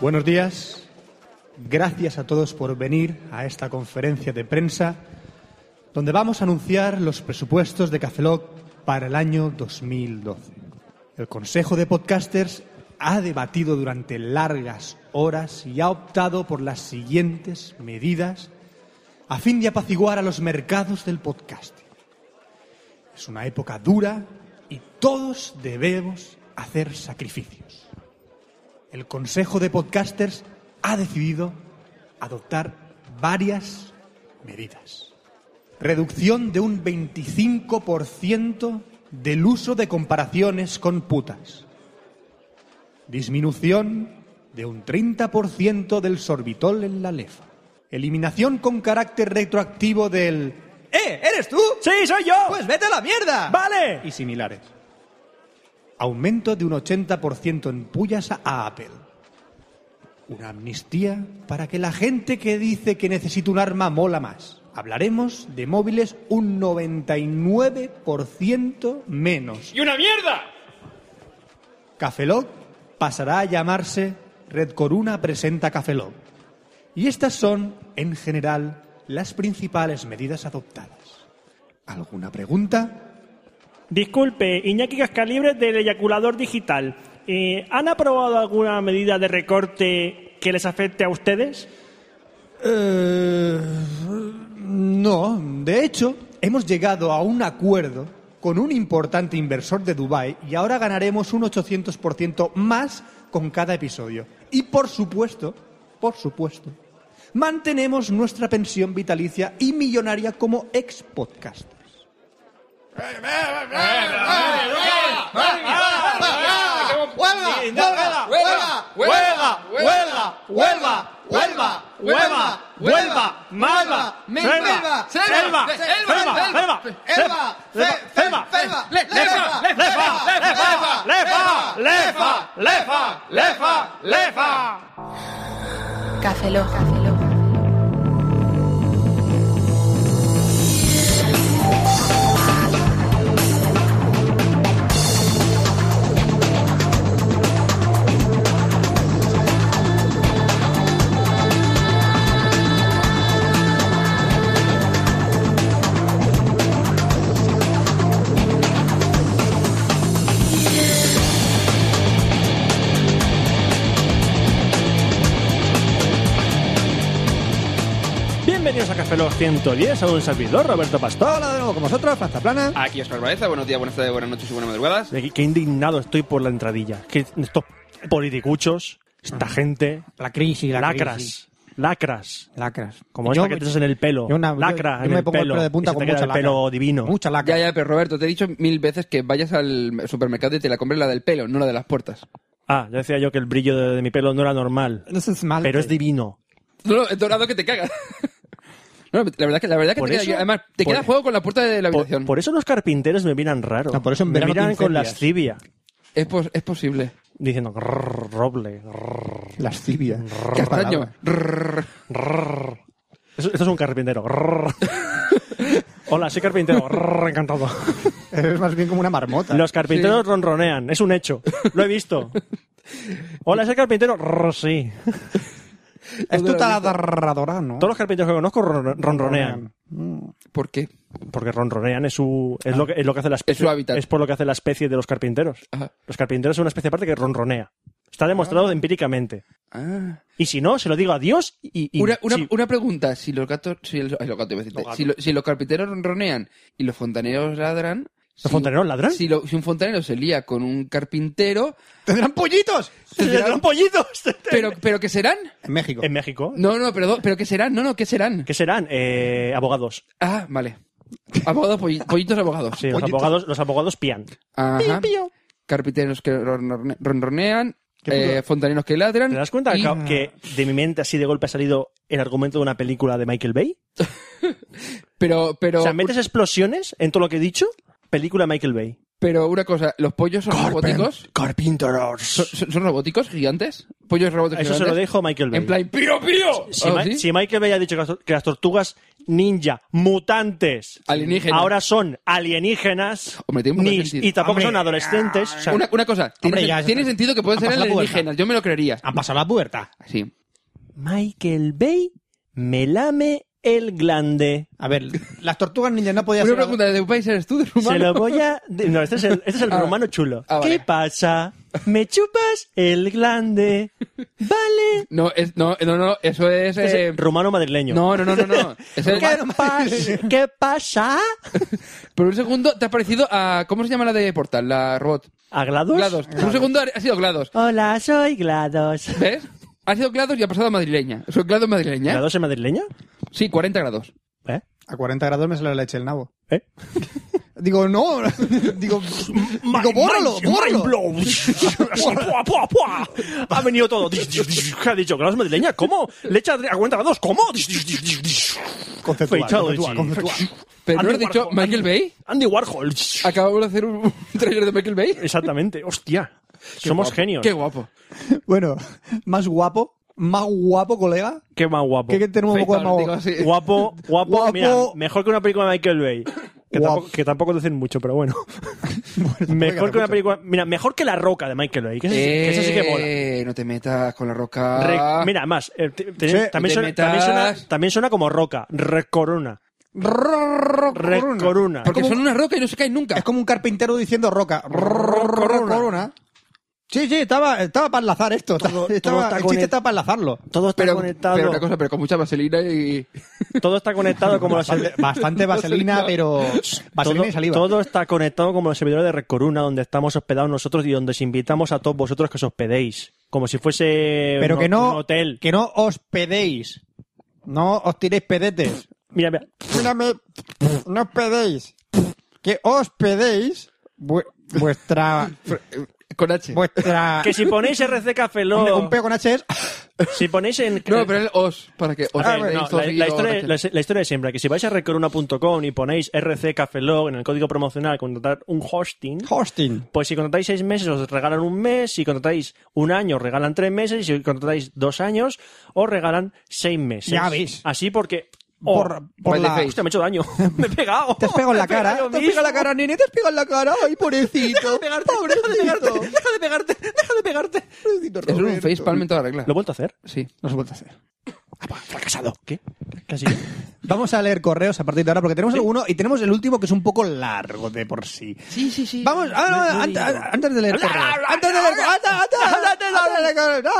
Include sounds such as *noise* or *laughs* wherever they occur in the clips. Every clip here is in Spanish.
Buenos días. Gracias a todos por venir a esta conferencia de prensa donde vamos a anunciar los presupuestos de Cafeloc para el año 2012. El Consejo de Podcasters ha debatido durante largas horas y ha optado por las siguientes medidas a fin de apaciguar a los mercados del podcasting. Es una época dura y todos debemos hacer sacrificios. El Consejo de Podcasters ha decidido adoptar varias medidas. Reducción de un 25% del uso de comparaciones con putas. Disminución de un 30% del sorbitol en la lefa. Eliminación con carácter retroactivo del ¡Eh! ¿Eres tú? ¡Sí, soy yo! ¡Pues vete a la mierda! ¡Vale! Y similares. Aumento de un 80% en pullas a Apple. Una amnistía para que la gente que dice que necesita un arma mola más. Hablaremos de móviles un 99% menos. ¡Y una mierda! Cafeloc pasará a llamarse Red Corona presenta Cafeloc. Y estas son, en general, las principales medidas adoptadas. ¿Alguna pregunta? Disculpe, Iñaki Cascalibres del Eyaculador Digital. Eh, ¿Han aprobado alguna medida de recorte que les afecte a ustedes? Eh, no, de hecho, hemos llegado a un acuerdo con un importante inversor de Dubái y ahora ganaremos un 800% más con cada episodio. Y por supuesto, por supuesto, mantenemos nuestra pensión vitalicia y millonaria como ex podcasters. Café Loja. Café Loja. Bienvenidos a Café Lock 110, a un servidor, Roberto Pastor. Hola de nuevo con vosotros, Franza Plana. Aquí Oscar Baeza, buenos días, buenas tardes, buenas noches y buenas madrugadas. Qué, qué indignado estoy por la entradilla. Que estos politicuchos, esta gente, La crisis, la lacras, crisis. lacras. Lacras. Como Yo- esta que te echas en el pelo. yo una- yo- lacra yo en me el pongo el pelo. pelo de punta y se te con queda mucha el lacra. pelo divino. Mucha lacra. Ya, ya, pero Roberto, te he dicho mil veces que vayas al supermercado y te la compres la del pelo, no la de las puertas. Ah, ya decía yo que el brillo de, de mi pelo no era normal. No es esmalte. Pero es divino. No, no, es dorado que te cagas. *laughs* No, la verdad que, la verdad que Por te queda, eso- bien. además, te por- queda juego con la puerta de la Por, habitación. por eso los carpinteros me miran raro. No, por eso en me verano te miran con incendias. lascivia. Es, pos- es posible. Diciendo "Grrr, roble. grrr". Lascivia. Castaño. Rrrr. Eso, eso es un carpintero. *laughs* Grrr. Hola, soy carpintero. Grrr, encantado. Es más bien como una marmota. Los carpinteros ronronean, es un hecho. Lo he visto. Hola, soy carpintero. Grrr, sí. Es tu taladradora, ¿no? Todos los carpinteros que conozco ron- ronronean. ¿Por qué? Porque ronronean es su es lo que es lo que hace la especie, Ah. Es su hábitat. es por lo que hace la especie de los carpinteros. Ajá. Los carpinteros son una especie aparte que ronronea. Está demostrado empíricamente. Ah. Y si no, se lo digo a Dios y, y- Una, una, sí. *laughs* una pregunta, si los gatos, si, el- ay, los gatos, iba a decirte. Los Si, lo- si los carpinteros ronronean y los fontaneros ladran, ¿Los si- fontaneros ladran? Si, lo- si un fontanero se lía con un carpintero, ¡Tendrán pollitos! ¡Tendrán pollitos! pero, pero ¿qué serán? En México. *laughs* En México. No, no, pero, pero ¿qué serán? No, no, ¿qué serán? ¿Qué serán? Eh, abogados. Ah, vale. Abogados, poll- pollitos abogados. Sí, los Pollitos. abogados, los abogados pían. Ajá. Carpinteros que ronrone- ronronean, eh, fontaneros que ladran. ¿Te das cuenta y- Cao, que de mi mente así de golpe ha salido el argumento de una película de Michael Bay? Pero, pero, o sea, metes explosiones en todo lo que he dicho, película de Michael Bay. pero una cosa, ¿los pollos son robóticos? Carpinteros. ¿Son, son- son robóticos gigantes? ¿Pollos robóticos Eso se gigantes? lo dejo a Michael Bay. En plan, ¡piro, piro! si, ¿Oh, Ma- sí? si Michael Bay ha dicho que las, tor- que las tortugas ninja, mutantes. Alienígenas. Ahora son alienígenas. Hombre, tiene un poco de nis, sentido. y tampoco Hombre, son adolescentes. o sea, Una, una cosa, tiene, Hombre, ya, tiene eso- sentido que pueden han ser pasado la puerta. alienígenas, yo me lo creería. Ah, Han pasado la puerta. Sí. Michael Bay me lame el glande. A ver, las tortugas ninja no podían Una ser. pregunta, ¿de qué país eres tú, de Se lo rumano? voy a... de- No, este es el, este es el Ah, rumano chulo. ah, vale. ¿Qué pasa? ¿Me chupas el glande? Vale. No, es- no, no, no, eso es... Este es eh, el rumano madrileño. no, no, no, no, *laughs* no. Es el- ¿Qué, *laughs* pas- ¿Qué pasa? Por un segundo te ha parecido a... ¿Cómo se llama la de Portal? La robot. ¿A GLaDOS? GLaDOS. Por un segundo ha sido GLaDOS. Hola, soy GLaDOS. ¿Ves? Ha sido GLaDOS y ha pasado a madrileña. ¿Soy GLaDOS madrileña? ¿GLaDOS es madrileña? Sí, 40 grados. ¿Eh? A 40 grados me sale la leche el nabo. ¿Eh? Digo, no. *laughs* digo, digo, bórralo, bórralo. blow. Así, pua, pua, pua. Ha venido todo. Ha dicho, ¿GLaDOS madrileña? ¿Cómo? ¿Leche a 40 grados? ¿Cómo? Conceptual, Fatality. conceptual, conceptual. Pero no Andy has dicho Warhol, Michael Andy- Bay. Andy Warhol. Acabamos de hacer un, un trailer de Michael Bay. Exactamente. Hostia. Somos genios. Qué guapo. Bueno, más guapo, más guapo, colega. Qué más guapo. Que, que tenemos un poco de Fatal, mago. digo así. Guapo, guapo, Guapo. mira, mejor que una película de Michael Bay. Que Guapo. tampoco, que tampoco dicen mucho, *laughs* pero bueno. tampoco mejor que una mucho. película. Mira, mejor que La Roca de Michael Bay. Que eso, sí- que eso sí que mola. Eh, ah. no te metas con la roca. Re- mira, además, eh, te- te- Sí. también, Te suena, metas. también suena- también suena como Roca. Recorona. Recorona. Recorona. Porque Como- son una roca y no se caen nunca. Es como un carpintero diciendo roca. Corona. Sí, sí, estaba, estaba para enlazar esto. Todo- Estaba- todo está el con chiste el- está para enlazarlo. Todo está Pero, conectado. pero una cosa, pero con mucha vaselina y... Todo está conectado *laughs* como los Bastante, bastante *laughs* vaselina, pero. Vaselina todo, y saliva. todo está conectado como los servidores de Red Corona, donde estamos hospedados nosotros y donde os invitamos a todos vosotros que os hospedéis. Como si fuese pero un, que no, un hotel. que no os pedéis. No os tiréis pedetes. Mira, mira. Mírame, no os pedéis. Que os pedéis vu- *laughs* vuestra. Con H. vuestra Que si *laughs* ponéis RC Café Ah. Lock, Hombre, un peo con H es. si ponéis en... No, pero el os, para que os... Eh, ah, no, hagáis la, os y la os- historia, la- la historia de siempre, que si vais a recoruna.com y ponéis RC Café Lock en el código promocional, contratar un hosting, Hosting. pues si contratáis seis meses os regalan un mes, si contratáis un año os regalan tres meses, y si contratáis dos años os regalan seis meses. Ya veis. Así porque... Por- por by pues la- the face. Ah, Hostia, me he hecho daño. *laughs* me he pegado. Te has pegado *laughs* en la Me he cara. pegado Te has yo pegado en la mismo. cara, nene. Te has pegado en la *laughs* cara. Ay, Deja de pobrecito. pegarte, deja de pegarte, deja de pegarte, deja de pegarte. Pobrecito Es un Roberto. facepalm en toda regla. ¿Lo he vuelto a hacer? Sí. No se puede hacer. Fracasado. ¿Qué? Casi. Vamos a leer correos a partir de ahora porque tenemos alguno y tenemos el último que es un poco largo de por sí. Sí, sí, sí. Vamos, ah, no, ant- ant- antes de leer correos. Antes de leer correos.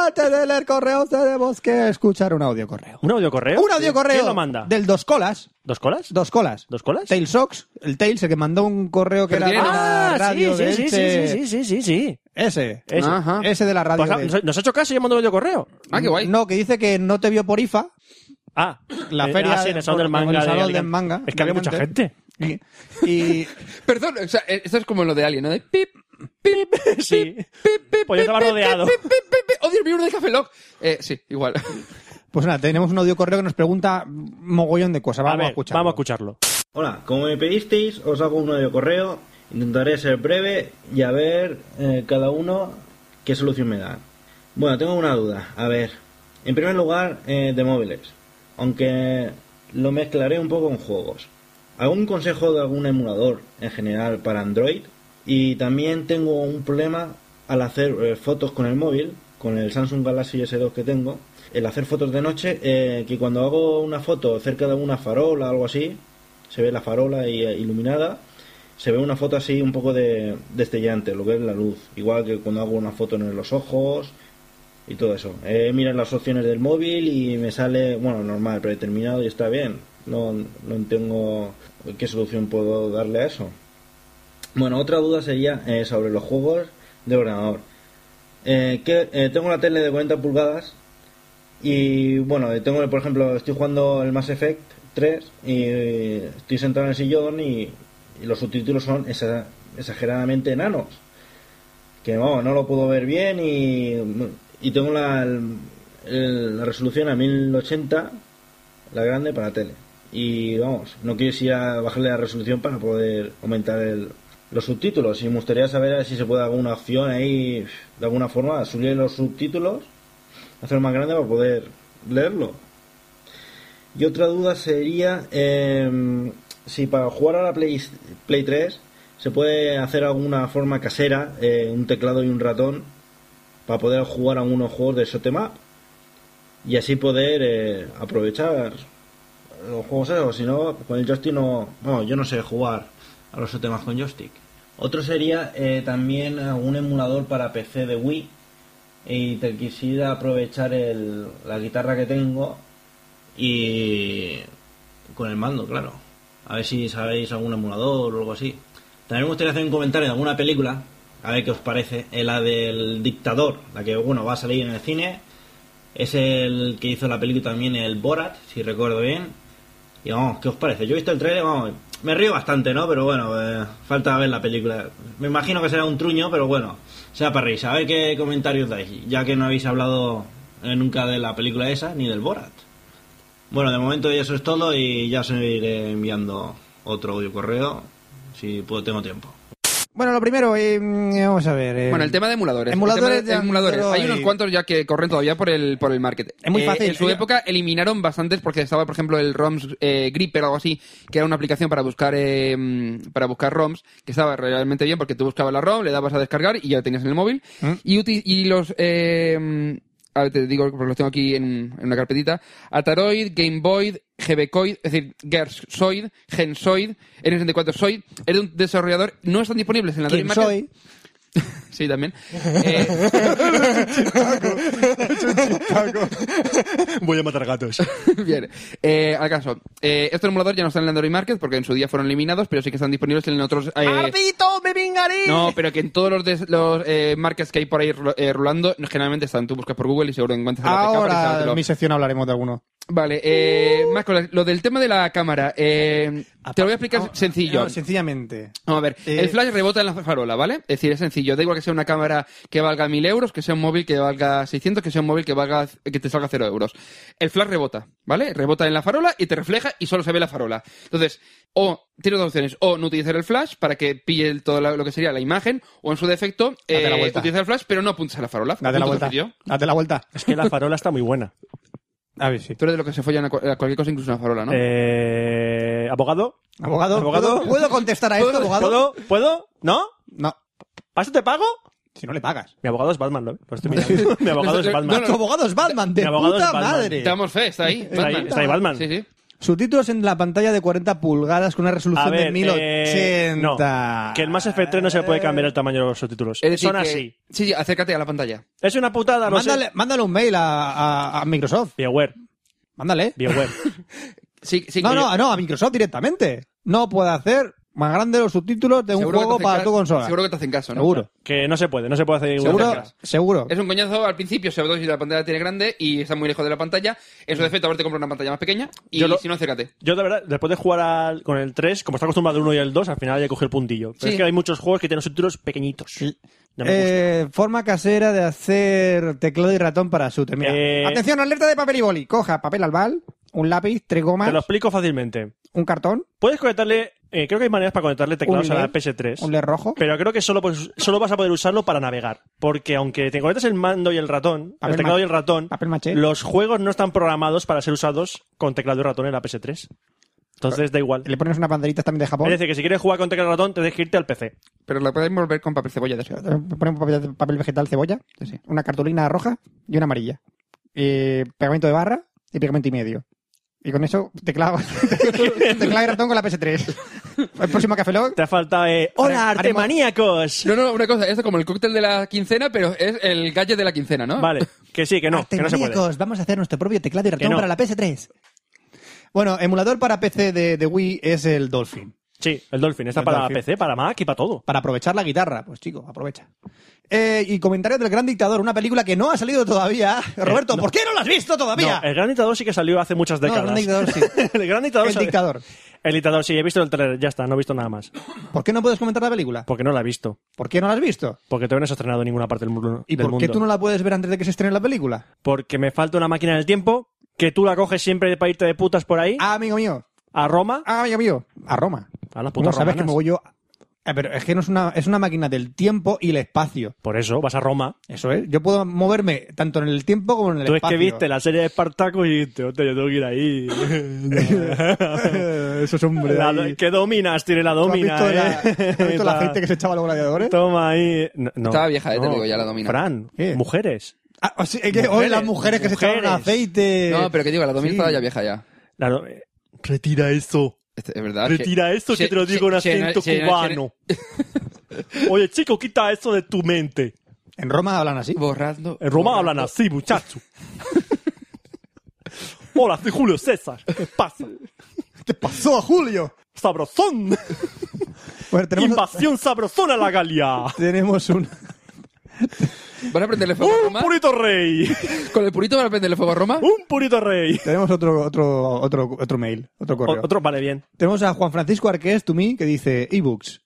Antes de leer correos tenemos que escuchar un audio correo. *laughs* ¿Un audio correo? Un audio correo. ¿Quién lo manda? Del Dos Colas. ¿Dos colas? Dos Colas. ¿Dos colas? Tailsox. El Tails, el que mandó un correo que Pero era de tiene- la ah, sí, radio sí, de sí, Elche. sí, sí, sí, sí, sí. Ese. Ese. Ajá. Ese de la radio Pues, ah, de nos, nos ha hecho caso y ha mandado un audio correo. Ah, qué guay. No, que dice que no te vio por IFA. Ah, La eh, feria ah, sí, en el salón por- del manga. en el de salón Alicante. del manga, Es que había mucha Alicante. gente. Y, y- Perdón, o sea, eh, esto es como lo de Alien, ¿no? De pip, pip, Sí. pip, pip, pip, Pues yo estaba pip, rodeado. pip, pip, pip, pip. Oh, Dios mío, uno de Café Lock. Eh, sí, igual. pues nada, tenemos un audio correo que nos pregunta mogollón de cosas. Vamos a, ver, escucharlo. Vamos a escucharlo. Hola, como me pedisteis, os hago un audio correo. Intentaré ser breve y a ver eh, cada uno qué solución me da. Bueno, tengo una duda. A ver, en primer lugar, eh, de móviles. Aunque lo mezclaré un poco con juegos. ¿Algún consejo de algún emulador en general para Android? Y también tengo un problema al hacer eh, fotos con el móvil, con el Samsung Galaxy S2 que tengo, el hacer fotos de noche, eh, que cuando hago una foto cerca de una farola o algo así, se ve la farola y- iluminada, se ve una foto así un poco de destellante, lo que es la luz, igual que cuando hago una foto en los ojos y todo eso. Eh, mira las opciones del móvil y me sale, bueno, normal, predeterminado y está bien. No, no tengo qué solución puedo darle a eso. Bueno, otra duda sería eh, sobre los juegos de ordenador. Eh, que, eh, tengo una tele de 40 pulgadas y bueno, eh, tengo por ejemplo, estoy jugando el Mass Effect 3 y eh, estoy sentado en el sillón y, y los subtítulos son exa- exageradamente enanos. Que vamos, no lo puedo ver bien y, y tengo la, el- el- la resolución a 1080, la grande para la tele. Y vamos, no quiero ir a bajarle la resolución para poder aumentar el- los subtítulos. Y me gustaría saber si se puede alguna opción ahí, de alguna forma, subir los subtítulos hacer más grande para poder leerlo. Y otra duda sería eh, si para jugar a la Play, Play 3 se puede hacer alguna forma casera, eh, un teclado y un ratón, para poder jugar a unos juegos de Sotemap y así poder eh, aprovechar los juegos esos. Si no, con el joystick no. No, yo no sé jugar a los Sotemas con joystick. Otro sería eh, también algún emulador para PC de Wii y te quisiera aprovechar el- la guitarra que tengo y con el mando, claro. A ver si sabéis algún emulador o algo así. También me gustaría hacer un comentario de alguna película, a ver qué os parece. Eh, La del dictador, la que, bueno, va a salir en el cine. Es el que hizo la película también, el Borat, si recuerdo bien. Y vamos, ¿qué os parece? Yo he visto el trailer, vamos, me río bastante, ¿no? Pero bueno, eh, falta ver la película. Me imagino que será un truño, pero bueno, sea para reírse. A ver qué comentarios dais, ya que no habéis hablado eh, nunca de la película esa ni del Borat. Bueno, de momento eso es todo y ya os iré enviando otro audio correo si puedo, tengo tiempo. Bueno, lo primero, eh, vamos a ver. eh, Bueno, el tema de emuladores. El Emuladores tema de ya- emuladores. ya lo Hay hay. unos cuantos ya que corren todavía por el, por el market. Es muy Eh, fácil. en su Yo- época eliminaron bastantes porque estaba, por ejemplo, el ROMs eh, Gripper o algo así, que era una aplicación para buscar eh, mm, para buscar ROMs, que estaba realmente bien porque tú buscabas la ROM, le dabas a descargar y ya la tenías en el móvil. Mm. Y, uti- y los... eh, mm, a ver, te digo porque los tengo aquí en, en una carpetita. Ataroid, Game Boy, GBCoid, es decir, Gersoid, Gensoid, N64Soid. Era un desarrollador, no están disponibles en la ¿Quién Dream Market. soy? Sí, también. Eh, *laughs* Voy a matar gatos. bien. Eh, al caso, eh, estos emuladores ya no están en el Android Market porque en su día fueron eliminados, pero sí que están disponibles en otros. eh, ¡Ardito, me vengaré! no, pero que en todos los, des- los eh, markets que hay por ahí ru- eh, rulando, generalmente están. Tú buscas por Google y seguro encuentras el APK para Ahora instalártelo. en mi sección hablaremos de alguno. Vale, eh, más cosas. Lo del tema de la cámara. eh, te lo voy a explicar Ah, sencillo. no, sencillamente. Vamos a ver, Eh, el flash rebota en la farola, ¿vale? Es decir, es sencillo. Da igual que sea una cámara que valga 1000 euros, que sea un móvil que valga 600, que sea un móvil que valga que te salga 0 euros. El flash rebota, ¿vale? Rebota en la farola y te refleja y solo se ve la farola. Entonces, o tienes dos opciones. O no utilizar el flash para que pille el- todo la- lo que sería la imagen, o en su defecto, Date la eh, vuelta. utilizar el flash, pero no apuntes a la farola. Date la Apuntas vuelta. al sitio. Date la vuelta. Es que la farola está muy buena. A ver, sí. Tú eres de lo que se follan a, cu- a cualquier cosa, incluso una farola, ¿no? Eh, ¿Abogado? ¿Abogado? ¿Abogado? ¿Puedo, puedo contestar a esto, abogado? ¿Puedo? ¿Puedo? ¿No? No, ¿A eso te pago? si no le pagas. Mi abogado es Batman, ¿lo lo estoy mirando. Mi abogado es Batman. Tu abogado es Batman, de Mi abogado es puta Batman. madre. Te damos fe, está ahí. ahí- está ahí Batman. Sí, sí. Subtítulos en la pantalla de 40 pulgadas con una A resolución ver, de eh, 1080. no, que el Mass Effect 3 no se puede cambiar el tamaño de los subtítulos. Es decir Son que- así. Sí, sí, acércate a la pantalla. Es una putada, lo sé. Mándale, mándale un mail a, a- a Microsoft. BioWare, Mándale. *laughs* BioWare. Sí, sí, No, que- no, no, a Microsoft directamente. No puede hacer más grandes los subtítulos de un seguro que te juego hacen para ca- tu consola. Seguro que te hacen caso, ¿no? Seguro. que no se puede, no se puede hacer ninguna Seguro, mierda. seguro. Es un coñazo al principio, sobre todo si la pantalla la tiene grande y está muy lejos de la pantalla. Mm. En su defecto, a ver, te compro una pantalla más pequeña y Yo lo- si no, acércate. Yo, de verdad, después de jugar al- con el 3, como está acostumbrado el 1 y el 2, al final ya cogí el puntillo. Pero Sí. es que hay muchos juegos que tienen subtítulos pequeñitos. No me gusta. Eh, forma casera de hacer teclado y ratón para shooter. Mira. Eh, Atención, alerta de papel y boli. Coja papel albal, un lápiz, tres Te gomas, lo explico fácilmente. un cartón, Puedes conectarle, eh, creo que hay maneras para conectarle teclados Un a la LED, PS3. un LED rojo. Pero creo que solo, pues, solo vas a poder usarlo para navegar. Porque aunque te conectes el mando y el ratón, Papel el teclado ma- y el ratón, papel maché. los juegos no están programados para ser usados con teclado y ratón en la PS3. Entonces da igual. Le pones una banderita también de Japón. Es decir, que si quieres jugar con teclado y ratón, tienes que irte al PC. Pero la pueden volver con papel cebolla después. Le Ponemos papel, papel vegetal, cebolla, una cartulina roja y una amarilla. Eh, pegamento de barra y pegamento y medio. Y con eso *laughs* teclado, teclado y ratón con la PS3. El próximo Café Lock, Te ha faltado. eh, ¡Hola, Haremos- artemaníacos! No, no, una cosa, esto es como el cóctel de la quincena, pero es el gadget de la quincena, ¿no? Vale, que sí, que no, que no se puede. Artemaníacos, vamos a hacer nuestro propio teclado y ratón Que no. para la PS3. Bueno, emulador para PC de, de Wii es el Dolphin. Sí, el Dolphin. Está El para Dolphin. PC, para Mac y para todo. Para aprovechar la guitarra, pues chico, aprovecha. Eh, y comentarios del Gran Dictador, una película que no ha salido todavía. Roberto, ¿por qué no la has visto todavía? Eh, No, el Gran Dictador sí que salió hace muchas No, el décadas. Gran Dictador sí. *laughs* el Gran Dictador El salió- Dictador. El Dictador, sí, he visto el trailer, ya está, no he visto nada más. ¿Por qué no puedes comentar la película? Porque no la he visto. ¿Por qué no la has visto? Porque todavía no se ha estrenado en ninguna parte del, mu- ¿Y del por mundo. qué tú no la puedes ver antes de que se estrene la película? Porque me falta una máquina del tiempo que tú la coges siempre para irte de putas por ahí, Ah, amigo mío. a Roma. Ah, amigo mío. A Roma. A las putas ¿Cómo sabes romanas. que me voy yo Eh, pero es que no es una, es una máquina del tiempo y el espacio. Por eso, vas a Roma. Eso es. Yo puedo moverme tanto en el tiempo como en el Tú es espacio. *laughs* que viste la serie de Espartaco y dijiste, hostia, yo tengo que ir ahí. Eso es hombre. La- ahí. ¿Qué dominas? Tiene la *laughs* ¿Tú has domina, visto, la- ¿eh? has visto el *laughs* La- aceite que se echaba a los gladiadores? Toma ahí. No, no, Estaba vieja, eh, te no. digo, ya la domina. Fran, ¿Qué? mujeres. Ah, o sea, es que hoy las mujeres que se echaban mujeres. aceite. No, pero que digo, la domina estaba ya vieja ya. La do- eh, Retira eso. Este, Es verdad. Retira que- esto que Che- te lo digo en Che- Che- acento Che- Che- cubano. Oye, chico, quita eso de tu mente. En Roma hablan así. Borrando. En Roma borrando- hablan así, *laughs* muchacho. Hola, soy Julio César. ¿Qué pasa? ¿Qué pasó a Julio? Sabrosón. Bueno, tenemos, Invasión sabrosona a la Galia. tenemos un. ¿Vas a prenderle ¡Uh, fuego a Un Roma? purito rey. ¿Con el purito vas a prenderle fuego a Roma? Un purito rey. Tenemos otro, otro, otro, otro mail, otro correo. o- Otro vale bien. Tenemos a Juan Francisco Arqués, to me, que dice ebooks.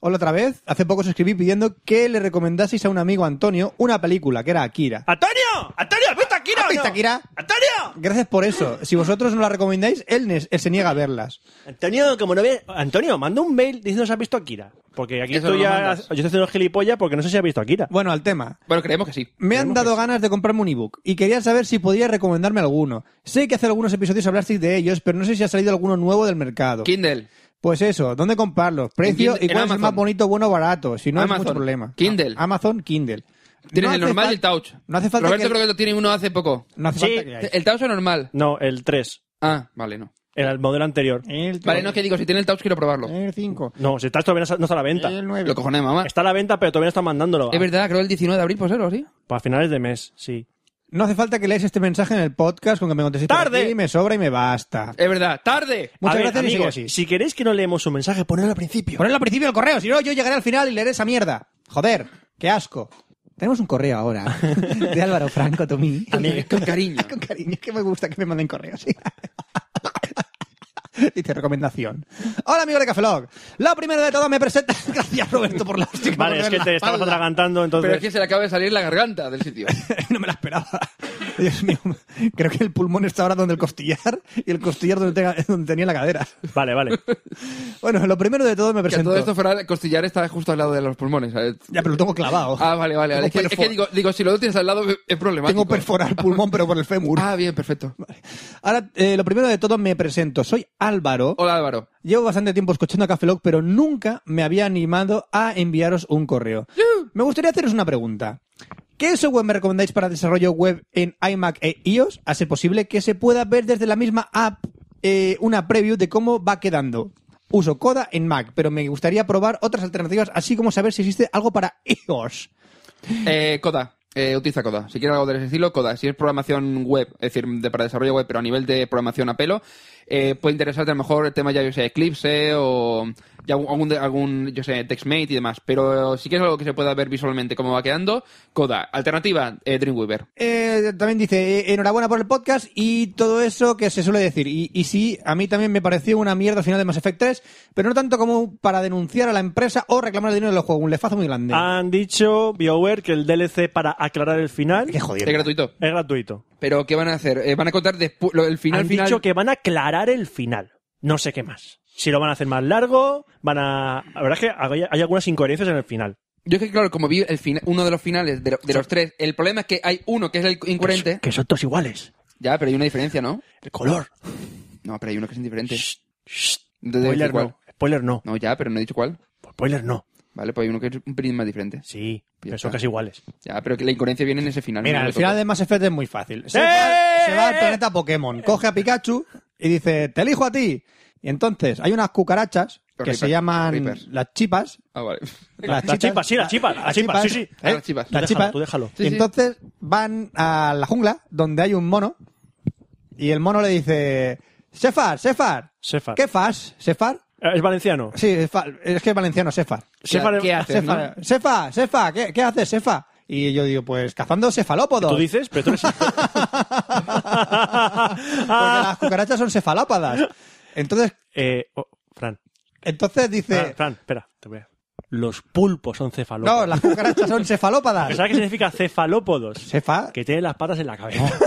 Hola otra vez. Hace poco os escribí pidiendo que le recomendaseis a un amigo Antonio una película, que era Akira. ¡Antonio! ¡Antonio! ¿Has visto a Akira o Ah, ¿Has visto no? a Akira? ¡Antonio! Gracias por eso. Si vosotros no la recomendáis, él, ne- él se niega a verlas. Antonio, como no ve... Antonio, manda un mail diciendo si has visto a Akira. Porque aquí Eso estoy no lo ya... Yo mandas. estoy haciendo gilipollas porque no sé si has visto a Akira. Bueno, al tema. Bueno, creemos que sí. Me han dado ganas de comprarme un ebook y quería saber si podía recomendarme alguno. Sé que hace algunos episodios hablasteis de ellos, pero no sé si ha salido alguno nuevo del mercado. Kindle. Pues eso, ¿dónde comprarlos? Precio En Kind- y cuál en es el Amazon. más bonito, bueno o barato. Si no, es Amazon. mucho problema. Kindle. Ah, Amazon, Kindle. Tienes No el hace normal fal- y el touch. No hace falta Roberto que- creo que lo tiene uno hace poco. No hace Sí. falta que ¿El touch o normal? No, el 3. Ah, vale, no. El modelo anterior. El Vale, no, que digo, si tiene el touch quiero probarlo. El 5. No, si estás todavía no está- no está a la venta. El 9. Lo cojones de mamá. Está a la venta, pero todavía no están mandándolo. Es verdad, creo el 19 de abril, pues algo así. Para finales de mes, sí. No hace falta que leáis este mensaje en el podcast con que me contestéis por ¡Tarde! aquí, me sobra y me basta. Es verdad, tarde. Muchas A ver, gracias y sigue amigos, así. si queréis que no leemos su mensaje, ponedlo al principio. Ponedlo al principio del correo, si no, yo llegaré al final y leeré esa mierda. Joder, qué asco. Tenemos un correo ahora de Álvaro Franco Tomí. Con cariño. *laughs* Con cariño, es que me gusta que me manden correos. *laughs* sí. Dice recomendación. Hola, amigo de Cafelog. La primera de todas me presenta. *laughs* Gracias, Roberto, por la hostia. que Vale, me es pone que en te la estabas espalda. atragantando, entonces... Pero es que se le acaba de salir la garganta del sitio. *laughs* no me la esperaba. Dios mío, creo que el pulmón está ahora donde el costillar y el costillar donde, tenga- donde tenía la cadera. Vale, vale. Bueno, lo primero de todo me Que a presento. todo esto fuera, costillar está justo al lado de los pulmones. ¿sabes? Ya, pero lo tengo clavado. Ah, vale, vale. vale. Es que, Tengo es que perfor- digo, digo, si lo tienes al lado es problemático. Tengo perforado el pulmón, pero por el fémur. Ah, bien, perfecto. Ahora, eh, lo primero de todo me presento. Soy Álvaro. Hola Álvaro. Llevo bastante tiempo escuchando a Cafelog, pero nunca me había animado a enviaros un correo. Me gustaría haceros una pregunta. ¿Qué software me recomendáis para desarrollo web en iMac e iOS? A ser posible que se pueda ver desde la misma app eh, una preview de cómo va quedando. Uso Coda en Mac, pero me gustaría probar otras alternativas, así como saber si existe algo para iOS. Eh, Coda. Eh, utiliza Coda. Si quieres algo de ese estilo, Coda. Si es programación web, es decir, de, para desarrollo web, pero a nivel de programación a pelo, eh, puede interesarte a lo mejor el tema ya, yo sé, Eclipse o ya algún- algún, de- algún, yo sé, TextMate y demás. Pero si quieres algo que se pueda ver visualmente cómo va quedando, Coda. Alternativa, eh, Dreamweaver. Eh, también dice, eh, enhorabuena por el podcast y todo eso que se suele decir. Y, y sí, a mí también me pareció una mierda al final de Mass Effect 3, pero no tanto como para denunciar a la empresa o reclamar el dinero de los juegos. Un lefazo muy grande. Han dicho BioWare que el DLC para aclarar el final Qué es jodido. Es gratuito. gratuito. Pero ¿qué van a hacer? Eh, van a contar después el final Han final. dicho que van a aclarar el final. No sé qué más. Si lo van a hacer más largo, van a... La verdad es que hay, hay algunas incoherencias en el final. Yo es que claro, como vi el fina- uno de los finales de, lo- de los tres, el problema es que hay uno que es el incoherente. Que son todos iguales. Ya, pero hay una diferencia, ¿no? El color. No, pero hay uno que es indiferente. Shh, shh. Entonces, Spoiler ¿cuál? no. Spoiler no. No, ya, pero no he dicho cuál. Spoiler no. Vale, pues hay uno que es un pelín más diferente. Sí, pero está. son casi iguales. Ya, pero que la incoherencia viene en ese final. Mira, el no lo final toco. de Mass Effect es muy fácil. Se, ¡Eh! va, se va al planeta Pokémon, coge a Pikachu y dice, te elijo a ti. Y entonces hay unas cucarachas que Los se Reapers, llaman Reapers. las chipas. Ah, vale. Las las chipas, sí, las chipas, las chipas, sí, sí. Ah, las chipas. Las chipas. Tú déjalo, tú déjalo. Sí, y sí. entonces van a la jungla donde hay un mono y el mono le dice, Sefar, Sefar. Sefar. ¿Qué fas? ¿Sefar? Eh, Es valenciano. Sí, es fa- es que es valenciano, Sefar. Sefar- qué haces? no? Sefa, Sefa, Sefa, ¿qué, qué haces, Sefa? Y yo digo, pues cazando cefalópodos. Tú dices, pero tú *laughs* eres... Porque las cucarachas son cefalópodas. Entonces, Eh, oh, Fran, entonces Fran, dice, Fran, espera, te voy a... Los pulpos son cefalópodos. no, las cucarachas son cefalópodas. ¿Sabes qué significa cefalópodos? Cefa, Que tiene las patas en la cabeza. *laughs*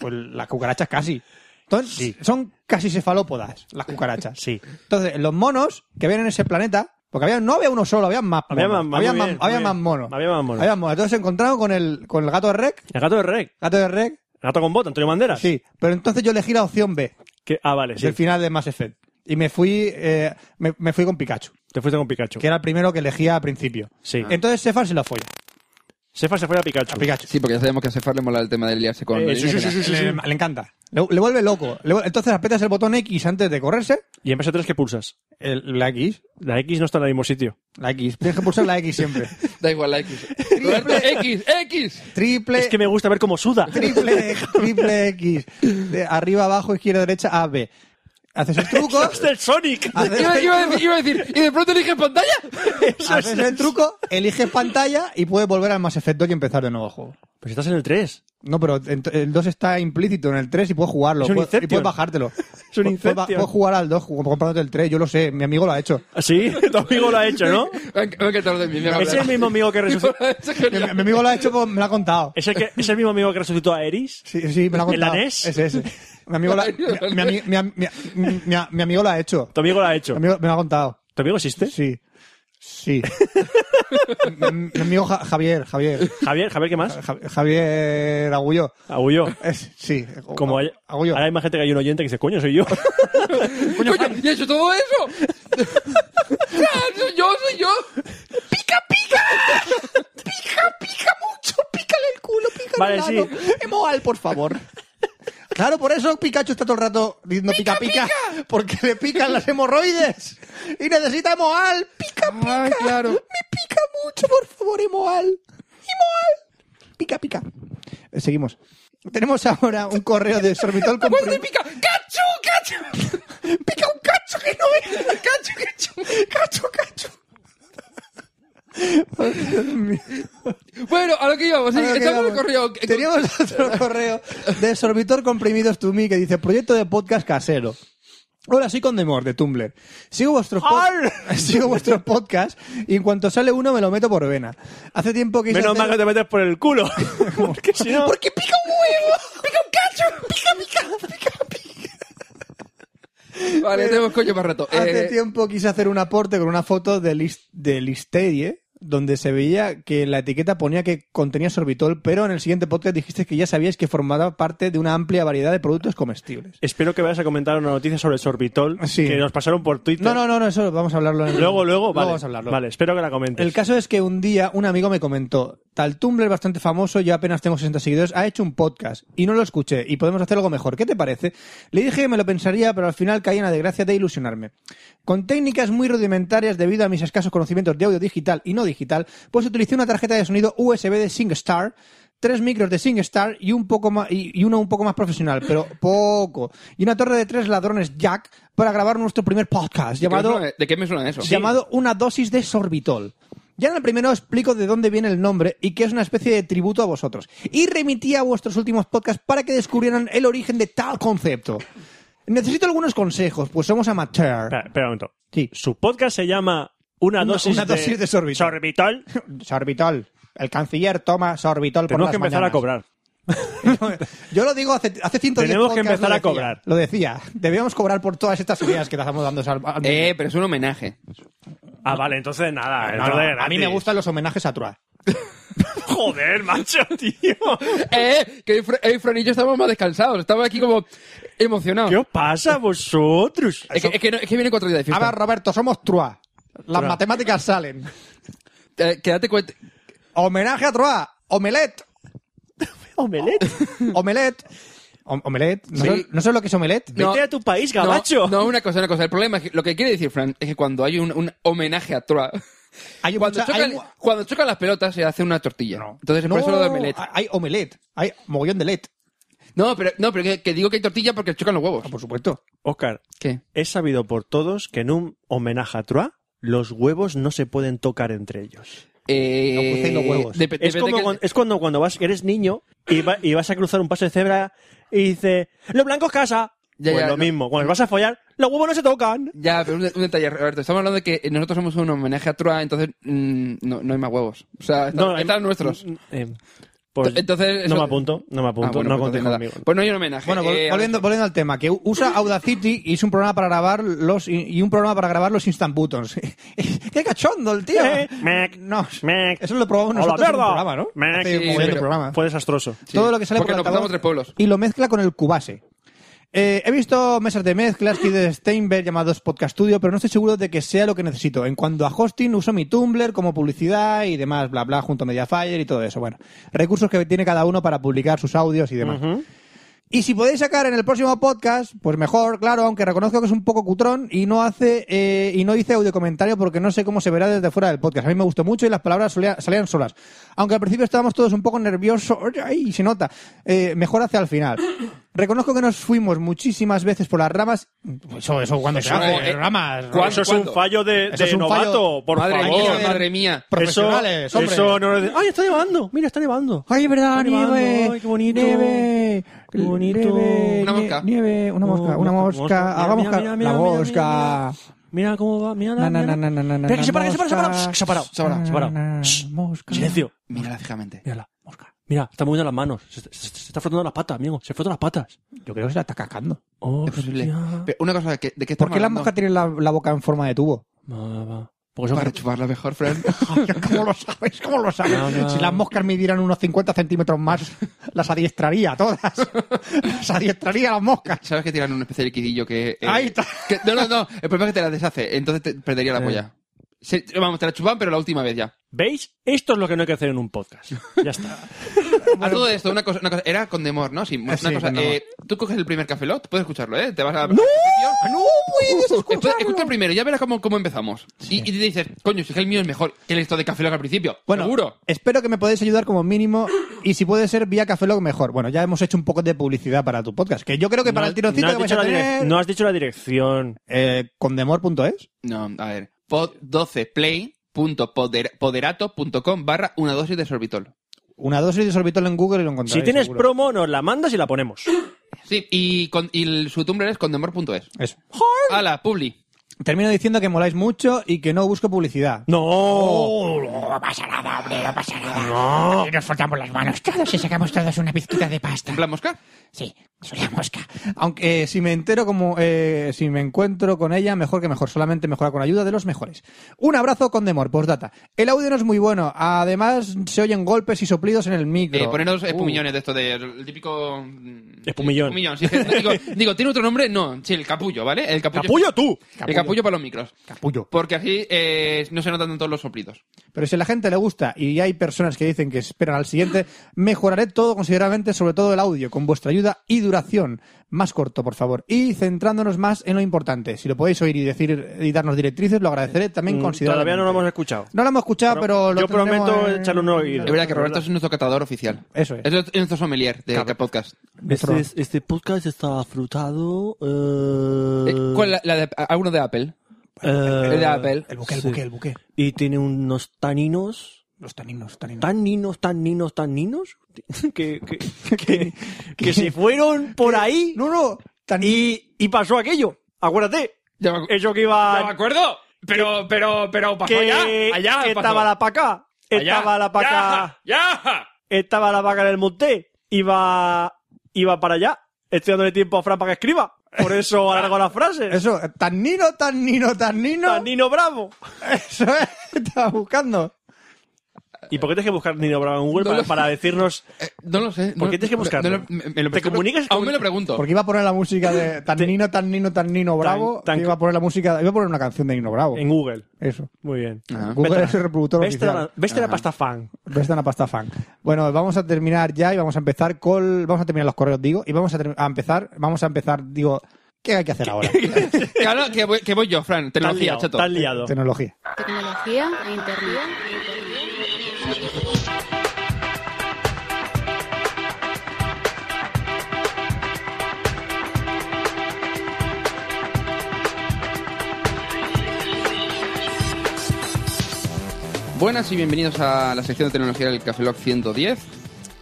pues las cucarachas casi. Entonces, Son casi cefalópodas las cucarachas. Sí. Entonces, los monos que ven en ese planeta Porque había, no había uno solo, había más Había monos. más- más- había muy más, bien, había muy más bien. monos. Había más monos. Había Entonces se encontraron con el, con el gato de Rec. El gato de Rec. Gato de Rec. El gato con bota, Antonio Banderas. Sí. Pero entonces yo elegí la opción B, Que- ah, vale, Ah. sí. del final de Mass Effect. Y me fui, eh, me, me fui con Pikachu, Te fuiste con Pikachu. que era el primero que elegía al principio. Sí. Entonces Stefan se la folla. Sefa se fue a Pikachu. A Pikachu. Sí, porque ya sabemos que a Cefar le mola el tema de liarse con... Eh, sí, sí, alienígenas. sí, sí, sí. Le, le encanta. Le, le vuelve loco. Le vu- entonces apretas el botón X antes de correrse. Y en PS3, ¿qué pulsas? El- la X. La X no está en el mismo sitio. La X. Tienes que pulsar la X *laughs* siempre. Da igual la X. Roberto, X, X. Triple. Es que me gusta ver *laughs* cómo suda. Triple, triple X. De arriba, abajo, izquierda, derecha, A, B. Haces el *laughs* truco. ¡Es del Sonic! haces Iba, el iba a truco, decir, iba a decir, *laughs* y de pronto dije pantalla. haces el truco, eliges pantalla y puedes volver al más efecto y empezar de nuevo el juego. Pues estás en el 3. No, pero ent- el 2 está implícito en el 3 y puedes jugarlo. Es un puedes- y Inception. puedes bajártelo. *laughs* Es un Pu- puedes ba- Inception. Puedes jugar al 2 comprándote el 3, yo lo sé, mi amigo lo ha hecho. Ah, ¿Sí? *laughs* Tu amigo lo ha hecho, *laughs* ¿no? Me enc- me encanta lo de mí, me Es *laughs* habla. el mismo amigo que resucitó. Es genial. Mi, mi amigo lo ha hecho, pues, me lo ha contado. ¿Es el, que- es el mismo amigo que resucitó a Eris? Sí, sí, me lo ha ¿El contado. danés? Ese, ese. Mi amigo, lo ha- mi- mi- mi- mi- mi- mi- mi amigo lo ha hecho. Tu amigo lo ha Mi hecho. amigo- me lo ha contado. ¿Tu amigo existe? Sí. *laughs* Sí. Mi- Mi amigo Ja- Javier, Javier. Javier, Javier, *laughs* ¿qué más? Ja- Javier Agullo. Agullo. Es- sí. Ah, Como hay- Agullo. ahora hay más gente que hay un oyente que dice, *laughs* coño, soy yo. Coño, ¿y he hecho todo eso? Ah, soy yo, soy yo. Pícale el culo, pícale Vale, el ano. Emoal, por favor. Claro, por eso Pikachu está todo el rato diciendo pica pica, porque le pican las hemorroides y necesita Emoal. Pica pica. Ah, claro. Me pica mucho, por favor, Emoal. Emoal. Pica pica. Eh, Seguimos. Tenemos ahora un correo de Sorbitol con ¿Cuánto prim- y pica? ¡Cacho, cacho! Pica un cacho que no es. Cacho, cacho. Cacho, cacho. Bueno, a lo que íbamos, sí, Ahora que estamos en el vamos. correo. Eh, Teníamos *laughs* otro correo de Sorbitor Comprimidos To Me que dice Proyecto de podcast casero. Hola, soy Condemor de Tumblr. Sigo vuestros, pod- *laughs* Sigo vuestros podcasts y en cuanto sale uno me lo meto por vena. Hace tiempo que hice *laughs* Menos hacer- mal que te metes por *laughs* el culo. Porque *laughs* si no... Porque pica un huevo, pica un cacho, pica, pica, pica, pica. Vale, tenemos coño para rato. Hace Eh, tiempo quise hacer un aporte con una foto de, Lis- de Listerie, donde se veía que la etiqueta ponía que contenía sorbitol, pero en el siguiente podcast dijiste que ya sabíais que formaba parte de una amplia variedad de productos comestibles. Espero que vayas a comentar una noticia sobre el sorbitol Sí. que nos pasaron por Twitter. No, no, no, no, eso vamos a hablarlo en Luego, luego, vale. vamos a hablarlo. Vale, espero que la comentes. El caso es que un día un amigo me comentó, tal Tumblr bastante famoso, yo apenas tengo 60 seguidores, ha hecho un podcast y no lo escuché y podemos hacer algo mejor. ¿Qué te parece? Le dije que me lo pensaría, pero al final caí en la desgracia de ilusionarme. Con técnicas muy rudimentarias debido a mis escasos conocimientos de audio digital y no digital, pues utilicé una tarjeta de sonido USB de SingStar tres micros de SingStar y un poco más y, y uno un poco más profesional, pero poco. Y una torre de tres ladrones Jack para grabar nuestro primer podcast ¿de qué me llamado suena- ¿De qué me suena eso? llamado Una dosis de sorbitol. Ya en el primero explico de dónde viene el nombre y que es una especie de tributo a vosotros. Y remití a vuestros últimos podcasts para que descubrieran el origen de tal concepto. Necesito algunos consejos, pues somos amateur. Espera, espera un momento. Sí. Su podcast se llama Una, Una- dosis, una dosis de sorbitol. *laughs* Sorbitol. Sorbitol. El canciller toma sorbitol por Tenemos las que empezar mañanas. a cobrar. Yo lo digo hace, hace 110 Tenemos podcasts que empezar lo a decía. cobrar. Lo decía. Debíamos cobrar por todas estas ideas que estamos dando al- *laughs* al- Eh, pero es un homenaje. Ah, vale, entonces nada. No, no, entonces a mí gratis. me gustan los homenajes a Troyes. *laughs* Joder, macho, tío. Eh, que Fr- eh, Fran y yo estábamos más descansados. Estábamos aquí como emocionados. ¿Qué os pasa a vosotros? Es que, es que no- es que viene cuatro días de A fiesta. ver, Roberto, somos Troyes. Las matemáticas salen. Eh, quédate cuenta. Homenaje a Troyes. *laughs* Omelette. Omelette. Omelette. Om- Omelette. ¿No, Sí. sé, no sé lo que es omelette? No. Vete a tu país, gabacho. No, no, una cosa, una cosa. El problema es que lo que quiere decir Fran es que cuando hay un, un homenaje a Troa, Hay cuando, mucha- chocan, hay mu- cuando chocan las pelotas se hace una tortilla. Entonces es No, por eso lo de omelette. Hay hay omelette. Hay mogollón de let. No, pero, no, pero que, que digo que hay tortilla porque chocan los huevos. Ah, por *laughs* supuesto. Oscar, ¿Qué? es sabido por todos que en un homenaje a Troa, los huevos no se pueden tocar entre ellos. Eh, No, crucéis los huevos. dep- Es, depende como que- cuan- es cuando, cuando vas, eres niño y, va- y vas a cruzar un paso de cebra y dices, los blancos casa. Ya, pues ya, lo no. mismo, cuando vas a follar, los huevos no se tocan. Ya, pero un, de- un detalle, Roberto. Estamos hablando de que nosotros somos un homenaje a Troa, entonces mm, no, no hay más huevos. O sea, están, No, están em- nuestros. em, Pues Entonces, no eso- me apunto, no me apunto, Ah, bueno, no pues conté entonces nada. conmigo. Pues no hay un homenaje. Bueno, vol- Eh, volviendo, volviendo al tema, que usa Audacity y es un programa para grabar los y, y un programa para grabar los instant buttons. *laughs* ¡Qué cachondo el tío! Eh, mec, no, mec. eso lo probamos A la nosotros en un mierda. programa, ¿no? Mec. Hace un Sí, montón de pero- programas. Fue desastroso. Sí, Todo lo que sale porque por nos el altavoz cruzamos tres pueblos. y lo mezcla con el cubase. Eh, he visto mesas de mezclas y de Steinberg llamados Podcast Studio, pero no estoy seguro de que sea lo que necesito. En cuanto a hosting, uso mi Tumblr como publicidad y demás, bla, bla, junto a Mediafire y todo eso. Bueno, recursos que tiene cada uno para publicar sus audios y demás. Y si podéis sacar en el próximo podcast, pues mejor, claro, aunque reconozco que es un poco cutrón y no hace eh, y no hice audio comentario porque no sé cómo se verá desde fuera del podcast. A mí me gustó mucho y las palabras solía- salían solas. Aunque al principio estábamos todos un poco nerviosos, y se nota. Eh, mejor hacia el final. Reconozco que nos fuimos muchísimas veces por las ramas. Pues Eso, eso cuando se Eso, hace, eh, ramas. ¿cuál- Eso es ¿Cuándo? un fallo de, Eso de es un fallo- novato, por madre favor. mía, Eso- madre mía. Profesionales, eso, hombre. eso no lo de- ¡Ay, está nevando! Mira, está nevando. Ay, es verdad, Está nevando, nieve. ay, qué bonito. Nieve. Qué bonito. Nieve, Una nie- mosca. Nieve, una mosca, Oh, una mosca. Ah, Mira, mosca. mira, mira, la mira, mira, mosca. mira, mira. Mira cómo va, mira Na, la. na, mira na, la- na, na, na, Espera, que na, se para, que se para, se para. mosca. Shh, Se ha parado, se ha parado, se ha parado. Shh, Mosca. Silencio. Mírala fijamente. Mírala, mosca. Mira, está moviendo las manos. Se, se- se está frotando las patas, amigo. Se frota las patas. Yo creo que se la está cagando. Oh, Es posible. Pero una cosa, ¿de qué, de qué ¿Por estamos qué las hablando? moscas tienen la, la boca en forma de tubo? Va, va. Porque son Para chuparla mejor, Fran. *laughs* ¿Cómo lo sabes? ¿Cómo lo sabes? No, no. Si las moscas midieran unos 50 centímetros más, las adiestraría a todas. Las adiestraría a las moscas. Sabes que tiran una especie de liquidillo que... eh, Ahí está. que- no, no, no. El problema es que te la deshace. Entonces te perdería la Eh. polla. Se- vamos, te la chupan, pero la última vez ya. ¿Veis? Esto es lo que no hay que hacer en un podcast. *laughs* Ya está. A todo esto, una cosa, una cosa. Era con Demor, ¿no? Sí, una sí, cosa. con Demor. eh, tú coges el primer cafelot, puedes escucharlo, ¿eh? Te vas a. ¡No puedes Escucha, escucharlo! escucha el primero, ya verás cómo, cómo empezamos. Y, y te dices, coño, si es que el mío es mejor que el esto de Café Lock al principio. Bueno, Seguro. espero que me podéis ayudar como mínimo y si puede ser vía Café Lock mejor. Bueno, ya hemos hecho un poco de publicidad para tu podcast, que yo creo que para No- el tirocito no has que vais dicho a la direc- tener... no has dicho la dirección. eh, condemor.es. No, a ver. pod12play.poderato.com barra una dosis de sorbitol. Una dosis de sorbitol en Google y lo encontráis. Si tienes seguro. promo, nos la mandas y *laughs* la ponemos. Sí, y, con, y el- su Tumblr es condemor.es. Eso. ¡Hala, Publi! Termino diciendo que moláis mucho y que no busco publicidad. No. No pasa nada, hombre, no pasa nada. No. Nos frotamos las manos todos y sacamos todos una pizquita de pasta. ¿En plan mosca? Eh, Sí, soy la mosca. Aunque eh, si me entero como eh, si me encuentro con ella, mejor que mejor, solamente mejora con ayuda de los mejores. Un abrazo con Demor, postdata. El audio no es muy bueno, además se oyen golpes y soplidos en el micro. Eh, poneros espumillones de esto, de, el típico... mm, Espumillón. espumillón, sí. digo, digo, ¿tiene otro nombre? No, sí, el capullo, ¿vale? El capullo. ¡Capullo tú! El capullo para los micros. Capullo. Porque así eh, no se notan tanto los soplidos. Pero si a la gente le gusta y hay personas que dicen que esperan al siguiente, mejoraré todo considerablemente, sobre todo el audio, con vuestra ayuda y duración. Más corto, por favor. Y centrándonos más en lo importante. Si lo podéis oír y decir y darnos directrices, lo agradeceré también Mm, considerablemente. Todavía no lo hemos escuchado. No lo hemos escuchado, pero, lo yo tendremos prometo en- echarle un oído. Es verdad que Roberto es nuestro catador oficial. Eso es. Es nuestro sommelier de este podcast. Nuestro- Este podcast está frutado. Eh, ¿Cuál? La, la de, ¿Alguno de Apple? el de Apple. El buque, el Sí. buque, el buque. Y tiene unos taninos. Los taninos, taninos. Taninos, taninos, taninos. *laughs* Que, que, que, que se fueron por ahí. No, no. Tan... Y, y pasó aquello. Acuérdate. Ya me acu- Eso que Ya me iba. acuerdo! Pero, pero, pero, pasó Que, allá. Allá que pasó. estaba la paca. Allá. Estaba la paca. ¡Ya! ya. Estaba la vaca en el monte. Iba. Iba para allá. Estoy dándole tiempo a Fran para que escriba. Por *laughs* eso alargo las frases. Eso, tanino, tanino, tanino. Nino Bravo. Eso es. *laughs* Estaba buscando. ¿Y por qué tienes que buscar Nino Bravo en Google No para, lo- *laughs* para decirnos? Eh, no lo sé. ¿Por no- qué tienes que buscarlo? no lo- me- me lo- ¿Te comunicas con- Aún me lo pregunto. Porque iba a poner la música de Tanino, Tanino, Tanino Bravo. tan- que iba a poner la música, iba a poner una canción de Nino Bravo. En Google. Eso. Muy bien. Ah. Oh. Google es el reproductor Veste oficial. la, veste la pasta fan. Vesta una pasta fan. Bueno, vamos a terminar ya y vamos a empezar con, vamos a terminar los correos, digo, y vamos a, ter- a empezar, vamos a empezar, digo, ¿qué hay que hacer ahora? Claro, que voy, que voy yo, Fran. Estás Tecnología, liado. chato. estás liado. Tecnología. Tecnología e internet. Buenas y bienvenidos a la sección de tecnología del Café Lock 110.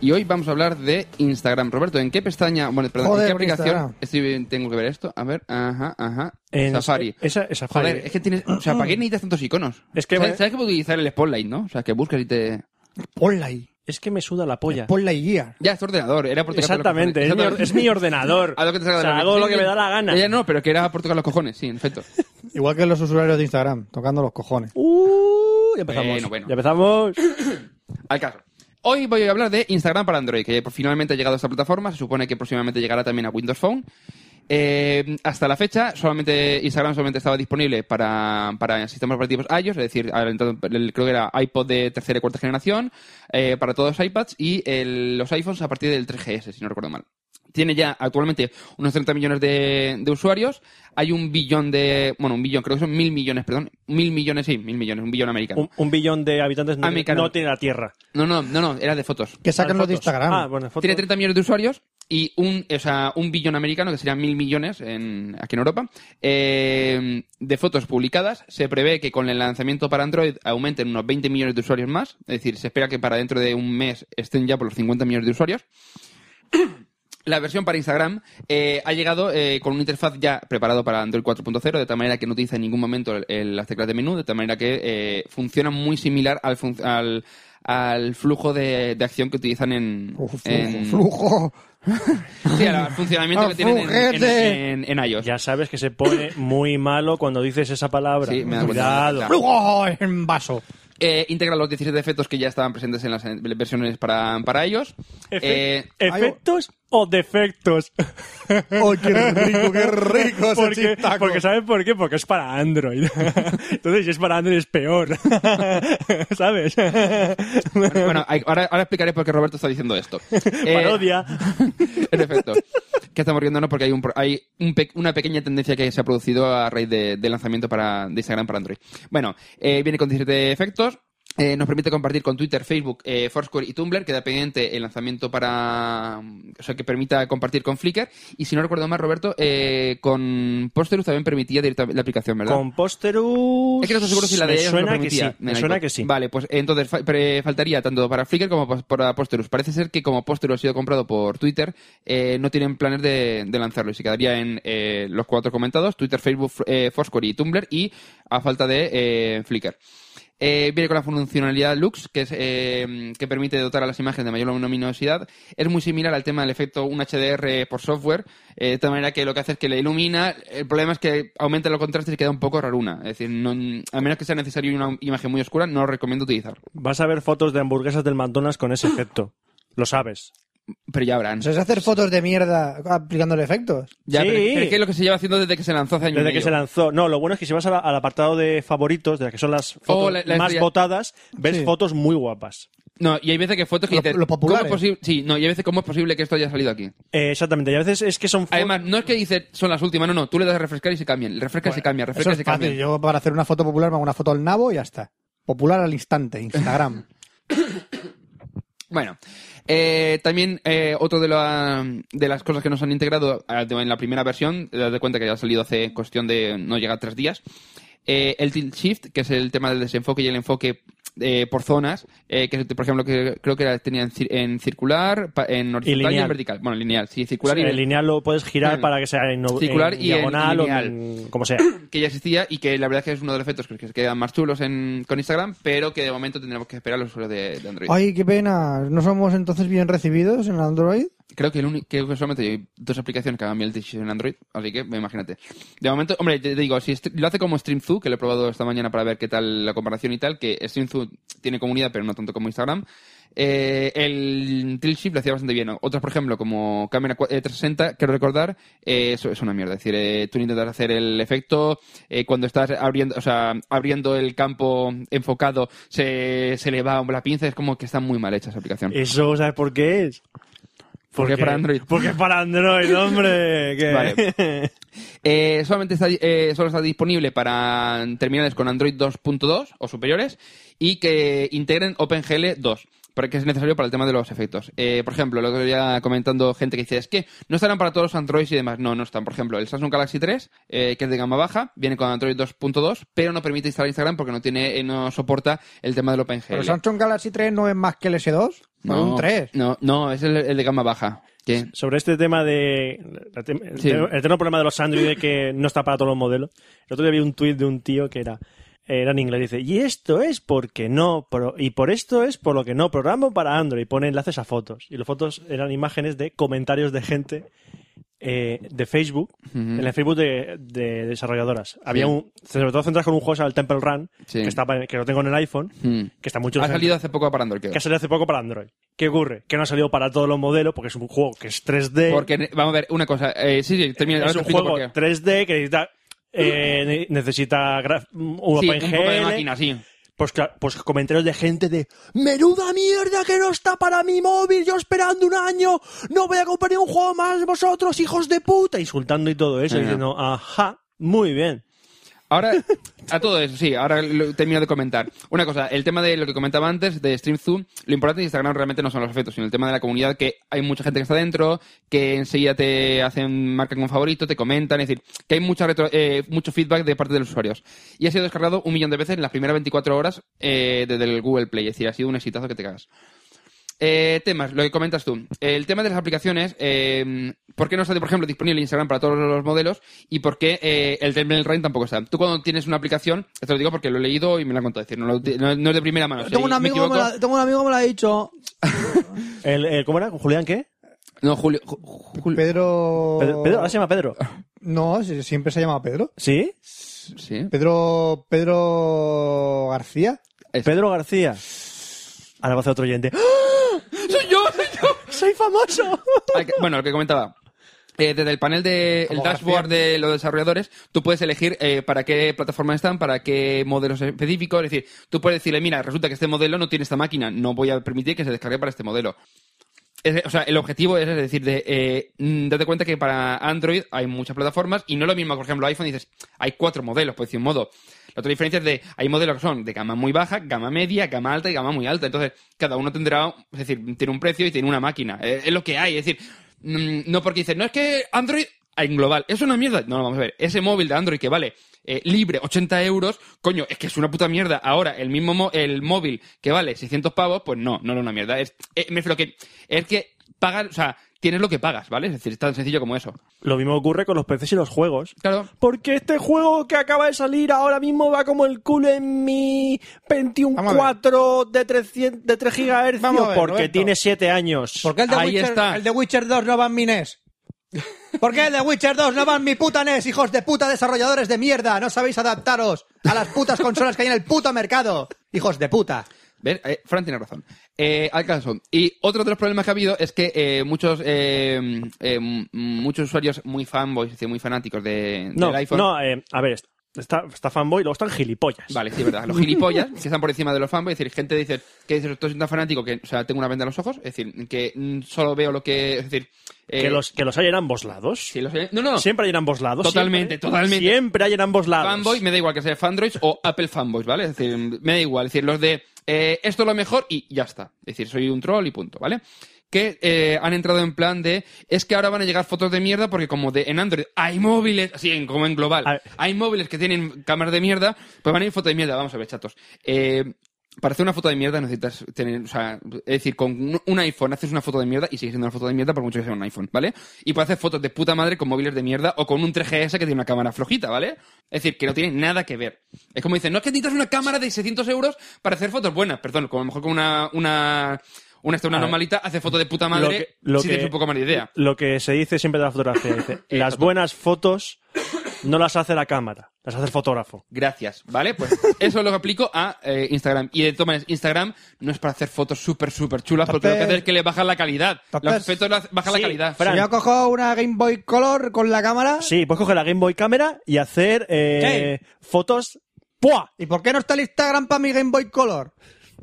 Y hoy vamos a hablar de Instagram. Roberto, ¿en qué pestaña, bueno, perdón, Joder, en qué con aplicación Instagram. estoy- tengo que ver esto? A ver, ajá, ajá. En- Safari. Esa, esa Safari. Joder, es que tienes, o sea, ¿para qué necesitas tantos iconos? Es que- ¿Sabes, sabes que puedes utilizar el Spotlight, ¿no? O sea, que buscas y te... Ponla ahí. Es que me suda la polla. Pon la guía. Ya, es tu ordenador. Era por tocar los Exactamente, cojones. es mi, or- Exactamente. es mi *laughs* ordenador. Haz lo que te salga O de sea, la hago gana. lo que me da la gana. Ya, no, pero que era por tocar los cojones, sí, en efecto. Igual que los usuarios de Instagram, tocando los cojones. Uh, ya empezamos. Bueno, bueno. Ya empezamos. Al caso. Hoy voy a hablar de Instagram para Android, que ya finalmente ha llegado a esta plataforma. Se supone que próximamente llegará también a Windows Phone. Eh, hasta la fecha, solamente Instagram solamente estaba disponible para, para sistemas operativos iOS, es decir, al- entonces, el- creo que era iPod de tercera y cuarta generación, eh, para todos los iPads y el- los iPhones a partir del 3GS, si no recuerdo mal. Tiene ya actualmente unos 30 millones de, de usuarios. Hay un billón de. Bueno, un billón, creo que son mil millones, perdón. Mil millones, sí, mil millones, un billón americano. Un, un billón de habitantes no, A Ah, mi tiene- canal. no tiene la Tierra. No, no, no, no, era de fotos. Que sacan Ah, los de fotos. Instagram. Ah, bueno, fotos. Tiene 30 millones de usuarios y un, o sea, un billón americano, que serían mil millones en, aquí en Europa, eh, de fotos publicadas. Se prevé que con el lanzamiento para Android aumenten unos 20 millones de usuarios más. Es decir, se espera que para dentro de un mes estén ya por los 50 millones de usuarios. La versión para Instagram eh, ha llegado eh, con una interfaz ya preparado para Android 4.0, de tal manera que no utiliza en ningún momento el- el- las teclas de menú, de tal manera que eh, funciona muy similar al, func- al, al flujo de, de acción que utilizan en... Uf, flujo, en- flujo. Sí, al funcionamiento que tienen en- en, ¡Aflujete! en- en iOS. Ya sabes que se pone muy malo cuando dices esa palabra. Sí, me da cuenta. Cuidado. Claro. Flujo en vaso. Eh, integra los 17 efectos que ya estaban presentes en las eh, versiones para, para iOS. Eh, Efe- ¿Efectos oh. o defectos? ¡Ay, qué rico, *laughs* qué *laughs* rico ese Porque, chistaco! porque ¿sabes por qué? Porque es para Android. *laughs* Entonces, si es para Android es peor. *laughs* ¿Sabes? Eh, bueno, bueno, hay- ahora, ahora explicaré por qué Roberto está diciendo esto. *laughs* Eh, Parodia. *laughs* en efecto. Que estamos riéndonos porque hay, un, pro- hay un pe- una pequeña tendencia que se ha producido a raíz de- del lanzamiento para, de Instagram para Android. Bueno, eh, viene con 17 efectos. Eh, nos permite compartir con Twitter, Facebook, eh, Foursquare y Tumblr. Queda pendiente el lanzamiento para. O sea, que permita compartir con Flickr. Y si no recuerdo mal, Roberto, eh, con Posterus también permitía directamente la aplicación, ¿verdad? Con Posterus. Es que no estoy seguro si la de me ellos lo suena que sí. permitía. Me Mira, suena ahí. que sí. Vale, pues entonces fa- pre- faltaría tanto para Flickr como pos- para Posterus. Parece ser que como Posterus ha sido comprado por Twitter, eh, no tienen planes de, de lanzarlo. Y se quedaría en eh, los cuatro comentados, Twitter, Facebook, F- eh, Foursquare y Tumblr, y a falta de eh, Flickr. Eh, viene con la funcionalidad Lux, que, es, eh, que permite dotar a las imágenes de mayor luminosidad. Es muy similar al tema del efecto un HDR por software, eh, de tal manera que lo que hace es que le ilumina. El problema es que aumenta los contrastes y queda un poco raruna. Es decir, no, a menos que sea necesario una imagen muy oscura, no lo recomiendo utilizar. Vas a ver fotos de hamburguesas del McDonald's con ese efecto. Lo *laughs* sabes. Pero ya habrán. O sea, es hacer fotos de mierda aplicándole efectos. Ya, sí. pero, pero es que es lo que se lleva haciendo desde que se lanzó hace años. Desde que se lanzó. No, lo bueno es que si vas a la- al apartado de favoritos, de las que son las fotos Oh, la- la más estrella. votadas, ves Sí. fotos muy guapas. No, y hay veces que fotos que Lo- dices, lo ¿eh? ¿cómo es populares. posible? Sí, no, y hay veces, ¿cómo es posible que esto haya salido aquí? Eh, exactamente. Y a veces es que son fotos. Además, no es que dices, son las últimas, no, no, tú le das a refrescar y se cambian. Refresca y se cambia, Eso refresca y es se fácil. cambia. Yo para hacer una foto popular me hago una foto al nabo y ya está. Popular al instante, *laughs* Instagram. Bueno, eh, también eh, otro de, la- de las cosas que nos han integrado eh, en la primera versión, eh, date cuenta que ya ha salido hace cuestión de no llega a tres días, eh, el tilt shift, que es el tema del desenfoque y el enfoque eh, por zonas, eh, que es, por ejemplo que, creo que era- tenía en, cir- en circular, pa- en horizontal y, lineal. en vertical. Bueno, lineal, sí, circular y el lineal lo puedes girar Mm. para que sea en, no- Circular en y en diagonal o lineal. en- como sea. que ya existía y que la verdad es que es uno de los efectos que que quedan más chulos en, con Instagram, pero que de momento tendremos que esperar a los usuarios de, de Android. Ay, qué pena. ¿No somos entonces bien recibidos en Android? Creo que, el único- creo que solamente hay dos aplicaciones que hagan bien el tilt shift en Android, así que imagínate. De momento, hombre, te te digo, si est- lo hace como StreamZoo, que lo he probado esta mañana para ver qué tal la comparación y tal, que StreamZoo tiene comunidad, pero no tanto como Instagram, eh, el tilt shift lo hacía bastante bien. Otras, por ejemplo, como Cámara cua- eh, 360, quiero recordar, eh, eso es una mierda. Es decir, eh, tú intentas hacer el efecto, eh, cuando estás abriendo, o sea, abriendo el campo enfocado, se, se le va la pinza, es como que está muy mal hecha esa aplicación. Eso, ¿sabes por qué es? Porque es para *laughs* Android. Porque es para Android, hombre. que- Vale. Eh, solamente está, eh, solo está disponible para terminales con Android 2.2 o superiores y que integren OpenGL 2 porque es necesario para el tema de los efectos. Eh, por ejemplo, lo que ya comentando gente que dice es que no estarán para todos los Androids y demás. No, no están. Por ejemplo, el Samsung Galaxy 3, eh, que es de gama baja, viene con Android 2.2, pero no permite instalar Instagram porque no tiene, eh, no soporta el tema del OpenGL. ¿Pero Samsung Galaxy 3 no es más que el S2? No, no, un 3. No, no, es el, el de gama baja. ¿Qué? Sobre este tema de. El tem- el Sí. eterno problema de los Android de que no está para todos los modelos. El otro día vi un tuit de un tío que era. era en inglés, dice, y esto es porque no, pro- y por esto es por lo que no programo para Android, y pone enlaces a fotos. Y las fotos eran imágenes de comentarios de gente eh, de Facebook, en el Facebook de, de desarrolladoras. Había Sí. un, sobre todo centras con un juego que se llama el Temple Run, Sí. que, está, pa- que lo tengo en el iPhone, Hmm. que está mucho Ha salido hace poco para Android, creo. que ha salido hace poco para Android. ¿Qué ocurre? Que no ha salido para todos los modelos, porque es un juego que es 3D. Porque, vamos a ver, una cosa. eh, sí, sí, termina. es ahora te un explico juego por qué. 3D que necesita, *clears throat* eh, ne- necesita graf- un Sí, OpenGL. un poco de máquina, sí. Pues, claro, pues comentarios de gente de ¡Menuda mierda que no está para mi móvil! ¡Yo esperando un año! ¡No voy a comprar ni un juego más vosotros, hijos de puta! Insultando y todo eso, Ajá. diciendo ¡Ajá! Muy bien. Ahora, a todo eso, sí, ahora lo termino de comentar. Una cosa, el tema de lo que comentaba antes de StreamZoom, lo importante de Instagram realmente no son los efectos, sino el tema de la comunidad, que hay mucha gente que está dentro, que enseguida te hacen marca con favorito, te comentan, es decir, que hay mucha retro- eh, mucho feedback de parte de los usuarios. Y ha sido descargado un millón de veces en las primeras 24 horas eh, desde el Google Play, es decir, ha sido un exitazo que te cagas. Eh, temas, lo que comentas tú. El tema de las aplicaciones, eh, ¿por qué no está, por ejemplo, disponible Instagram para todos los modelos? Y por qué eh, el Temple Rain tampoco está. Tú cuando tienes una aplicación, esto lo digo porque lo he leído y me lo han contado decir, no, lo- no- no es de primera mano. si Tengo un, me amigo me equivoco- la- tengo un amigo que me lo ha dicho. El, el- ¿Cómo era? ¿Julián qué? No, Julio. Ju- Ju- Julio- Pedro... Pedro, Pedro, ahora se *laughs* llama Pedro. No, si- siempre se ha llamado Pedro. ¿Sí? sí. Pedro... Pedro García. Pedro García. Ahora va a hacer otro oyente. ¡Ah! ¡Soy yo! ¡Soy yo! ¡Soy famoso! Hay que- bueno, lo que comentaba. Eh, desde el panel de el dashboard de los desarrolladores, tú puedes elegir eh, para qué plataforma están, para qué modelos específicos. Es decir, tú puedes decirle, mira, resulta que este modelo no tiene esta máquina, no voy a permitir que se descargue para este modelo. Es- o sea, el objetivo es, es decir, de, eh, mm, date cuenta que para Android hay muchas plataformas y no es lo mismo, por ejemplo, iPhone dices, hay cuatro modelos, por decir un modo. La otra diferencia es de, hay modelos que son de gama muy baja, gama media, gama alta y gama muy alta. Entonces, cada uno tendrá, es decir, tiene un precio y tiene una máquina. Eh, es lo que hay, es decir, mm, no porque dices, no es que Android ah, en global es una mierda. No, vamos a ver, ese móvil de Android que vale eh, libre 80 euros, coño, es que es una puta mierda. Ahora, el mismo mo- el móvil que vale 600 pavos, pues no, no era una mierda. Es, eh, me refiero que es que pagas, o sea, tienes lo que pagas, ¿vale? Es decir, es tan sencillo como eso. Lo mismo ocurre con los PCs y los juegos. Claro. Porque este juego que acaba de salir ahora mismo va como el culo en mi Vamos a 21.4 de, 300 de 3 GHz Vamos a ver, porque Roberto. tiene 7 años. ¿Por qué el de, Ahí Witcher, está. el de Witcher 2 no va en mi NES? ¿Por qué el de Witcher 2 no va en mi puta NES, hijos de puta desarrolladores de mierda? No sabéis adaptaros a las putas consolas que hay en el puto mercado, hijos de puta. ¿Ves? Eh, Fran tiene razón. Eh, al caso. Y otro de los problemas que ha habido es que eh, muchos eh, eh, m- muchos usuarios muy fanboys, es decir, muy fanáticos de, no, del iPhone. no eh, a ver, está, está fanboy y luego están gilipollas. Vale, sí, *laughs* verdad. Los gilipollas que están por encima de los fanboys. Es decir, gente dice que dices, estoy siendo fanático, que, o sea, tengo una venda en los ojos. Es decir, que mm, solo veo lo que. Es decir, eh, Que, los, que los hay en ambos lados. sí, los- No, no. Siempre hay en ambos lados. Totalmente, siempre. totalmente. Siempre hay en ambos lados. Fanboy, me da igual que sea Fandroids o Apple Fanboys, ¿vale? Es decir, mm, me da igual. Es decir, los de eh, esto es lo mejor y ya está. Es decir, soy un troll y punto, ¿vale? Que eh, han entrado en plan de es que ahora van a llegar fotos de mierda porque como de en Android hay móviles, así en, como en global, A ver. hay móviles que tienen cámaras de mierda, pues van a ir fotos de mierda. Vamos a ver, chatos. Eh, para hacer una foto de mierda necesitas tener, o sea, es decir, con un- un iPhone haces una foto de mierda y sigue siendo una foto de mierda por mucho que sea un iPhone, ¿vale? Y puedes hacer fotos de puta madre con móviles de mierda o con un 3GS que tiene una cámara flojita, ¿vale? Es decir, que no tiene nada que ver. Es como dicen, no es que necesitas una cámara de 600 euros para hacer fotos buenas, perdón, como a lo mejor con una, una, una, esta, una A ver. normalita hace fotos de puta Lo madre que- lo si que- tienes un poco más de idea. Lo que se dice siempre de la fotografía. dice, las buenas fotos no las hace la cámara, las hace el fotógrafo. Gracias, *laughs* ¿vale? Pues eso es lo que aplico a eh, Instagram. Y de todas maneras, Instagram no es para hacer fotos súper, súper chulas, porque lo que hace es que le bajan la calidad. Los Tapes. efectos le hace- bajan Sí, la calidad. Fran. Yo cojo una Game Boy Color con la cámara. Sí, puedes coger la Game Boy cámara y hacer eh, fotos. ¡Pua! ¿Y por qué no está el Instagram para mi Game Boy Color?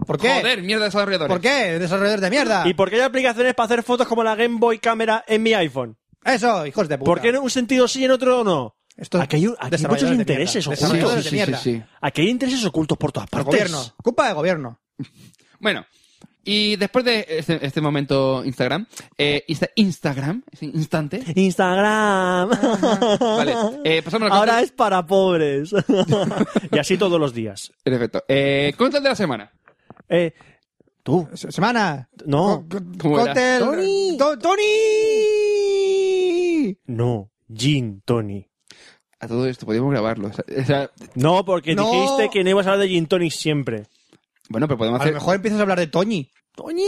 ¿Por qué? Joder, mierda de desarrolladores. ¿Por qué? Desarrolladores de mierda. ¿Y por qué hay aplicaciones para hacer fotos como la Game Boy cámara en mi iPhone? Eso, hijos de puta. ¿Por qué en un sentido sí y en otro no? Esto- aquí hay, un- aquí hay muchos desarrolladores de mierda. intereses Desarrolladores ocultos. de mierda. Aquí hay intereses ocultos por todas Por partes. gobierno. Culpa de gobierno. Bueno, y después de este, este momento Instagram, eh, Insta- Instagram, ese instante, Instagram. vale, eh, pasamos a la *laughs* Ahora cuenta- es para pobres. *laughs* y así todos los días. Perfecto. Eh, content de la semana. Eh, tú, Se- Semana. no, ¿Cómo era? Cóctel- Tony. To- Tony. no, Gin, Tony. A todo esto, podemos grabarlo. O sea, No, porque No. dijiste que no ibas a hablar de Gin Tonic siempre. bueno, pero podemos A lo hacer. mejor empiezas a hablar de Toñi. ¡Toñi!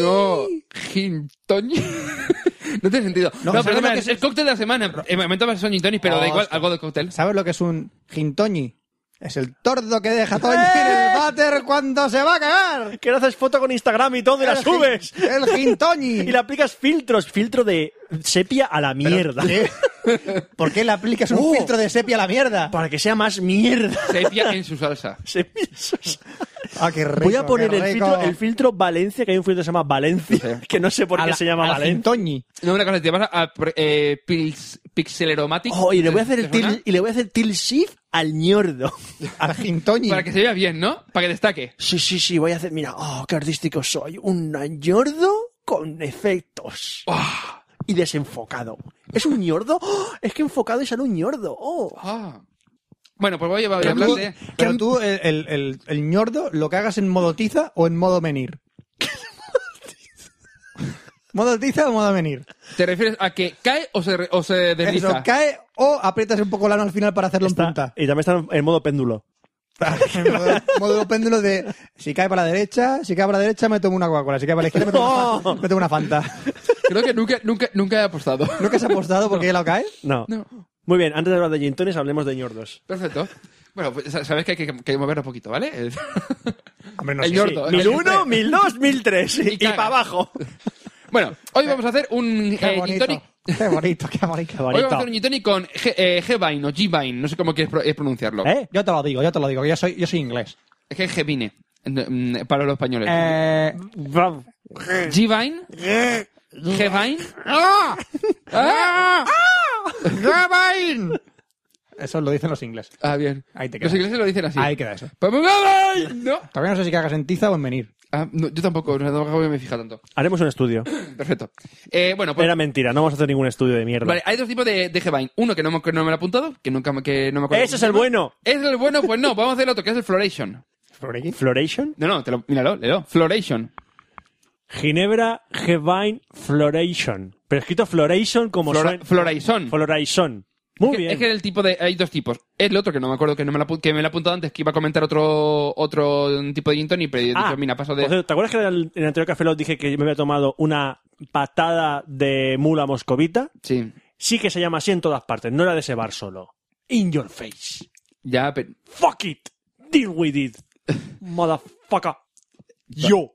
No, gin tonic. *laughs* no tiene sentido. No, No, ¿sabes perdona, lo que es, el cóctel de la semana. En momento va a ser gin tonic, pero da igual, algo de cóctel. ¿Sabes lo que es un gintoñi? Es el tordo que deja Toñi en Eh. el váter cuando se va a cagar. Que ahora haces foto con Instagram y todo y la El gin- subes. El gintoñi. *laughs* Y le aplicas filtros, filtro de sepia a la mierda. ¿Qué? ¿Por qué le aplicas un Oh. filtro de sepia a la mierda? Para que sea más mierda. *laughs* Sepia en su salsa. Sepia. Ah, qué rico, Voy a poner qué el rico. filtro, el filtro Valencia, que hay un filtro que se llama Valencia, *laughs* que no sé por A qué la- se llama al Valencia. gintoñi. No, una cosa, te vas a, a pre- eh, pils- Pixeleromatic. Oh, y le voy a hacer ¿Te el til, suena? y le voy a hacer til shift al *laughs* ñordo. Al gintoñi. Para que se vea bien, ¿no? Para que destaque. Sí, sí, sí, voy a hacer, mira, oh, qué artístico soy, un ñordo con efectos. Ah, Y desenfocado. ¿Es un ñordo? ¡Oh! es que enfocado y sale un ñordo. Oh. Ah. Bueno, pues voy a, voy a Pero hablar tú, de. pero tú, el, el, el- el ñordo, ¿lo cagas en modo tiza o en modo menir? *laughs* ¿Modo tiza o modo menir? ¿Te refieres a que cae o se, re- o se desliza? Eso, ¿cae o aprietas un poco la mano al final para hacerlo en punta? y también está en modo péndulo. modo, modo péndulo de si cae para la derecha, si cae para la derecha me tomo una Coca-Cola, si cae para la izquierda me tomo, *laughs* una, me tomo una Fanta. Creo que nunca, nunca, nunca he apostado. *laughs* ¿Nunca has apostado porque lo cae? No. Muy bien, antes de hablar de gintones, hablemos de ñordos. Perfecto. Bueno, pues, sa- sabes que hay que, que mover un poquito, ¿vale? Hombre, El sé. Yordo, el- 1001, 1002, 1003 *laughs* y, Y caga. para abajo. Bueno, hoy vamos a hacer un eh, Qué gin bonito, tonic. qué bonito, qué bonito. Hoy vamos a hacer un gin tonic con G- eh, G-Vine o G-Vine, no sé cómo quieres pro- eh, pronunciarlo. ¿Eh? Yo te lo digo, yo te lo digo, que yo soy, yo soy inglés. Es que es G-Vine, en- mm, para los españoles. Eh, Bravo. G-Vine, G-Vine, ¿Eh? ¡Ah! ¡Ah! ¡Gavain! Eso lo dicen los ingleses. Ah, bien. Ahí te queda. Los ingleses lo dicen así. Ahí queda eso. ¡Pues me voy! No. Todavía no sé si cagas en tiza o en venir. Ah, no, yo tampoco, no, tampoco me fija tanto. Haremos un estudio. Perfecto. Eh, bueno, pues. Era mentira, no vamos a hacer ningún estudio de mierda. Vale, hay dos tipos de, de G-Vine. Uno que no, me- que no me lo he apuntado, que nunca me- que no me acuerdo. ¡Ese es el bueno! ¿Es el bueno? Pues no, vamos a hacer el otro, que es el Floration. ¿Floration? No, no, te lo, míralo, léelo. Floration. Ginebra Gevine Floration. Pero escrito Floration como Flora- suena- Floraison. Floraison. Muy Que- bien. Es que el tipo de, hay dos tipos. El otro que no me acuerdo que no me lo apu- que me lo he apuntado antes, que iba a comentar otro otro tipo de gin tonic, pero he dicho, Ah, mira, paso por de. cierto, ¿Te acuerdas que en el, en el anterior Café Lock dije que yo me había tomado una patada de mula moscovita? Sí. Sí que se llama así en todas partes, no era de ese bar solo. In your face. Ya, pero- Fuck it. Deal with it. Motherfucker. Yo.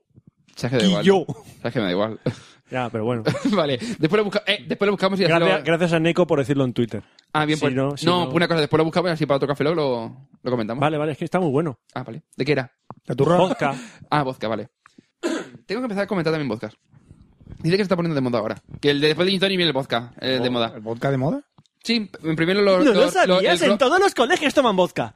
sabes que da Y igual. yo. Sabes que me da igual. *laughs* Ya, pero bueno. vale, después lo, busca- eh, después lo buscamos y hacemos. Gracias, gracias a Neko por decirlo en Twitter. Ah, bien, Si pues. no, si no- pues una cosa, después lo buscamos y así para otro café Lock lo, lo comentamos. Vale, vale, es que está muy bueno. Ah, vale. ¿De qué era? ¿De turrón? Vodka. Ah, vodka, vale. *clears throat* Tengo que empezar a comentar también vodka. Dice que se está poniendo de moda ahora. Que el de después de gin tonic viene el vodka eh, de moda. ¿El vodka de moda? Sí, primero los. Oh. No los- lo los- sabías, Oh, el- en todos los colegios toman vodka.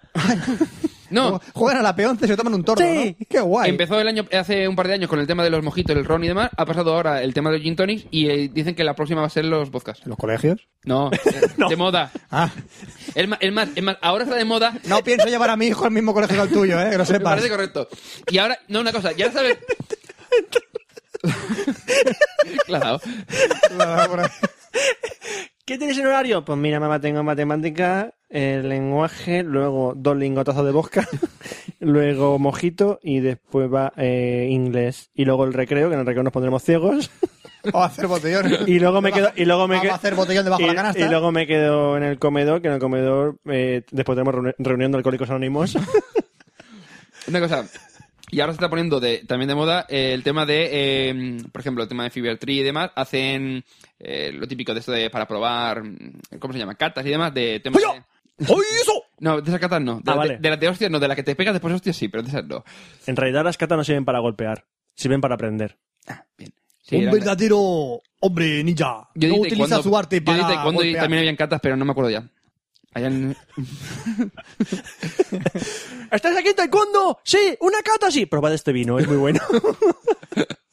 No, Juegan a la peonce y se toman un tordo, Sí. ¿no? ¡Qué guay! Empezó el año, hace un par de años con el tema de los mojitos, el ron y demás. Ha pasado ahora el tema de los gin tonics y eh, dicen que la próxima va a ser los vodkas. ¿En los colegios? *laughs* No, eh, No. de moda. Ah, Es más, es más, es más, ahora está de moda. no pienso llevar a mi hijo al mismo colegio que al tuyo, ¿eh? Que lo Me sepas. parece correcto. Y ahora, no, una cosa, ya *laughs* sabes. *laughs* claro. ¿Qué tienes en horario? Pues mira, mamá, tengo matemática, eh, lenguaje, luego dos lingotazos de vodka, *laughs* luego mojito y después va eh, inglés. Y luego el recreo, que en el recreo nos *laughs* pondremos ciegos. *laughs* O hacer botellón. Y luego me quedo... Y luego me Vamos quedo a hacer botellón debajo y, de la canasta. y luego me quedo en el comedor, que en el comedor eh, después tenemos reuni- reunión de alcohólicos *laughs* anónimos. Una cosa. Y ahora se está poniendo de, también de moda eh, el tema de, eh, por ejemplo, el tema de Fever Tree y demás. Hacen eh, lo típico de esto de para probar, mm, ¿cómo se llama? Catas y demás de temas de- No, de esas catas no. De, Ah, la- vale. de las de hostias no, de las que te pegas después hostias sí, pero de esas no. en realidad las catas no sirven para golpear, sirven para aprender. Sí, eran- verdadero hombre ninja. Yo di taekwondo- yo di taekwondo y también habían catas, pero no me acuerdo ya. Allá en- ¿Estás aquí en taekwondo? Sí, una cata sí. Probad este vino, es muy *laughs* bueno.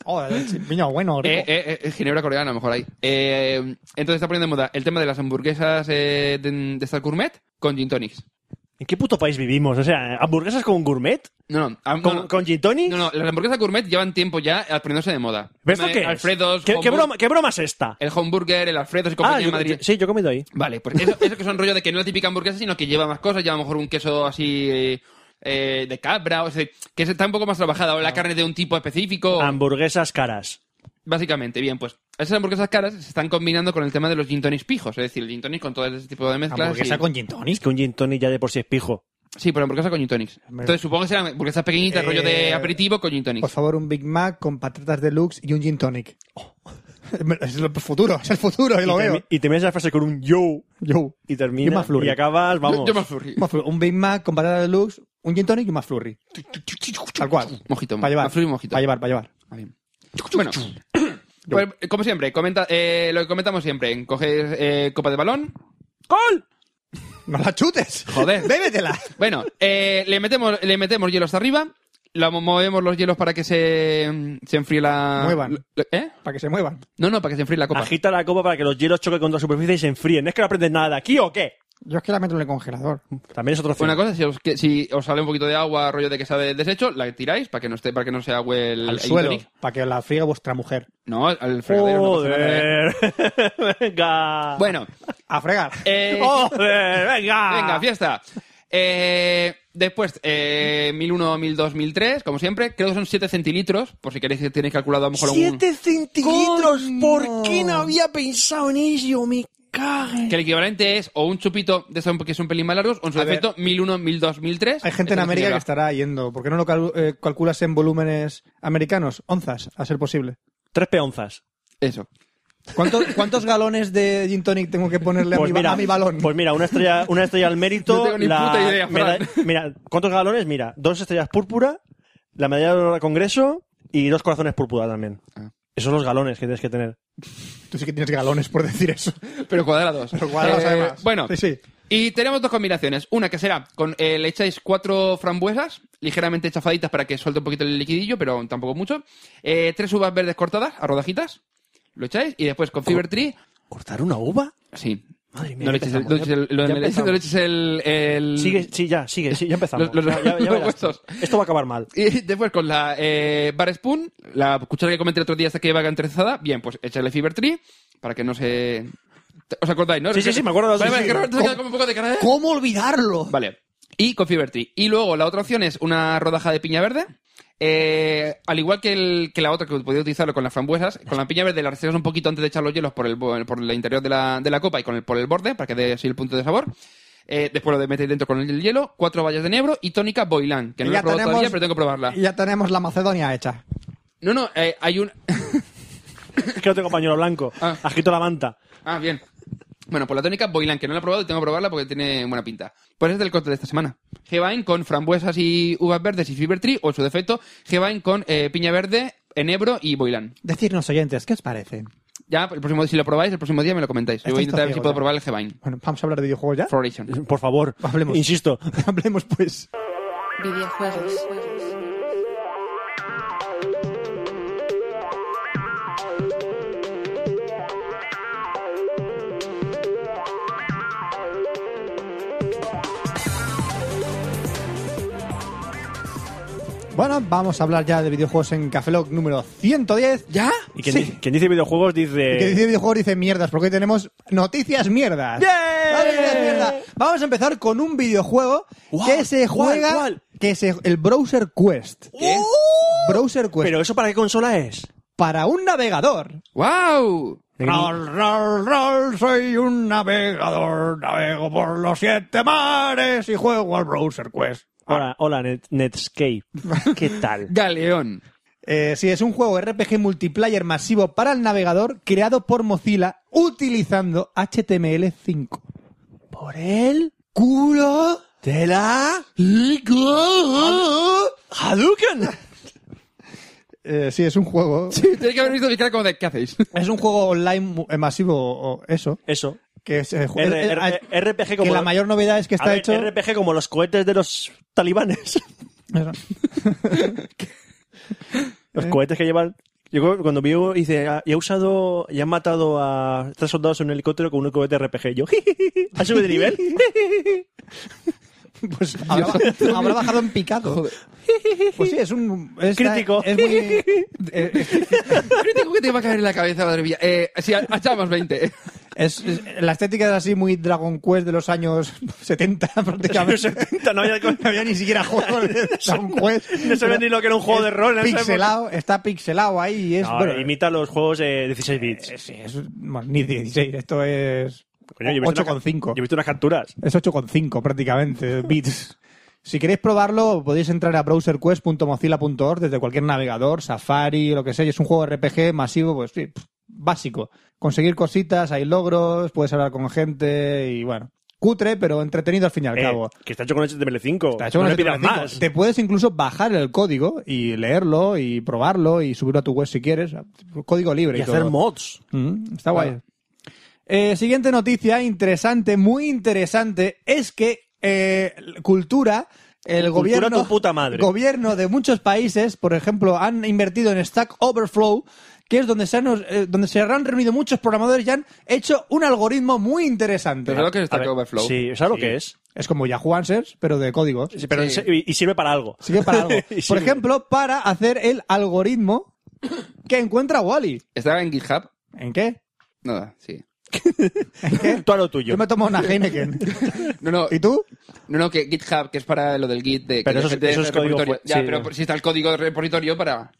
Oh, el niño bueno, rico. Eh, eh, eh, Ginebra coreana, a lo mejor ahí. Eh, entonces está poniendo de moda el tema de las hamburguesas eh, de, de estas gourmet con gin tonics. ¿En qué puto país vivimos? O sea, hamburguesas con gourmet, No, no, ah, no, con, no. con gin tonic? No, no, las hamburguesas gourmet llevan tiempo ya poniéndose de moda. ¿Pero esto Eh, qué es? Alfredos, ¿Qué, qué Homburg- broma, qué broma es esta? el Homburger, el Alfredo y Ah, compañía yo- Eh, en Madrid. yo- sí, yo he comido ahí. Vale, pues eso, eso que son rollo de que no es la típica hamburguesa, sino que lleva más cosas, lleva a lo mejor un queso así eh, de cabra, o sea, que está un poco más trabajada, o Ah. la carne de un tipo específico. Hamburguesas caras. Básicamente, bien, pues esas hamburguesas caras se están combinando con el tema de los gin tonics pijos, es decir, el gin tonic con todo ese tipo de mezclas. Hamburguesa y- con gin Es tonic. que un gin tonic ya de por sí es pijo. Sí, pero hamburguesa con gin tonics. Entonces supongo que serán hamburguesas pequeñitas, rollo Eh, de aperitivo con gin Por tonics. favor, un Big Mac con patatas deluxe y un gin tonic. *laughs* Es el futuro, es el futuro, yo Y, lo veo. termi- y terminas la frase con un yo. Yo. Y Y termina. más flurry. Y acabas, vamos. Yo me aburrí. Pues, Un McFlurry, Un Big Mac con patatas deluxe, un gin tonic y un McFlurry. Tal cual. Mojito, Para llevar. McFlurry mojito. Para llevar, para llevar. Ah, bien. Bueno, *coughs* pues, como siempre, comenta, eh, lo que comentamos siempre, coges eh, copa de balón. ¡Gol! ¡No la chutes! Joder. ¡Bébetela! Bueno, eh, le, metemos, le metemos hielo hasta arriba, la mo- movemos los hielos para que se, se enfríe la... Muevan. la- ¿Eh? Para que se muevan. No, no, para que se enfríe la copa. Agita la copa para que los hielos choquen contra la superficie y se enfríen. ¿No es que no aprendes nada de aquí o qué? Yo es que la meto en el congelador. También es otro Una fin. cosa, si os, que- si os sale un poquito de agua, rollo de que sabe de desecho, la tiráis para que no esté, para que no se agüe el, Al el suelo. tonic. Para que la friegue vuestra mujer. No, al fregadero. no pasa nada, ¿eh? Joder. *laughs* venga. Bueno, A fregar. eh, Joder, venga. Venga, fiesta. Eh, después, eh, 1001, 1002, 1003, como siempre. Creo que son 7 centilitros, por si queréis que tenéis calculado a lo mejor algún... ¡Siete centilitros! ¿Por qué no había pensado en ello? Me cague. Que el equivalente es o un chupito de esos que es un pelín más largos, o en su A ver. defecto 1001, 1002, 1003. Hay gente en Eso es América que ginebra. estará yendo. ¿Por qué no lo cal- eh, calculas en volúmenes americanos? Onzas, a ser posible. Tres peonzas. Eso. ¿Cuánto- ¿Cuántos galones de gin tonic tengo que ponerle a, mi, ba- a mi balón? Pues mira, una estrella, una estrella al mérito. No tengo ni la puta idea, Fran. meda- Mira, ¿cuántos galones? Mira, dos estrellas púrpura, la medalla de honor al Congreso y dos corazones púrpura también. Ah. Esos son los galones que tienes que tener. Tú sí que tienes galones por decir eso. Pero cuadrados. Pero cuadrados, Eh, además. Bueno. Sí, sí. Y tenemos dos combinaciones. Una que será con eh, le echáis cuatro frambuesas, ligeramente chafaditas para que suelte un poquito el liquidillo, pero tampoco mucho. Eh, tres uvas verdes cortadas a rodajitas. Lo echáis y después con Fever Tree. ¿Cortar una uva? Sí. Madre mía. No le ya eches el. empezamos, ya- lo- ya le- *laughs* empezamos. no le eches el- el- Sigue, sí, ya, sigue, sí, ya empezamos. Los- los- Ya- ya- ya los verás. puestos. Esto va a acabar mal. *laughs* Y después con la eh, Bar Spoon, la cuchara que comenté el otro día, esta que va entrezada, bien, pues échale Fiber Tree para que no se. ¿Os acordáis, no? Sí, sí, sí, me acuerdo. Vale, Sí, vale, sí. que Roberto se queda como un poco de cara ¿eh? de- ¿Cómo olvidarlo? Vale. Y con Fiber Tree. Y luego la otra opción es una rodaja de piña verde. Eh, al igual que, el- que la otra que podía utilizarlo con las frambuesas, con la piña verde la retiras un poquito antes de echar los hielos por el, bo- por el interior de la, de la copa y con el, por el borde para que dé así el punto de sabor. Eh, después lo metéis dentro con el hielo, cuatro vallas de negro y tónica Boilán, que no Y la he ya probado tenemos- todavía, pero tengo que probarla. Ya tenemos la Macedonia hecha. No, no, eh, hay un... Es que no tengo pañuelo blanco. Ah. Agito la manta. Ah, bien. Bueno, pues la tónica Boilan, que no la he probado y tengo que probarla porque tiene buena pinta. Pues es del corte de esta semana. Gebain con frambuesas y uvas verdes y fiber tree, o en su defecto, Gebain con eh, piña verde, enebro y Boilan. Decirnos, oyentes, ¿qué os parece? Ya, el próximo, si lo probáis, el próximo día me lo comentáis. Yo voy a Esto está intentar ver si ciego, puedo ya. probar el Gebain. Bueno, vamos a hablar de videojuegos ya. Floration. Por favor, Hablemos. insisto. *laughs* Hablemos pues. videojuegos, Bueno, vamos a hablar ya de videojuegos en Café Lock número 110. ¿Ya? Y quien, sí. dice, quien dice videojuegos dice... El que dice videojuegos dice mierdas, porque hoy tenemos noticias mierdas. ¡Bien! Noticias mierda. Vamos a empezar con un videojuego Guau, que se ¿cuál, juega, cuál? que se, el Browser Quest. ¿Qué? Browser Quest. ¿Pero eso para qué consola es? para un navegador. ¡Wow! Rol, rol, rol, soy un navegador, navego por los siete mares y juego al Browser Quest. Hola, hola Net- *laughs* Netscape. ¿Qué tal? Galeón. *laughs* Eh, sí, es un juego RPG multiplayer masivo para el navegador creado por Mozilla utilizando HTML5. ¿Por él? ¡Culo! ¿Tela? ¡Ligo! ¡Hadouken! Eh, sí, es un juego. Tienes que haber visto mi cara como de, ¿qué hacéis? *laughs* Es un juego online mu- eh, masivo, o eso. Eso. Que se ju- R- eh, R- eh, RPG que como... la mayor novedad es que A está ver, hecho. RPG como los cohetes de los talibanes. *laughs* Eso. Eh. Los cohetes que llevan... Yo creo que cuando vi, dice, ah, y ha usado, y han matado a *laughs* tres *laughs* soldados en un helicóptero con un cohete RPG. Yo, ha subido de nivel. Pues habrá, *laughs* habrá bajado en picado. Pues sí, es un. es- Crítico. Es muy. eh, *laughs* es- Crítico que te va a caer en la cabeza, madre mía. Eh, sí, a- achamos *laughs* 20. es- es- la estética era así muy Dragon Quest de los años *laughs* *laughs* 70, prácticamente. Los 70 no había- *laughs* No había ni siquiera juego *laughs* de Dragon Quest. No sabía ni lo que era un juego de rol en esa época. Pixelado, está pixelado ahí y es. No, bueno, imita los juegos eh, 16 bits. eh, sí, es- bueno, ni 16, esto es. Coño, yo he visto una- 8,5. Yo he visto unas capturas. Es 8,5 *laughs* prácticamente, bits. Si queréis probarlo, podéis entrar a browserquest.mozilla.org desde cualquier navegador, Safari, lo que sea. Y es un juego RPG masivo, pues sí, pff, básico. Conseguir cositas, hay logros, puedes hablar con gente y bueno. Cutre, pero entretenido al fin y al Eh, cabo. que está hecho con HTML5. Está hecho no con le pidas 75. más. Te puedes incluso bajar el código y leerlo y probarlo y subirlo a tu web si quieres. Código libre. Y y hacer todo. mods. Mm, está guay. Eh, siguiente noticia interesante, muy interesante, es que eh, cultura, el Cultura gobierno, tu puta madre. gobierno de muchos países, por ejemplo, han invertido en Stack Overflow, que es donde se han, eh, donde se han reunido muchos programadores y han hecho un algoritmo muy interesante. Pero lo que es A Stack ver, Overflow. Sí, ¿sabes lo que es? Es como Yahoo Answers, pero de códigos. Sí, pero Sí. en se- Y, y sirve para algo. Así que para *laughs* algo. Y Por sirve. ejemplo, para hacer el algoritmo que encuentra Wally. ¿Estaba en GitHub? ¿En qué? Nada, sí. *laughs* tú a lo tuyo. Yo me tomo una Heineken. No, no, ¿Y tú? no, no, que GitHub, que es para lo del Git de que Pero la eso es- gente eso del es código repositorio. fu- Ya, sí. pero si está el código de repositorio para.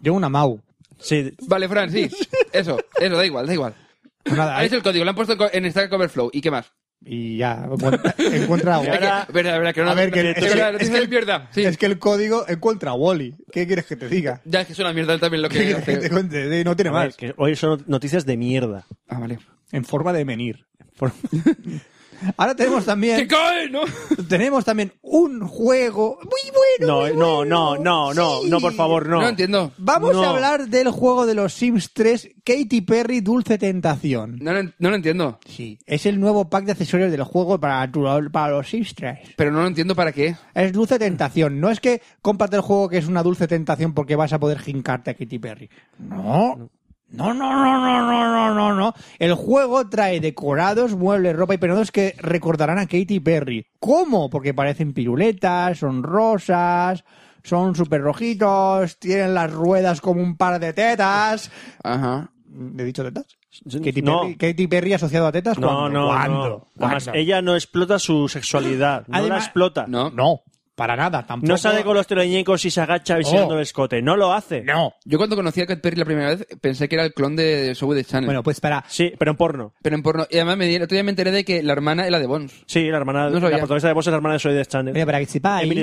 Yo una Mau. Sí, Vale, Fran, sí. Eso, eso, da igual, da igual. Pues nada, Ah, Ahí es el código, lo han puesto en co- en Stack Overflow. ¿Y qué más? y ya *laughs* encuentra, encuentra a Wally. ahora- Es Verdad, verdad, que no. A ver, que- es es que- verdad, es noticia que- de mierda. Sí. Es que el código encuentra a Wally. ¿Qué quieres que te diga? Ya es que es una mierda también lo ¿Qué que. quieres que *laughs* te hace. cuente? Sí, No tiene a ver, más. que hoy son noticias de mierda. Ah, vale. En forma de menir. *laughs* Por- Ahora tenemos ¡Que también, cae, no! tenemos también un juego muy bueno. No, muy no, no, bueno. no, no, Sí. no, por favor, no. No entiendo. Vamos No. a hablar del juego de los Sims 3, Katy Perry, Dulce Tentación. No lo, en- no lo entiendo. Sí, es el nuevo pack de accesorios del juego para, tu- para los Sims 3. Pero no lo entiendo para qué. Es Dulce Tentación. No es que comparte el juego que es una dulce tentación porque vas a poder jincarte a Katy Perry. No. No, no, no, no, no, no, no, no. El juego trae decorados, muebles, ropa y penados que recordarán a Katy Perry. ¿Cómo? Porque parecen piruletas, son rosas, son súper rojitos, tienen las ruedas como un par de tetas. Ajá. ¿He dicho tetas? Yo- Katy, no. Perry, Katy Perry asociado a tetas. No, ¿Cuándo? no, ¿Cuándo? no. Además, ¿Cuándo? ella no explota su sexualidad. No la Además- explota. No. No, para nada, tampoco. No sale con los teleñecos y se agacha visitando Oh. el escote. No lo hace. No. Yo cuando conocí a Cat Perry la primera vez pensé que era el clon de Show de Channel. Bueno, pues para Sí, pero en porno. Pero en porno. Y además me di, el otro día me enteré de que la hermana era de Bones. Sí, la hermana, No la sabía. protagonista de vos es la hermana de Soy de Channel. Mira, para que Emily ¿eh?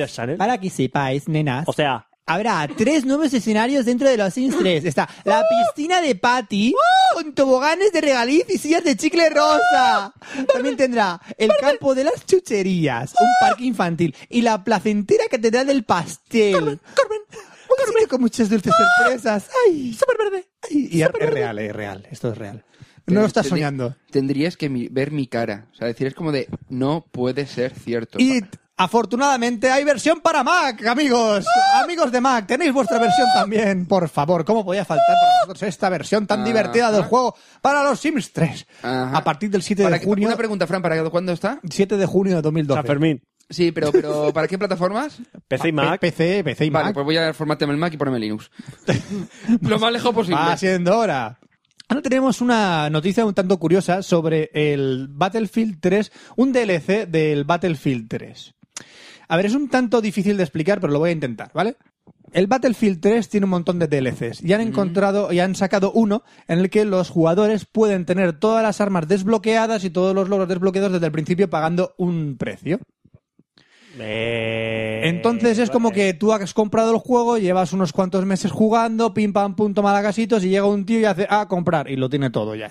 de sepáis, Chanel. para que sepáis, nenas, O sea, habrá tres nuevos escenarios dentro de los Sims 3. Está la piscina de Patty, con toboganes de regaliz y sillas de chicle rosa. También tendrá el campo de las chucherías, un parque infantil y la placentera catedral del pastel. Carmen, Carmen. Un sitio con muchas dulces sorpresas. ¡Ay! ¡Súper verde! y es real, es real. Esto es real. No lo estás Tendrí- soñando. Tendrías que mi- ver mi cara. O sea, decir, es como de, no puede ser cierto. Y afortunadamente hay versión para Mac, amigos. ¡Ah! Amigos de Mac, tenéis vuestra versión también. Por favor, ¿cómo podía faltar para nosotros esta versión tan Ah. divertida del juego para los Sims 3? Ajá. A partir del 7 Para de que- junio. Una pregunta, Fran, ¿para cuándo está? 7 de junio de 2012. San Fermín. Sí, pero, pero ¿para qué plataformas? PC y Pa- Mac. PC, PC y vale, Mac. pues voy a formatearme el Mac y ponerme Linux. Lo más lejos posible. Va siendo hora. Ahora tenemos una noticia un tanto curiosa sobre el Battlefield 3, un DLC del Battlefield 3. A ver, es un tanto difícil de explicar, pero lo voy a intentar, ¿vale? El Battlefield 3 tiene un montón de DLCs y han encontrado y han sacado uno en el que los jugadores pueden tener todas las armas desbloqueadas y todos los logros desbloqueados desde el principio pagando un precio. Eh, Entonces es como vale. que tú has comprado el juego, llevas unos cuantos meses jugando, pim pam pum, toma lagasitos y llega un tío y hace a comprar y lo tiene todo ya.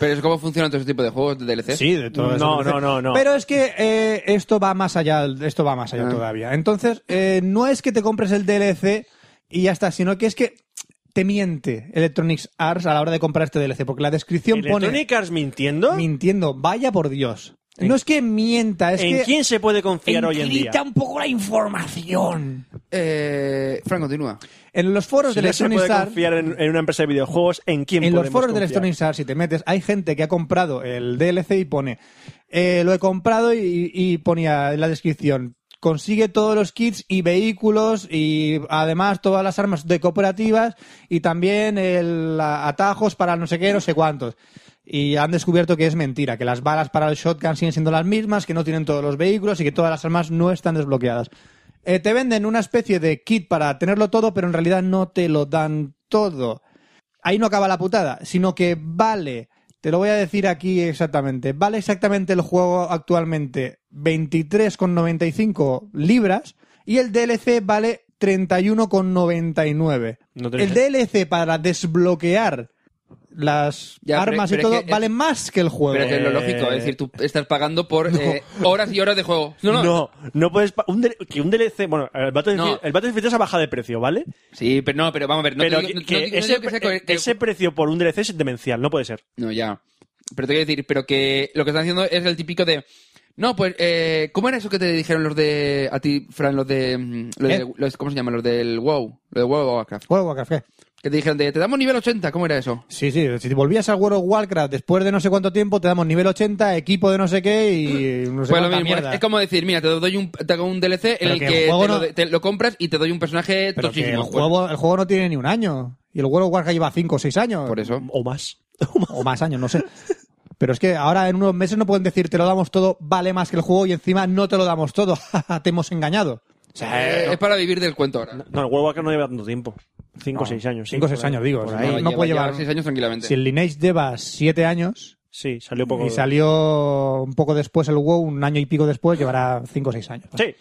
Pero es cómo funcionan todo ese tipo de juegos de DLC. de todo eso. No, no, no, no. Pero es que eh, esto va más allá, esto va más allá Ah. todavía. Entonces, eh, no es que te compres el DLC y ya está, sino que es que te miente Electronics Arts a la hora de comprar este DLC, porque la descripción pone ¿Electronic Arts mintiendo? mintiendo, vaya por Dios. No es que mienta, es ¿En que quién se puede confiar hoy en día? Encripta un poco la información. Eh, Fran, continúa. En los foros Si de no se puede Electronic Arts- confiar en, en una empresa de videojuegos, ¿en quién en los podemos foros de confiar? Electronic Arts, si te metes, hay gente que ha comprado el DLC y pone, eh, lo he comprado y, y ponía en la descripción, consigue todos los kits y vehículos y además todas las armas de cooperativas y también el, a- atajos para no sé qué, no sé cuántos. Y han descubierto que es mentira, que las balas para el shotgun siguen siendo las mismas, que no tienen todos los vehículos y que todas las armas no están desbloqueadas. Eh, te venden una especie de kit para tenerlo todo, pero en realidad no te lo dan todo ahí no acaba la putada, sino que vale, te lo voy a decir aquí exactamente, vale exactamente el juego actualmente 23,95 libras y el DLC vale 31,99. No te el DLC para desbloquear las Ya, pero- armas pero es y todo que- vale más que el juego. Pero que es lo lógico, es decir, tú estás pagando por eh, horas y horas de juego. No, no. No, no puedes. pa- un D- que un DLC. Bueno, el Battlefield, No. el Battlefield 3 ha bajado de precio, ¿vale? Sí, pero no, pero vamos a ver. No pero te digo- que- no- no que digo- no ese, digo que sea pre- co- que- ese precio por un DLC es demencial, no puede ser. No, ya. Pero te quiero decir, pero que lo que están haciendo es el típico de. No, pues, eh, ¿cómo era eso que te dijeron los de. A ti, Fran, los de. mm, los de- ¿Eh? los- ¿Cómo se llama? Los del WoW. Los de WoW o Warcraft. World of Warcraft, ¿qué? Que te dijeron de. Te damos nivel 80. ¿Cómo era eso? Sí, sí, si volvías al World of Warcraft después de no sé cuánto tiempo, te damos nivel 80, equipo de no sé qué *clears throat* y no sé Pues cuánta lo mismo, es- mierda. es como decir, mira, te doy un, te hago un DLC en Pero el que que, el juego te, no- lo, de- te lo compras y te doy un personaje Pero que tochísimo. el, juego, el juego no tiene ni un año. Y el World of Warcraft lleva 5 o 6 años. Por eso. O más. O más años, no sé. Pero es que ahora en unos meses no pueden decir te lo damos todo, vale más que el juego y encima no te lo damos todo. *laughs* Ja, ja, te hemos engañado. Eh, es para vivir del cuento ahora. No, el World of Warcraft no lleva tanto tiempo. 5 o 6 años. 5 o sí, 6 por ahí. años, digo. Por No- ahí. no puede llevar. seis años tranquilamente. Si el Lineage lleva 7 años Sí, salió poco. y salió un poco después el WoW, un año y pico después, llevará 5 o 6 años. Sí. ¡Eh,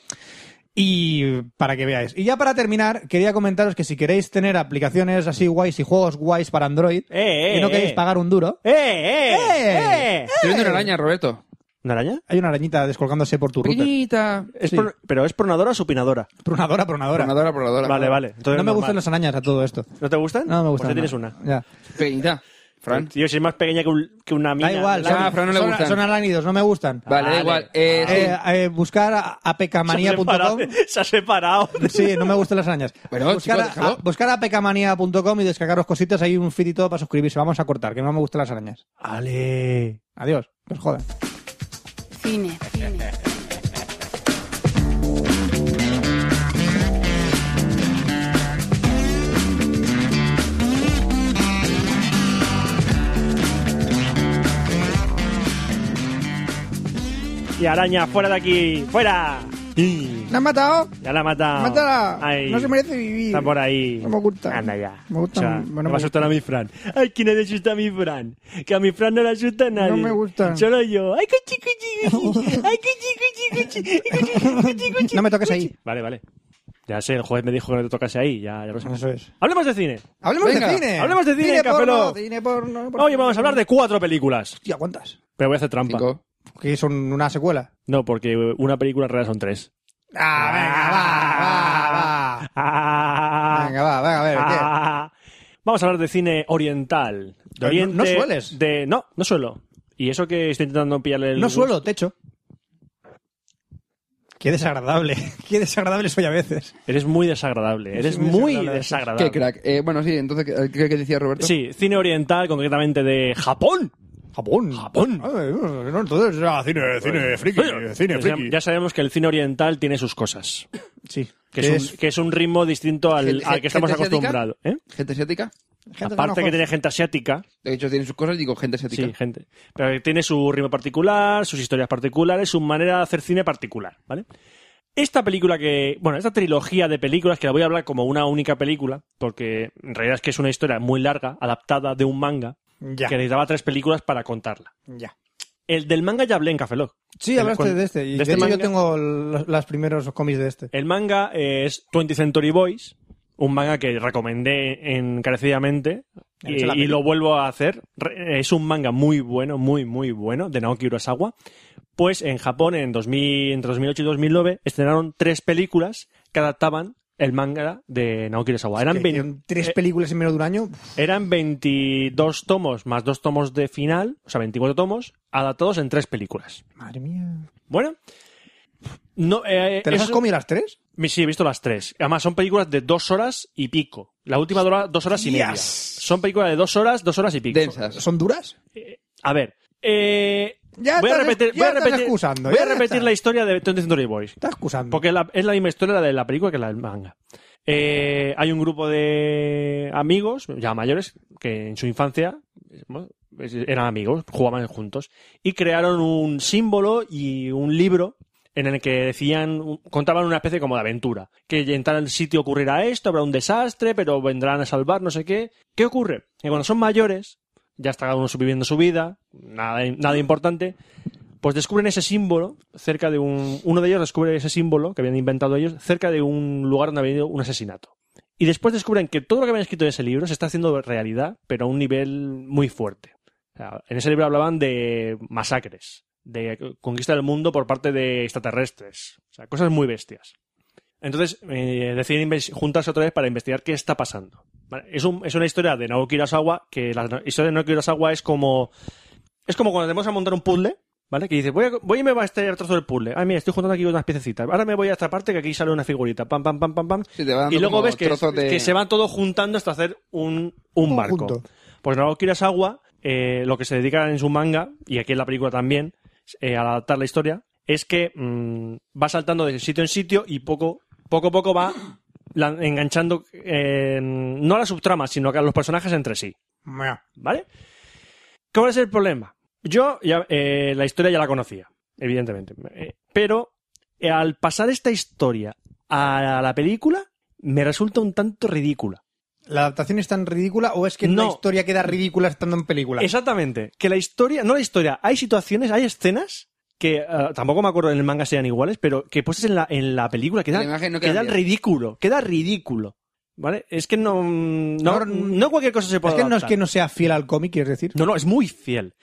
Y para que veáis. Y ya para terminar, quería comentaros que si queréis tener aplicaciones así guays y juegos guays para Android Eh, eh, y no queréis eh. pagar un duro, ¡Eh, eh! ¡Eh! ¡Eh! Estoy viendo una araña, Roberto. ¿Una araña? hay una arañita descolgándose por tu router. Pequeñita. ¿Es Sí. pro- ¿Pero es pronadora o supinadora? Pronadora, pronadora. Pronadora, pronadora. Vale, vale. Entonces no me normal. gustan las arañas a todo esto. ¿No te gustan? No me gustan. Pues ya tienes no. una. Ya. Pequeñita. Fran. Tío, si es más pequeña que, un- que una mina. Da igual. la- Ah, son- Fran no le son- gustan. Son arácnidos, no me gustan. Vale, da Ah, Vale. igual. Eh, sí. Eh, eh, buscar a- se, ha separado, apecamanía.com. *laughs* se ha separado. Sí, no me gustan las arañas. Bueno, buscar, chicos, a- a- déjalo. buscar apecamanía.com y descargaros cositas. Hay un feed y todo para suscribirse. Vamos a cortar, que no me gustan las arañas. Ale. Adiós. Pues jodan. Cine. Cine. Y araña, fuera de aquí. ¡Fuera! ¿La han matado? Ya la ha matado. Ay. vivir. Está por ahí. No me gusta. Anda ya. Me gusta, O sea, bueno, me no va a gusta. asustar a mi Fran. Ay, ¿quién le asusta a mi Fran? Que a mi Fran no le asusta a nadie. No me gusta. Solo yo. Ay, cuchi, cuchi, cuchi. Ay, cuchi, cuchi, cuchi. Cuchi, cuchi, cuchi. No me toques *laughs* ahí. Vale, vale. Ya sé, el juez me dijo que no te tocase ahí. Ya, ya lo sé. Eso es. Hablemos de cine. Hablemos Venga, de cine. hablemos de cine, Café porno, Lock. cine porno. por Hoy favor. vamos a hablar de cuatro películas. Hostia, ¿cuántas? Pero voy a hacer trampa. Cinco. Que son una secuela. No, porque una película en realidad son tres. Ah, venga, va, va, Ah. va. Venga, va, venga, a ver, ¿qué? Ah. *laughs* Vamos a hablar de cine oriental. De No- oriente, no sueles. De... No, no suelo. Y eso que estoy intentando pillarle el. No gusto. suelo, techo. Qué desagradable. *laughs* Qué desagradable soy a veces. Eres muy desagradable. Eres soy muy muy desagradable. Qué desagradable. crack. Eh, bueno, sí, entonces, ¿qué, qué- qué decía Roberto? Sí, cine oriental, concretamente de Japón. Japón. Japón. Ay, no, entonces, ah, cine, cine, friki, cine, Ya sa- friki. Ya sabemos que el cine oriental tiene sus cosas. Sí. Que es, un, que es un ritmo distinto al, Gente- al que estamos gente asiática. acostumbrados. ¿eh? ¿Gente asiática? gente con Aparte que ojos. tiene gente asiática. De hecho, tiene sus cosas, digo, gente asiática. Sí, gente. Pero que tiene su ritmo particular, sus historias particulares, su manera de hacer cine particular, ¿vale? Esta película que. Bueno, esta trilogía de películas que la voy a hablar como una única película, porque en realidad es que es una historia muy larga, adaptada de un manga, Ya, que necesitaba tres películas para contarla. ya. El del manga ya hablé en Café Lock. Sí, El- hablaste cuando- de este. Y de, este hecho yo manga. tengo los, los primeros cómics de este. El manga eh, es 20th Century Boys, un manga que recomendé encarecidamente Ya he hecho la y, y peli. lo vuelvo a hacer. Re- Es un manga muy bueno, muy, muy bueno, de Naoki Urasawa. Pues en Japón, en 2000, entre 2008 y 2009, estrenaron tres películas que adaptaban el manga de Naoki Urasawa. Eran, Que vein- hicieron tres eh, películas en menos de un año. Uf, eran 22 tomos más dos tomos de final, o sea, 24 tomos, adaptados en tres películas. madre mía. Bueno, No, eh, ¿Te las has eso- comido las tres? Mi- Sí, he visto las tres. Además, son películas de dos horas y pico. La última dura dos horas y media. Yes. Son películas de dos horas, dos horas y pico. Densas. ¿Son duras? Eh, a ver. eh, Ya voy a estás- ya repetir, voy a estás repetir, excusando, voy a ya repetir está. la historia de 20th Century Boys. Estás excusando. Porque la- es la misma historia de la película que la del manga. Eh, hay un grupo de amigos, ya mayores, que en su infancia bueno, es- eran amigos, jugaban juntos, y crearon un símbolo y un libro en el que decían, contaban una especie como de aventura, que en tal sitio ocurrirá esto, habrá un desastre, pero vendrán a salvar no sé qué. ¿Qué ocurre? Que cuando son mayores, ya está cada uno viviendo su vida, nada, nada importante, pues descubren ese símbolo cerca de un. Uno de ellos descubre ese símbolo que habían inventado ellos cerca de un lugar donde había habido un asesinato. Y después descubren que todo lo que habían escrito en ese libro se está haciendo realidad, pero a un nivel muy fuerte. O sea, en ese libro hablaban de masacres, de conquista del mundo por parte de extraterrestres. O sea, cosas muy bestias. Entonces eh, deciden inves- juntarse otra vez para investigar qué está pasando. Vale, Es, un- es una historia de Naoki Urasawa, que la no- historia de Naoki Urasawa es como... Es como cuando tenemos a montar un puzzle, ¿vale? Que dices, voy, a, voy y me va a este trozo del puzzle. Ah, mira, estoy juntando aquí unas piececitas. Ahora me voy a esta parte que aquí sale una figurita. Pam, pam, pam, pam, pam. Sí, te va dando y luego como ves que, trozos de- que se van todos juntando hasta hacer un, un marco. Conjunto. Pues Naoki Urasawa, eh, lo que se dedica en su manga, y aquí en la película también, eh, al adaptar la historia, es que mm, va saltando de sitio en sitio y poco, poco a poco va lan- enganchando eh, no a la subtrama, sino a los personajes entre sí. ¿Vale? ¿Cuál es el problema? Yo ya, eh, la historia ya la conocía, evidentemente. Eh, pero eh, al pasar esta historia a la película, me resulta un tanto ridícula. ¿La adaptación es tan ridícula o es que No. la historia queda ridícula estando en película? Exactamente. Que la historia, no la historia, hay situaciones, hay escenas que ah, tampoco me acuerdo en el manga sean iguales, pero que puestas en la, en la película La quedan, imagen no queda quedan bien. ridículo, queda ridículo. ¿Vale? Es que no, no, No, no cualquier cosa se Es puede que no es adaptar. que no sea fiel al cómic, quieres decir. No, no, es muy fiel.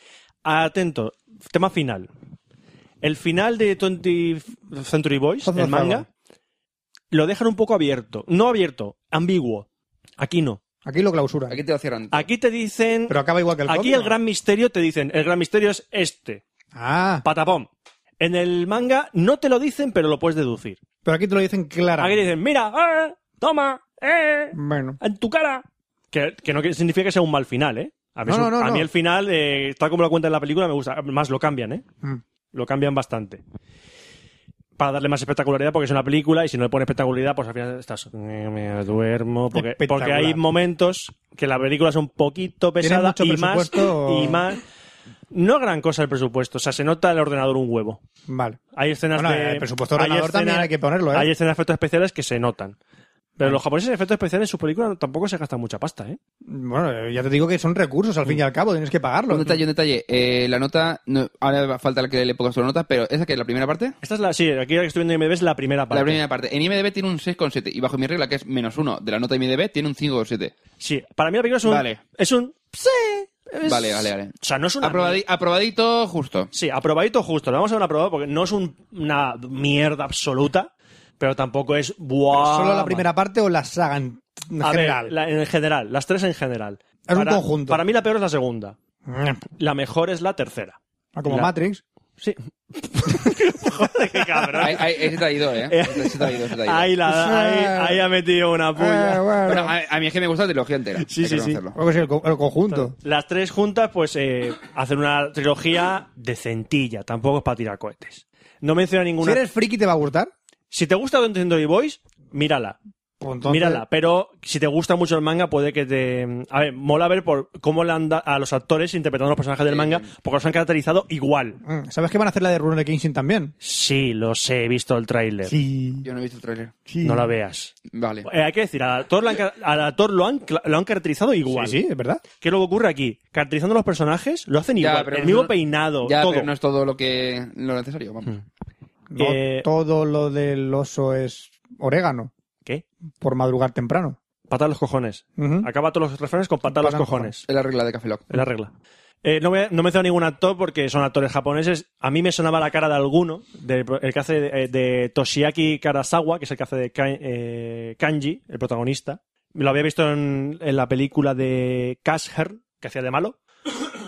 Atento, tema final. El final de 20 Century Boys, Hazme el el manga, favor. lo dejan un poco abierto. No abierto, ambiguo. Aquí no. Aquí lo clausuran. Aquí te lo cierran. Aquí te dicen. Pero acaba igual que el cómic. Aquí el ¿no? gran misterio te dicen. El gran misterio es este. Ah, Patapón. En el manga no te lo dicen, pero lo puedes deducir. pero aquí te lo dicen Aquí te claramente. dicen, mira, ah, toma, eh, Bueno. en tu cara. Que, que no que- significa que sea un mal final, ¿eh? A mí, No, es un- no, no, a mí no. el final, eh, tal como lo cuenta en la película, me gusta. Más lo cambian, ¿eh? Mm. Lo cambian bastante. Para darle más espectacularidad, porque es una película, y si no le pone espectacularidad, pues al final estás. eh, Me duermo. Porque, Espectacular. porque hay momentos que la película es un poquito ¿Tiene pesada mucho y más, presupuesto o- y más. No gran cosa el presupuesto. O sea, se nota el ordenador un huevo. Vale. Hay escenas Bueno, de. el presupuesto ordenador también hay que ponerlo, ¿eh? Hay escenas de efectos especiales que se notan. Pero los japoneses en efectos especiales en sus películas tampoco se gastan mucha pasta, ¿eh? Bueno, eh, ya te digo que son recursos, al fin y al cabo, tienes que pagarlos. Un detalle, un detalle. Eh, la nota, no- ahora falta que le pongas la nota, pero esa que es la primera parte. Esta es la, sí, aquí la que estoy viendo en IMDb es la primera parte. La primera parte. En IMDB tiene un 6,7 y bajo mi regla, que es menos 1 de la nota de IMDB, tiene un 5,7. Sí, para mí la película es un. Vale. Es un. Sí. es- Vale, vale, vale. O sea, no es una. Aprobadi- aprobadito justo. Sí, aprobadito justo. Le vamos a dar un aprobado porque no es un- una mierda absoluta, pero tampoco es. ¡Buah! ¿Solo la man. primera parte o la saga en en Ah, A ver, general? la- en general, las tres en general. Es un Para- conjunto. Para mí la peor es la segunda. Ah, La mejor es la tercera. Como la- Matrix. Sí. Joder, qué cabrón. Ahí, ahí- ese te ha ido, *laughs* ¿eh? Ese te ha ido, ese te ha ido. Ahí, la, ahí, ahí ha metido una puya. Ah, bueno. Bueno, a, a mí es que me gusta la trilogía entera. Sí, hay que sí, sí. reconocerlo. Creo que sí, el, co- el conjunto. Las tres juntas, pues, eh, hacen una trilogía decentilla. Tampoco es para tirar cohetes. No menciona Si ninguna. Si, eres friki, te va a gustar. te gusta Don't Nintendo y Boys, mírala. Pues entonces- Mírala. Pero si te gusta mucho el manga, puede que te. A ver, mola ver por cómo le han da- a los actores interpretando los personajes del manga, porque los han caracterizado igual. Mm, ¿Sabes que van a hacer la de Rurouni Kenshin también? Sí, lo sé, he visto el tráiler. Sí. Yo no he visto el trailer. No la veas. Vale. Eh, hay que decir, al actor, lo han, ca- al actor lo, han, cla- lo han caracterizado igual. Sí, sí, es verdad. ¿Qué es lo que ocurre aquí? Caracterizando a los personajes, lo hacen Ya, igual. pero el no- mismo peinado, ya, todo. pero no es todo lo que lo necesario, vamos. No Eh, todo lo del oso es orégano ¿Qué? por madrugar temprano. Patar los cojones. ¿Mm? Ujú. Acaba todos los refranes con patar los Patar los cojones. Es la regla de Café Lock. Es la regla. Eh, no, me, no menciono ningún actor porque son actores japoneses. A mí me sonaba la cara de alguno, del pro- el que hace de, eh, de Toshiaki Karasawa, que es el que hace de Kan- eh, Kanji, el protagonista. Lo había visto en, en la película de Kasher, que hacía de malo.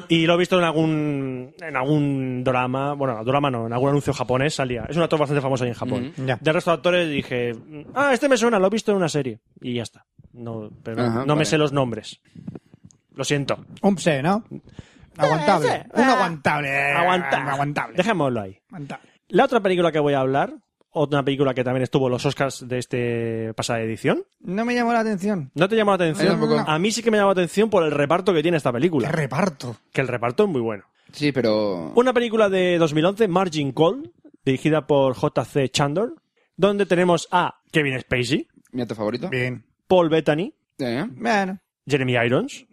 Y lo he visto en algún, en algún drama, bueno, drama no, en algún anuncio japonés salía. Es un actor bastante famoso ahí en Japón. Ujú. Ya. De resto de actores dije, ah, este me suena, lo he visto en una serie. Y ya está. No, pero Ajá, no vale. me sé los nombres. Lo siento. Un pse, ¿no? Eh, Aguantable. sí. Un Ah. aguantable. Aguanta. Aguantable. Dejémoslo ahí. Aguantable. La otra película que voy a hablar, otra película que también estuvo en los Oscars de este pasada edición. No me llamó la atención. ¿No te llamó la A atención? mí tampoco. A mí sí que me llamó la atención por el reparto que tiene esta Qué película. reparto. que el reparto es muy bueno. Sí, pero... Una película de 2011, Margin Call, dirigida por J.C. Chandor, donde tenemos a Kevin Spacey, Mi actor favorito. Bien. Paul Bettany, Eh. Bueno. Jeremy Irons.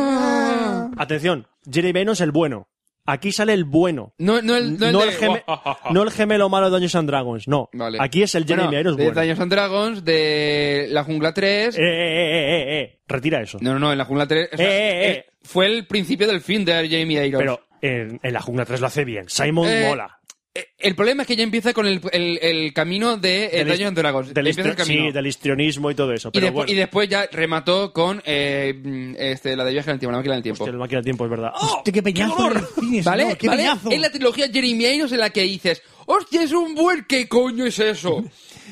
Ah. Atención, Jeremy Irons el bueno. Aquí sale el bueno. No, no el, no el No de- Oh, el, geme- no el gemelo malo de Dungeons and Dragons, no. Vale. Aquí es el Jeremy Bueno, Irons de bueno. Dungeons and Dragons, de La Jungla 3. Eh, eh, eh, eh, eh, eh. Retira eso. No, no, no, en La Jungla 3. o sea, Eh, eh, eh, Fue el principio del fin de Jamie Irons. Pero en, en la jungla 3 lo hace bien. Simon Eh, mola. Eh, El problema es que ya empieza con el, el- el camino de eh, Del Dungeons and Dragons. Del Empieza el histri- camino. sí, del histrionismo y todo eso. y, Pero despu- bueno, y después ya remató con eh, mm, este, la de viaje en el tiempo, la máquina del tiempo. hostia, la máquina del tiempo es verdad. ¡Oh! Hostia, qué peñazo dolor! en el cine, *laughs* ¿Vale? señor, Qué ¿Vale? peñazo. Es la trilogía Jeremy Irons en la que dices, hostia, es un buen, ¿qué coño es *laughs* eso?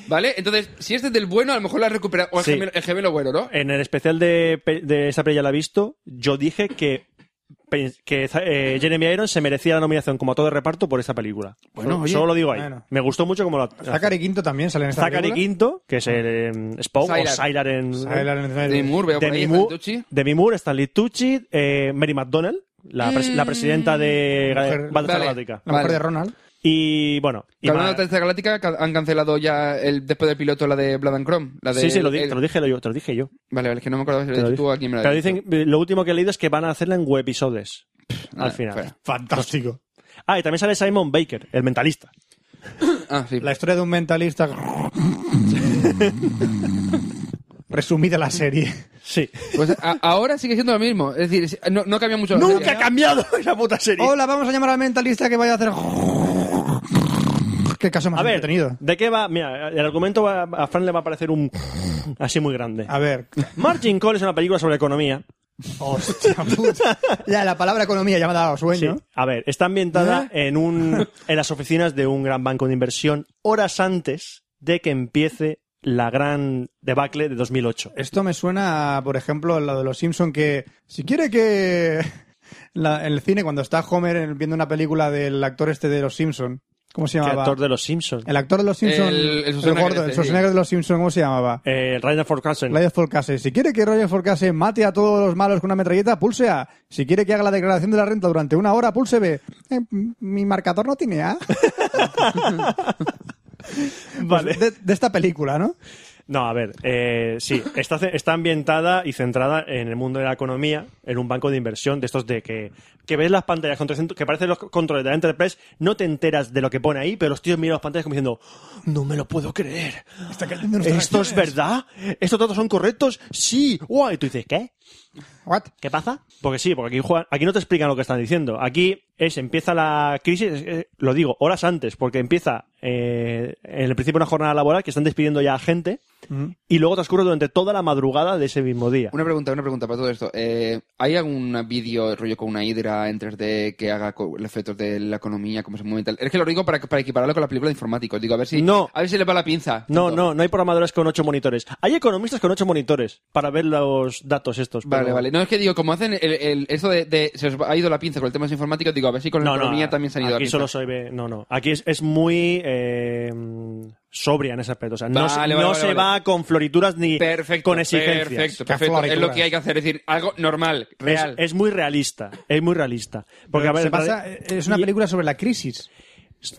¿Vale? Entonces, si este es del bueno, a lo mejor la recupera. O el, Sí. gemelo, el gemelo bueno, ¿no? En el especial de, pe- de esta peli ya la he visto, yo dije que, pe- que eh, Jeremy Irons se merecía la nominación como actor de reparto por esta película. Bueno, solo, oye. solo lo digo ahí. Bueno. Me gustó mucho como lo Zachary Quinto también sale en esta Zachary película. Quinto, que es el em, Spawn Sylar. o Sylar en... Sale la- de Moore, veo por ahí, Demi Stanley Moore, Tucci. Demi Moore, Stanley Tucci, eh, Mary McDonnell, la, pres- la presidenta de Mujer- Battlestar Mm. Vale. Galactica. La mujer Vale. de Ronald. Y bueno... y Que hablando de ma- Tercera Galáctica, ca- han cancelado ya el, después del piloto la de Blood and Chrome. La de, sí, sí, lo di- el- te lo dije yo. Te lo dije yo. Vale, vale, es que no me acuerdo si lo Te lo dijiste dije. tú aquí. Me lo Pero dijiste. dicen, lo último que he leído es que van a hacerla en webisodes. Al Nada, final. ah, fuera. Fantástico. Ah, y también sale Simon Baker, el mentalista. Ah, sí. La historia de un *laughs* mentalista. Resumida la serie. Sí. Pues a- ahora sigue siendo lo mismo. Es decir, si- no, no cambia mucho. la serie, ¿no? cambiado *laughs* esa puta serie! Hola, vamos a llamar al mentalista que vaya a hacer. Qué caso más A ver, entretenido. ¿de qué va? Mira, el argumento va- a Fran le va a parecer un... *laughs* así muy grande. A ver. *laughs* Margin Call es una película sobre economía. Hostia puta. Ya, la palabra economía ya me ha dado Sí. sueño. A ver, está ambientada en, un, en las oficinas de un gran banco de inversión horas antes de que empiece la gran debacle de 2008. Esto me suena, a, por ejemplo, a lo de los Simpson que si quiere que *laughs* la- en el cine cuando está Homer en- viendo una película del actor este de los Simpson, ¿cómo se Que llamaba? actor de los Simpsons. El actor de los Simpson, El- el el, Schwarzenegger gordo, este, el sí. Schwarzenegger de los Simpson, ¿cómo se llamaba? Eh, Rainer Forkassen. Roger Forcase. Si quiere que Roger Forcase mate a todos los malos con una metralleta, pulse A. Si quiere que haga la declaración de la renta durante una hora, pulse B. Eh, m- mi marcador no tiene *laughs* A. Vale. Pues de, de esta película, ¿no? No, a ver, eh, sí, está, está ambientada y centrada en el mundo de la economía, en un banco de inversión de estos de que, que ves las pantallas con 300 que parecen los controles de la Enterprise, no te enteras de lo que pone ahí, pero los tíos miran las pantallas como diciendo, no me lo puedo creer. ¿Esto es verdad? ¿Estos datos son correctos? Sí. Guau. Y tú dices, ¿qué? What? ¿Qué pasa? Porque sí, porque aquí, juegan- aquí no te explican lo que están diciendo. Aquí es empieza la crisis, es- es- lo digo, horas antes, porque empieza eh, en el principio de una jornada laboral que están despidiendo ya a gente y luego transcurre durante toda la madrugada de ese mismo día. Una pregunta, una pregunta para todo esto. Eh, ¿Hay algún vídeo rollo con una hidra en 3D que haga co- los efectos de la economía, cómo se mueve y tal? Es que lo digo para, para equipararlo con la película de informáticos. Digo, a ver si, No. a ver si le va la pinza. No, Punto. no, no hay programadores con ocho monitores. Hay economistas con ocho monitores para ver los datos estos. pero- Vale, vale. No, es que digo, como hacen el, el- eso de, de- Se os ha ido la pinza con el tema de los informáticos, digo, a ver si con la No, no, economía también se han ido aquí la pinza. solo se ve- no, no. Aquí es, es muy eh, sobria en ese aspecto. O sea, no, Vale, se- vale, no vale, se vale. va con florituras ni Perfecto, con exigencias. perfecto, Qué perfecto. Es lo florituras. que hay que hacer, es decir, algo normal, Es, *laughs* real. es muy realista, es muy realista. Porque, a ver, Se en pasa- eh, realidad- es una y- película sobre la crisis.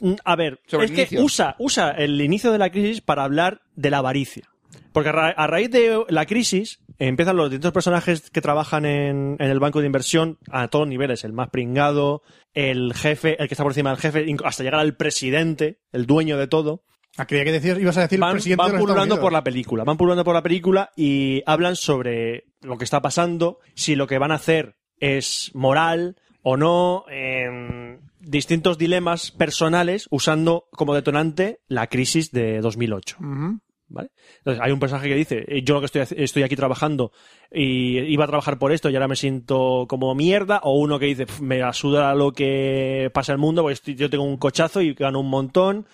Mm, a ver, Sobre es el que inicio. usa, usa el inicio de la crisis para hablar de la avaricia. Porque a, ra- a raíz de la crisis empiezan los distintos personajes que trabajan en, en el banco de inversión a todos niveles. El más pringado, el jefe, el que está por encima del jefe, inc- hasta llegar al presidente, el dueño de todo. Ah, creía que decías, ibas a decir el Van, presidente van de los Estados pululando Unidos. por la película, van pululando por la película y hablan sobre lo que está pasando, si lo que van a hacer es moral o no, em, distintos dilemas personales usando como detonante la crisis de 2008. Ujú. ¿Vale? Entonces, hay un personaje que dice, eh, yo lo que estoy, haci- estoy aquí trabajando y iba a trabajar por esto y ahora me siento como mierda, o uno que dice, "Pf, me asuda lo que pasa en el mundo, porque estoy- yo tengo un cochazo y gano un montón.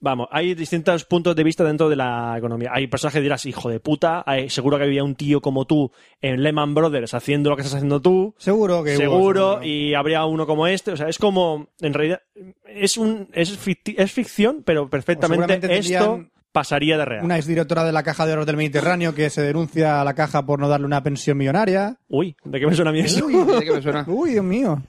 Vamos, hay distintos puntos de vista dentro de la economía. Hay personajes que dirás, hijo de puta, hay- seguro que había un tío como tú en Lehman Brothers haciendo lo que estás haciendo tú Seguro que. hubo, seguro seguro. y habría uno como este o sea es como en realidad es un es, ficti- es ficción pero perfectamente seguramente esto tendrían pasaría de real Una exdirectora de la Caja de Oros del Mediterráneo que se denuncia a la caja por no darle una pensión millonaria. uy de qué *laughs* me suena a mí eso ¿De qué me suena? Uy, Dios mío.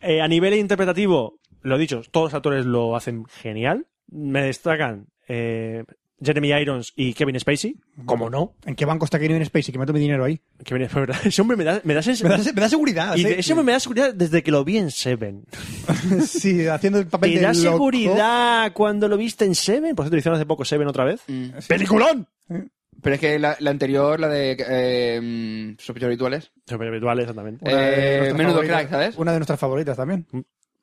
Eh, a nivel interpretativo lo dicho todos los actores lo hacen genial me destacan eh, Jeremy Irons y Kevin Spacey como no ¿En qué banco está Kevin Spacey? Que meto mi dinero ahí. Kevin Spacey *laughs* ¿verdad? ese hombre me da me da, sens- Me da, me da seguridad. y Ah, ¿sí? de- ese hombre me da seguridad desde que lo vi *laughs* en Seven Sí, haciendo el papel te de da loco. seguridad cuando lo viste en Seven por cierto lo hicieron hace poco Seven otra vez Mm. peliculón Pero es que la, la anterior, la de eh, mm, Sospechosos Habituales, Super habitual, exactamente. Una de eh, nuestras menudo favoritas- crack, ¿sabes? Una de nuestras favoritas también.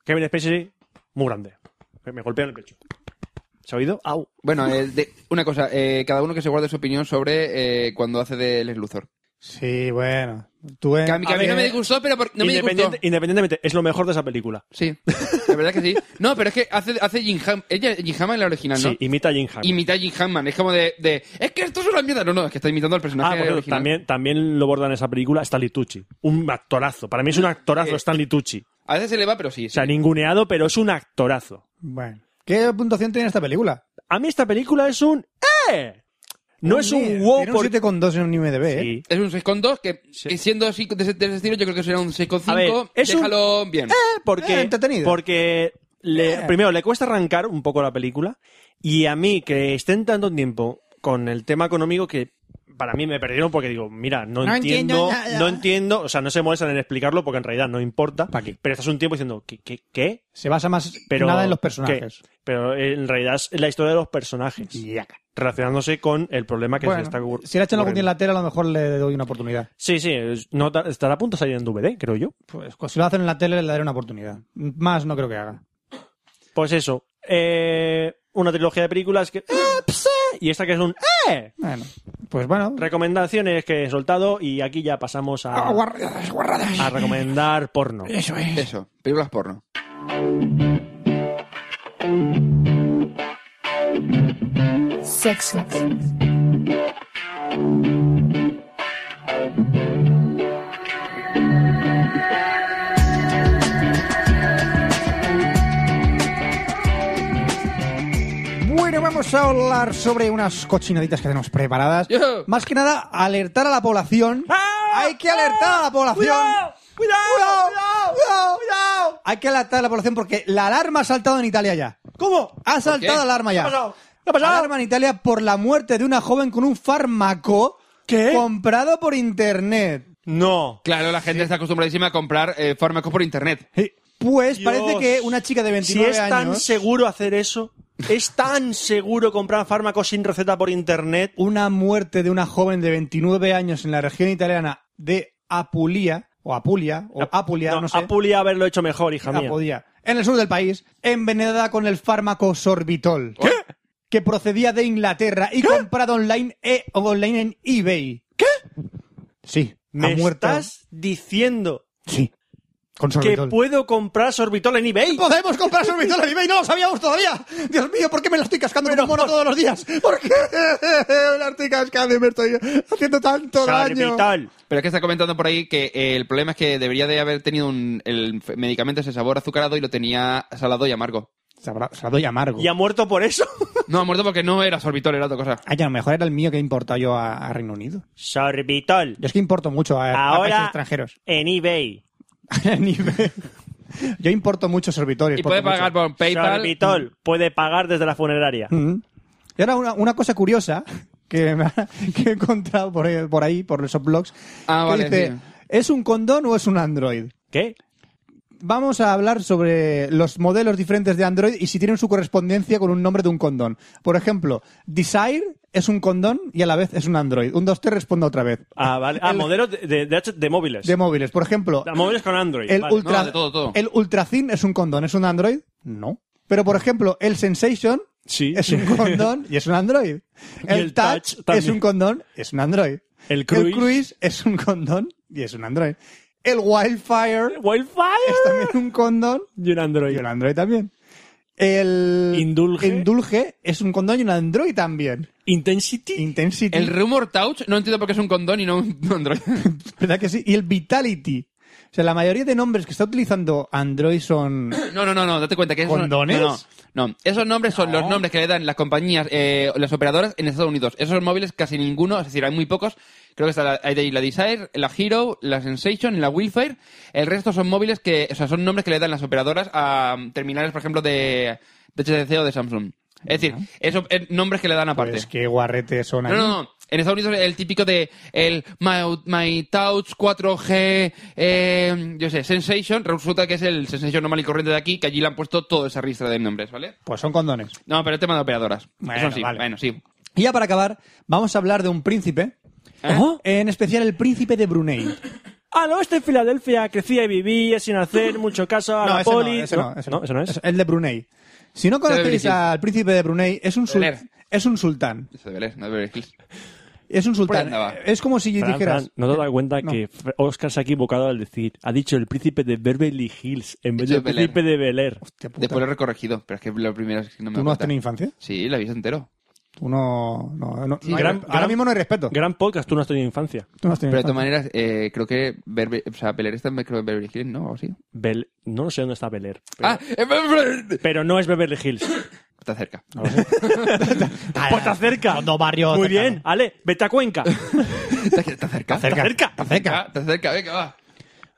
Kevin Spacey, muy grande. Me- Me golpea en el pecho. ¿Se ha oído? Au. Bueno, eh, de- una cosa, eh, cada uno que se guarde su opinión sobre eh, cuando hace de Les Luthor. Sí, bueno. Tú en- Que a mí, que a mí ver, eh, no me disgustó, pero por- no me disgustó. Independiente- independientemente, es lo mejor de esa película. Sí, la verdad que sí. No, pero es que hace, hace Jim Hamm- ella es Jim Hammond en la original, Ah, ¿no? Sí, imita a Jim Hammond. Ah, Imita a Jim Hammond, es como de, de, es que esto es una mierda. No, no, es que está imitando al Ah, personaje por cierto, original. también, también lo borda en esa película Stanley Tucci. Un actorazo. Para mí es un Eh, actorazo Stanley Tucci. A veces se le va, pero sí. O sí. sea, ninguneado, pero es un actorazo. Bueno. ¿Qué puntuación tiene esta película? A mí esta película es un ¡Eh! No es un Tiene wow un por... 7,2 en un IMDb, ¿eh? Sí. Es un 6,2, que, Sí. que siendo así de ese, de ese estilo, yo creo que será un A ver, 6,5. es un- Déjalo bien. Eh, porque Eh, entretenido. Eh. porque le- primero le cuesta arrancar un poco la película y a mí que estén tanto tiempo con el tema económico que para mí me perdieron porque digo, mira, no, No entiendo, entiendo nada. no entiendo, o sea, no se molestan en explicarlo porque en realidad no importa, ¿Pa' qué? pero estás un tiempo diciendo, ¿qué? qué, qué? Se basa más Pero, nada en los ¿qué? personajes. Pero en realidad es la historia de los personajes relacionándose con el problema que Bueno, se está ocur- si le echan algún día en ocurriendo. la tele, a lo mejor le doy una oportunidad. Sí, sí, es- no, ta- estará a punto de salir en DVD, creo yo. Pues si lo hacen en la tele, le daré una oportunidad. Más no creo que haga. Pues eso, eh, una trilogía de películas que... ¡eh, pse! Y esta que es un... ¡Eh! Bueno, pues bueno. Recomendaciones que he soltado y aquí ya pasamos a, Ah, guarradas, guarradas. a recomendar porno. Eso es. Eso, películas porno. Sexo. Bueno, vamos a hablar sobre unas cochinaditas que tenemos preparadas. Yo. Más que nada, alertar a la población. Hay que alertar a la población. Ah, ¡Cuidado! ¡Cuidado! ¡Cuidado! Hay que alertar a la población porque la alarma ha saltado en Italia ya. ¿Cómo? Ha saltado la alarma ya. ¿Qué ha pasado? ¿Qué ha pasado? Alarma en Italia por la muerte de una joven con un fármaco ¿Qué? comprado por internet. No. Claro, la gente está acostumbradísima a comprar eh, fármacos por internet. Pues Dios. parece que una chica de Si 29 es tan años, seguro hacer eso, es tan seguro comprar fármacos sin receta por internet. una muerte de una joven de 29 años en la región italiana de Apulia, o Apulia, o Apulia, no, sé. Apulia haberlo hecho mejor, hija mía. Apodía. En el sur del país, envenenada con el fármaco sorbitol. Que procedía de Inglaterra y comprado online, e- online en eBay. ¿Qué? Sí. ¿Me ha muerto. estás diciendo Sí. Con que sorbitol. puedo comprar sorbitol en eBay? Podemos comprar sorbitol en eBay, no lo sabíamos todavía. Dios mío, ¿por qué me la estoy cascando como mono todos los días? ¿Por qué *laughs* me la estoy cascando y me estoy haciendo tanto daño? Sorbitol. Pero es que está comentando por ahí que eh, el problema es que debería de haber tenido un, el f- medicamento ese sabor azucarado y lo tenía salado y amargo. Sabrá- Se la doy amargo. ¿Y ha muerto por eso? *laughs* No, ha muerto porque no era sorbitol, era otra cosa. Ay, Ah, a lo mejor era el mío que he importado yo a, a Reino Unido. sorbitol. Yo es que importo mucho a, a países Ahora extranjeros. *laughs* en eBay. Ni me- Yo importo mucho sorbitol. Y importo puede pagar mucho. por PayPal. Sorbitol mm. puede pagar desde la funeraria. Mm. Y ahora una, una cosa curiosa que, me ha- que he encontrado por, ahí- por ahí, por esos blogs. Ah, que vale, dice, sí. ¿es un condón o es un Android? ¿Qué? Vamos a hablar sobre los modelos diferentes de Android y si tienen su correspondencia con un nombre de un condón. Por ejemplo, Desire es un condón y a la vez es un Android. Un 2 te respondo otra vez. Ah, vale. Ah, El- modelos de, de, de H- de móviles. De móviles. Por ejemplo, De móviles con Android. El vale. Ultra, No, de todo, todo. el Ultra Thin es un condón, ¿es un Android? No. Pero por ejemplo, el Sensation Sí. es un condón y es un Android. *laughs* El, el touch touch, es también. un condón y es un Android. El Cruise. es un condón y es un Android. El Wildfire Wildfire. es también un condón Y un Android. y un Android también. El Indulge. Indulge es un condón y un Android también. Intensity. Intensity, El rumor touch, no entiendo por qué es un condón y no un *laughs* Android. ¿verdad que sí? Y el Vitality. O sea, la mayoría de nombres que está utilizando Android *coughs* son pues, No, no, no, no, date cuenta que esos ¿Condones? No, no, no. esos nombres son los nombres que le dan las compañías, eh, las operadoras en Estados Unidos. Esos móviles casi ninguno, es decir, hay muy pocos. Creo que está la, hay de ahí la Desire, la Hero, la Sensation, y la Wilfire. El resto son móviles que, o sea, son nombres que le dan las operadoras a mm, terminales, por ejemplo, de, de HTC o de Samsung. Es decir, esos eh, nombres que le dan aparte. Pues qué guarretes son ahí. No, no, no. En Estados Unidos el típico de el My, My Touch 4G, eh, yo sé, Sensation, resulta que es el Sensation normal y corriente de aquí, que allí le han puesto toda esa ristra de nombres, ¿vale? Pues son condones. No, pero el tema de operadoras. Bueno, Eso sí, vale. bueno, sí. Y ya para acabar, vamos a hablar de un príncipe. ¿Eh? En especial el príncipe de Brunei. Ah, no, este en Filadelfia crecía y vivía sin *laughs* hacer mucho caso a la ese poli. ese no, Eh, ese eso no es. El de Brunei. Si no conocéis Brunei. al príncipe de Brunei, es un, sul- Leer. es un sultán. Eso de Belén, no de Beverly Hills. Es un sultán. andaba. Es como si Pues Fran, dijeras... eh, Fran, no te das cuenta No. que Fr- Oscar se ha equivocado al decir, ha dicho el príncipe de Beverly Hills en vez Dicho del Bel Air. príncipe de Bel Air. Hostia puta, Después lo he recorregido, pero es que lo primero es que no me ¿Tú no has acuerdo. tenido infancia? Sí, lo he visto entero. Tú no... no- no- Sí, no hay gran- resp- ahora gran- mismo no hay respeto. Gran podcast, tú no has tenido infancia. Tú no has Pero tenido de todas infancia. maneras, eh, creo que Berbe- o sea, Bel Air está en creo, que Beverly Hills, ¿no? O sí. Bel... No sé dónde está Bel Air. Pero, ¡Ah! ¡Es Beverly! pero no es Beverly Hills. Está cerca. Pues está cerca. Dos barrios Muy cercanos. bien, Ale, vete a Cuenca. Está está cerca. Está cerca. Está cerca. Está cerca, venga, va.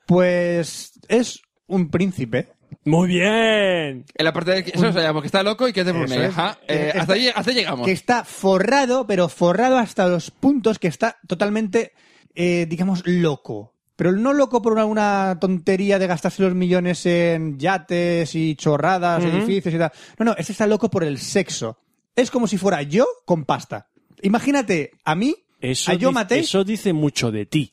Pues es un príncipe *laughs* Muy bien. En la parte de que, eso lo sabíamos, que está loco y que es de Brunei. Eso es. Ajá. Eh, Eh, hasta, está- allí, hasta ahí llegamos. que está forrado, pero forrado hasta los puntos que está totalmente, eh, digamos, loco. Pero no loco por alguna tontería de gastarse los millones en yates y chorradas, edificios y tal. No, no, este está loco por el sexo. Es como si fuera yo con pasta. Imagínate a mí, Eso, a yo dice- Matei. eso dice mucho de ti.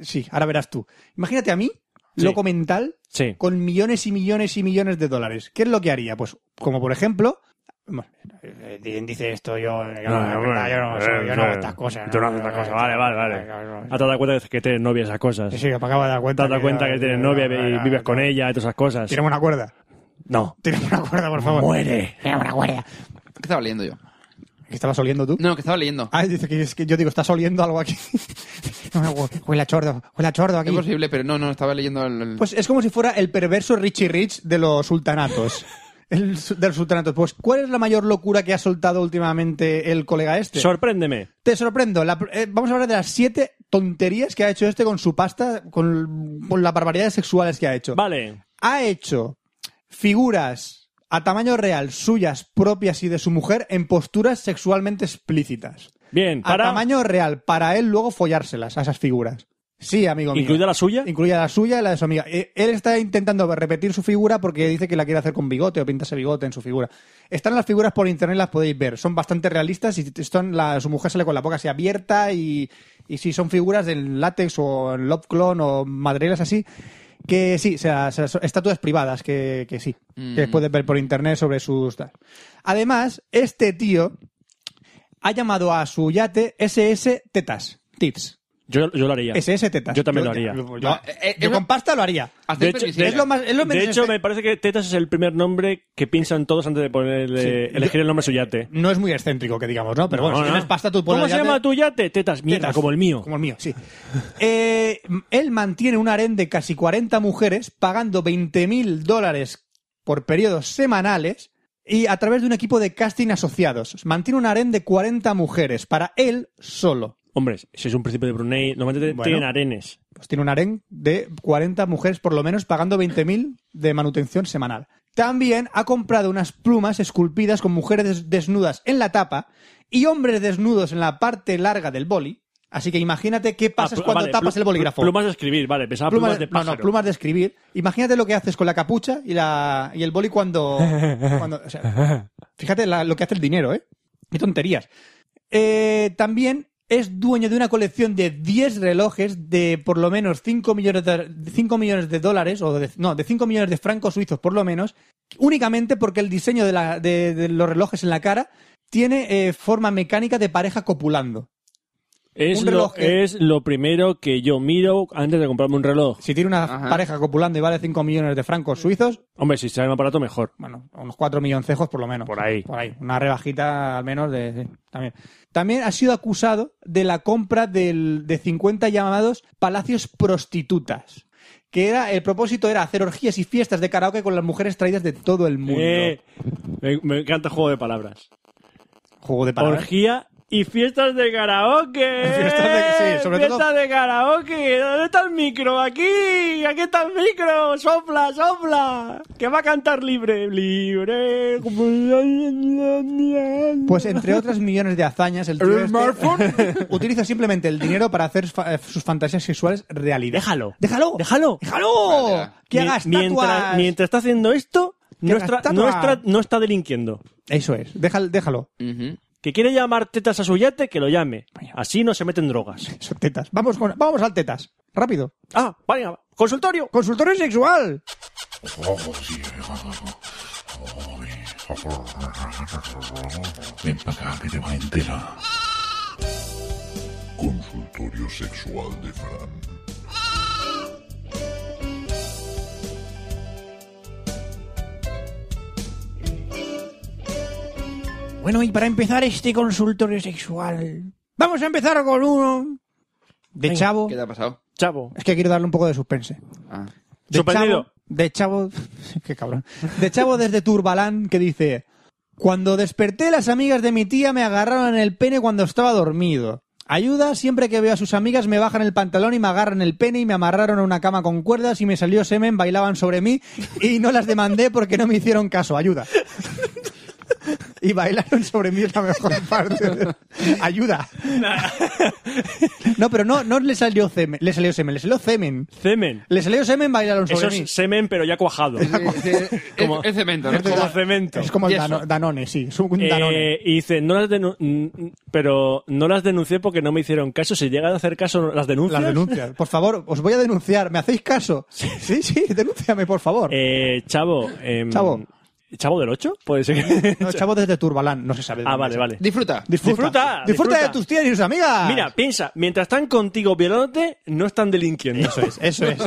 Sí, ahora verás tú. Imagínate a mí, Sí. loco mental, Sí. con millones y millones y millones de dólares. ¿Qué es lo que haría? Pues, como por ejemplo. bueno, eh, Dicen dice esto, yo, yo Ah, no, yo no- yo no soy- eh, yo no hago estas cosas. Tú no ¿no? haces estas Yo- cosas, vale, vale, vale. Ah, te das cuenta que tienes novia y esas cosas. Sí, sí, que me acabo de dar Te cuenta. has dado cuenta que tienes novia y vives con él. ella y todas esas cosas. Tiremos una cuerda. No. Tiremos una cuerda, por favor. Muere. Mira, una guardia. ¿Qué estaba leyendo yo? ¿Qué estabas oliendo tú? No, que estaba leyendo. Ah, dice que, es que yo digo, estás oliendo algo aquí. *laughs* No, no, hue- huele a chordo, huele a chordo aquí. Es posible, pero no, no, estaba leyendo el... el- Pues es como si fuera el perverso Richie Rich de los *laughs* sultanatos. El su- del sultanato. Pues, ¿cuál es la mayor locura que ha soltado últimamente el colega este? Sorpréndeme. Te sorprendo. La pr- eh, vamos a hablar de las siete tonterías que ha hecho este con su pasta, con, con las barbaridades sexuales que ha hecho. Vale. Ha hecho figuras a tamaño real suyas propias y de su mujer en posturas sexualmente explícitas. Bien. A Para. tamaño real, para él luego follárselas a esas figuras. Sí, amigo mío. ¿Incluida la suya? Incluida la suya y la de su amiga. Eh, Él está intentando repetir su figura porque dice que la quiere hacer con bigote o pintarse bigote en su figura. Están las figuras por internet, las podéis ver. Son bastante realistas y están la, su mujer sale con la boca así abierta y, y si son figuras en látex o en love clone o madreras así. Que sí, o sea, se- se- estatuas privadas, que, que sí, que puedes ver por internet sobre sus... tal. Además, este tío ha llamado a su yate SS Tetas, Tits. Yo, yo lo haría. SS Tetas. Yo también lo haría. Yo, No, eh, eh, yo es con lo- pasta lo haría. Hasta De ahí hecho, permisible. es lo más- es lo de menos hecho, este- me parece que Tetas es el primer nombre que piensan todos antes de ponerle, Sí. elegir el nombre a su yate. No es muy excéntrico que digamos, ¿no? Pero bueno, No, si no. tienes pasta tú pones ¿Cómo se yate- llama tu yate? Tetas, mierda, Tetas. como el mío. Como el mío, sí. Eh, él mantiene un harén de casi 40 mujeres pagando 20.000 dólares por periodos semanales y a través de un equipo de casting asociados. Mantiene un harén de 40 mujeres para él solo. Hombre, si es un príncipe de Brunei, normalmente Bueno. tienen arenes. Ah, Pues tiene un harén de 40 mujeres por lo menos pagando 20.000 de manutención semanal. También ha comprado unas plumas esculpidas con mujeres des- desnudas en la tapa y hombres desnudos en la parte larga del boli. Así que imagínate qué pasas Ah, pl- cuando vale, tapas plu- el bolígrafo. Plumas de escribir, vale. Pensaba plumas, de no, pájaro. no, plumas de escribir. Imagínate lo que haces con la capucha y, la, y el boli cuando... cuando- o sea, fíjate la- lo que hace el dinero, ¿eh? Qué tonterías. Eh, también es dueño de una colección de 10 relojes de por lo menos 5 millones de, 5 millones de dólares, o de, no, de 5 millones de francos suizos por lo menos, únicamente porque el diseño de, la- de- de los relojes en la cara tiene eh, forma mecánica de pareja copulando. Es, Un lo, reloj que- es lo primero que yo miro antes de comprarme un reloj. Si tiene una Ajá. pareja copulando y vale 5 millones de francos suizos, Hombre, si sale más barato, mejor. bueno, unos 4 milloncejos por lo menos. Por ahí. Por ahí. Una rebajita al menos de. sí, también. También ha sido acusado de la compra del- de 50 llamados palacios prostitutas. Que era, el propósito era hacer orgías y fiestas de karaoke con las mujeres traídas de todo el mundo. Eh, me, me encanta el juego de palabras. Juego de palabras. Orgía y fiestas de karaoke. Fiestas de- sí, sobre todo- Fiestas de karaoke. ¿Dónde está el micro? Aquí. Aquí está el micro. Sopla, sopla. Que va a cantar libre. Libre. Pues entre otras millones de hazañas, el tío este *laughs* utiliza simplemente el dinero para hacer fa- eh, sus fantasías sexuales realidad. Déjalo. Déjalo, Déjalo. déjalo. Vale, va. Que Mien- hagas mientras, tatuas. mientras está haciendo esto, Que no, hagas estra- tatuas. no estra- no está delinquiendo. Eso es, déjalo, déjalo. Ujú. Que quiere llamar tetas a su yate, que lo llame. Así no se meten drogas. Eso, tetas. Vamos, con- vamos al tetas. Rápido. Ah, vaya, consultorio. Consultorio sexual. Ven para acá que te va entera. Consultorio sexual de Fran. Bueno, y para empezar este consultorio sexual, vamos a empezar con uno De chavo. ¿Qué te *laughs* ha pasado? Chavo. Es que quiero darle un poco de suspense. Ah. De Sorprendido. chavo, de chavo, *laughs* qué cabrón. De chavo desde Turbalán que dice, cuando desperté las amigas de mi tía me agarraron el pene cuando estaba dormido. Ayuda, siempre que veo a sus amigas me bajan el pantalón y me agarran el pene y me amarraron a una cama con cuerdas y me salió semen, bailaban sobre mí y no las demandé porque no me hicieron caso. Ayuda. *laughs* Y bailaron sobre mí es la mejor *laughs* parte. Ayuda. No, pero no, no le salió semen, le salió semen, le salió semen. Cemen. Le salió semen, bailaron sobre Eso mí. es semen, pero ya cuajado. Es, es- es cemento, ¿no? Es verdad. Como cemento. Es como el Yeso. Dano- Danone, sí. Es un Eh, Danone. y dice, no las denu- mm, mm, pero no las denuncié porque no me hicieron caso. Si llegan a hacer caso, las denuncias. Las denuncias. Por favor, os voy a denunciar. ¿Me hacéis caso? Sí, sí, denúnciame, por favor. Eh, chavo. em, Chavo. ¿Chavo del 8? Puede ser *laughs* que... No, chavo desde Turbalán, no se sabe. de ah, dónde vale, es. vale. Disfruta. Disfruta, Disfruta, disfruta. de disfruta. tus tías y sus amigas. Mira, piensa, mientras están contigo violándote, no están delinquiendo. Eso es, eso es.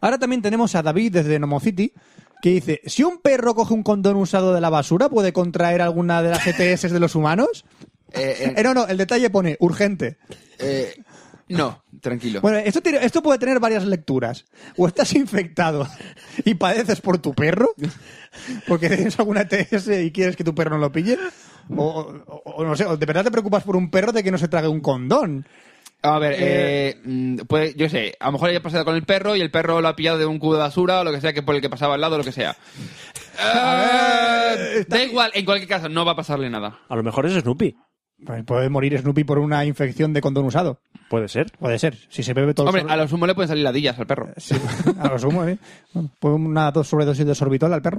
Ahora también tenemos a David desde Nomocity que dice, si un perro coge un condón usado de la basura, ¿puede contraer alguna de las ETS de los humanos? Eh, eh, Eh, no, no, el detalle pone, urgente. eh, no, tranquilo. Bueno, esto, tiene- esto puede tener varias lecturas. O estás infectado y padeces por tu perro, porque tienes alguna TS y quieres que tu perro no lo pille. O, o- o no sé, o de verdad te preocupas por un perro de que no se trague un condón. A ver, eh, mm, pues, yo sé, a lo mejor haya pasado con el perro y el perro lo ha pillado de un cubo de basura o lo que sea, que por el que pasaba al lado o lo *laughs* que sea. Eh, da igual, en cualquier caso, no va a pasarle nada. A lo mejor es Snoopy. Pues Puede morir Snoopy por una infección de condón usado. Puede ser. Puede ser, si se bebe todo Hombre, el a lo sumo le pueden salir ladillas al perro. Sí, a lo sumo, ¿eh? Bueno, Pues una dos sobredosis de sorbitol al perro.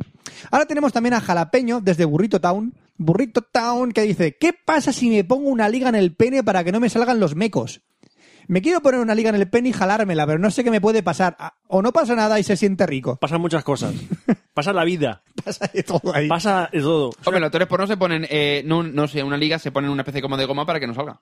Ahora tenemos también a Jalapeño desde Burrito Town. Burrito Town que dice, ¿qué pasa si me pongo una liga en el pene para que no me salgan los mecos? Me quiero poner una liga en el pene y jalármela, pero no sé qué me puede pasar. Ah, O no pasa nada y se siente rico. Pasan *laughs* muchas cosas. Pasa la vida. Pasa de todo ahí. Pasa de todo. Hombre, los actores porno se ponen, eh, no, no sé, una liga, se ponen una especie como de goma para que no salga.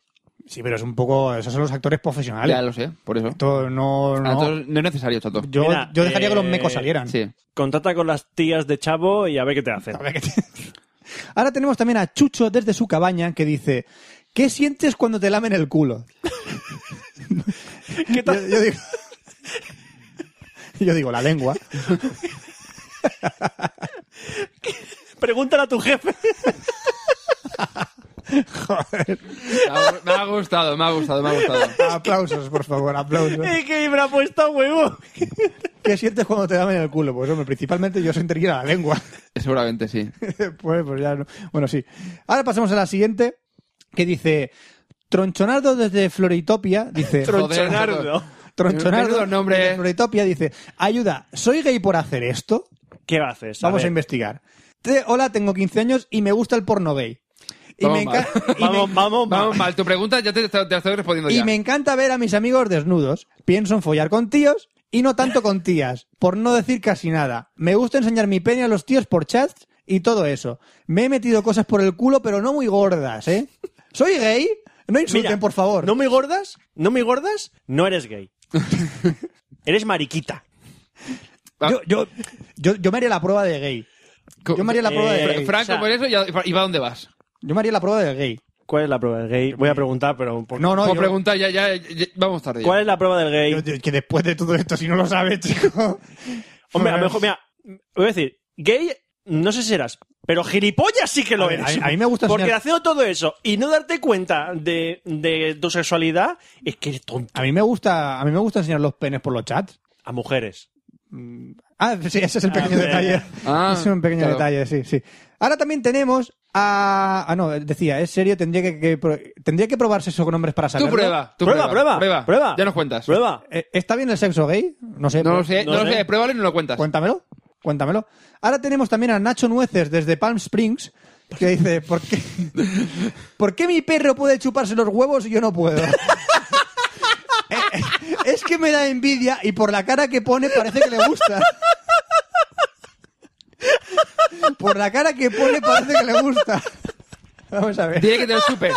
Sí, pero es un poco... Esos son los actores profesionales. Ya lo sé, por eso. Esto no... Ah, no. entonces no es necesario, chato. Yo, Mira, yo dejaría que los eh, mecos salieran. Sí. Contrata con las tías de Chavo y a ver qué te hacen. A ver qué te- *laughs* Ahora tenemos también a Chucho desde su cabaña que dice, ¿qué sientes cuando te lamen el culo? *laughs* ¿Qué Yo, tal? yo digo... *laughs* Yo digo la lengua. Pregúntale a tu jefe. *laughs* Me ha- Me ha gustado, me ha gustado, me ha gustado. Aplausos, por favor, aplausos. Es que me ha puesto a huevo. ¿Qué sientes cuando te lamen el culo? Pues hombre, principalmente yo sentiría la lengua. *laughs* Seguramente sí. pues, pues ya no. Bueno, sí. Ahora pasamos a la siguiente que dice, Tronchonardo desde Floritopia dice... Tronchonardo. Tronchonardo Menudo nombre. desde Floritopia dice, ayuda, ¿soy gay por hacer esto? ¿Qué haces? Vamos a, ver. investigar. Te- hola, tengo 15 años y me gusta el porno gay. Y Vamos me, mal. *laughs* enca- y me- Vamos, vamos, Vamos vamos. mal, tu pregunta ya te, te la estoy respondiendo y ya. me encanta ver a mis amigos desnudos. Pienso en follar con tíos Y no tanto con tías, por no decir casi nada. Me gusta enseñar mi pene a los tíos por chats y todo eso. Me he metido cosas por el culo, pero no muy gordas, ¿eh? ¿Soy gay? No insulten, Mira, por favor. No me gordas, no me gordas, no eres *laughs* gay. eres mariquita. Yo, yo, yo, yo me haría la prueba de gay. Yo me haría la prueba de Eh, gay. Franco, o sea- por eso, y a, y va, dónde vas? Yo me haría la prueba de gay. ¿Cuál es la prueba del gay? Voy a preguntar, pero... por- No, no, Como yo- pregunta, ya, ya, ya- vamos tarde. ya. ¿Cuál es la prueba del gay? yo- yo- que después de todo esto, si no lo sabes, *laughs* chico. Hombre, a lo *laughs* mejor, mira, voy a decir, gay, no sé si serás, pero gilipollas sí que lo A ver, eres. a- a mí me gusta Porque enseñar- haciendo todo eso y no darte cuenta de, de tu sexualidad, es que eres tonto. A mí me gusta, a mí me gusta enseñar los penes por los chats. A mujeres. Ah, sí, ese es el pequeño Ah, detalle. Ah, es un pequeño claro. detalle, sí, sí. Ahora también tenemos a... Ah, no, decía, es serio, tendría que, que pro- tendría que probar sexo con hombres para Tú saberlo. prueba, tú Prueba, prueba, prueba, prueba. Ya nos cuentas. Prueba. Eh, ¿Está bien el sexo gay? No sé. No lo pues, sé, no, No lo sé. sé, pruébalo y no lo cuentas. Cuéntamelo, cuéntamelo. Ahora tenemos también a Nacho Nueces desde Palm Springs que dice, ¿por *laughs* qué, ¿por qué mi perro puede chuparse los huevos y yo no *laughs* puedo? Eh, eh, es que me da envidia y por la cara que pone parece que le gusta. Por la cara que pone parece que le gusta. Vamos a ver. Tiene que tener *laughs* súper.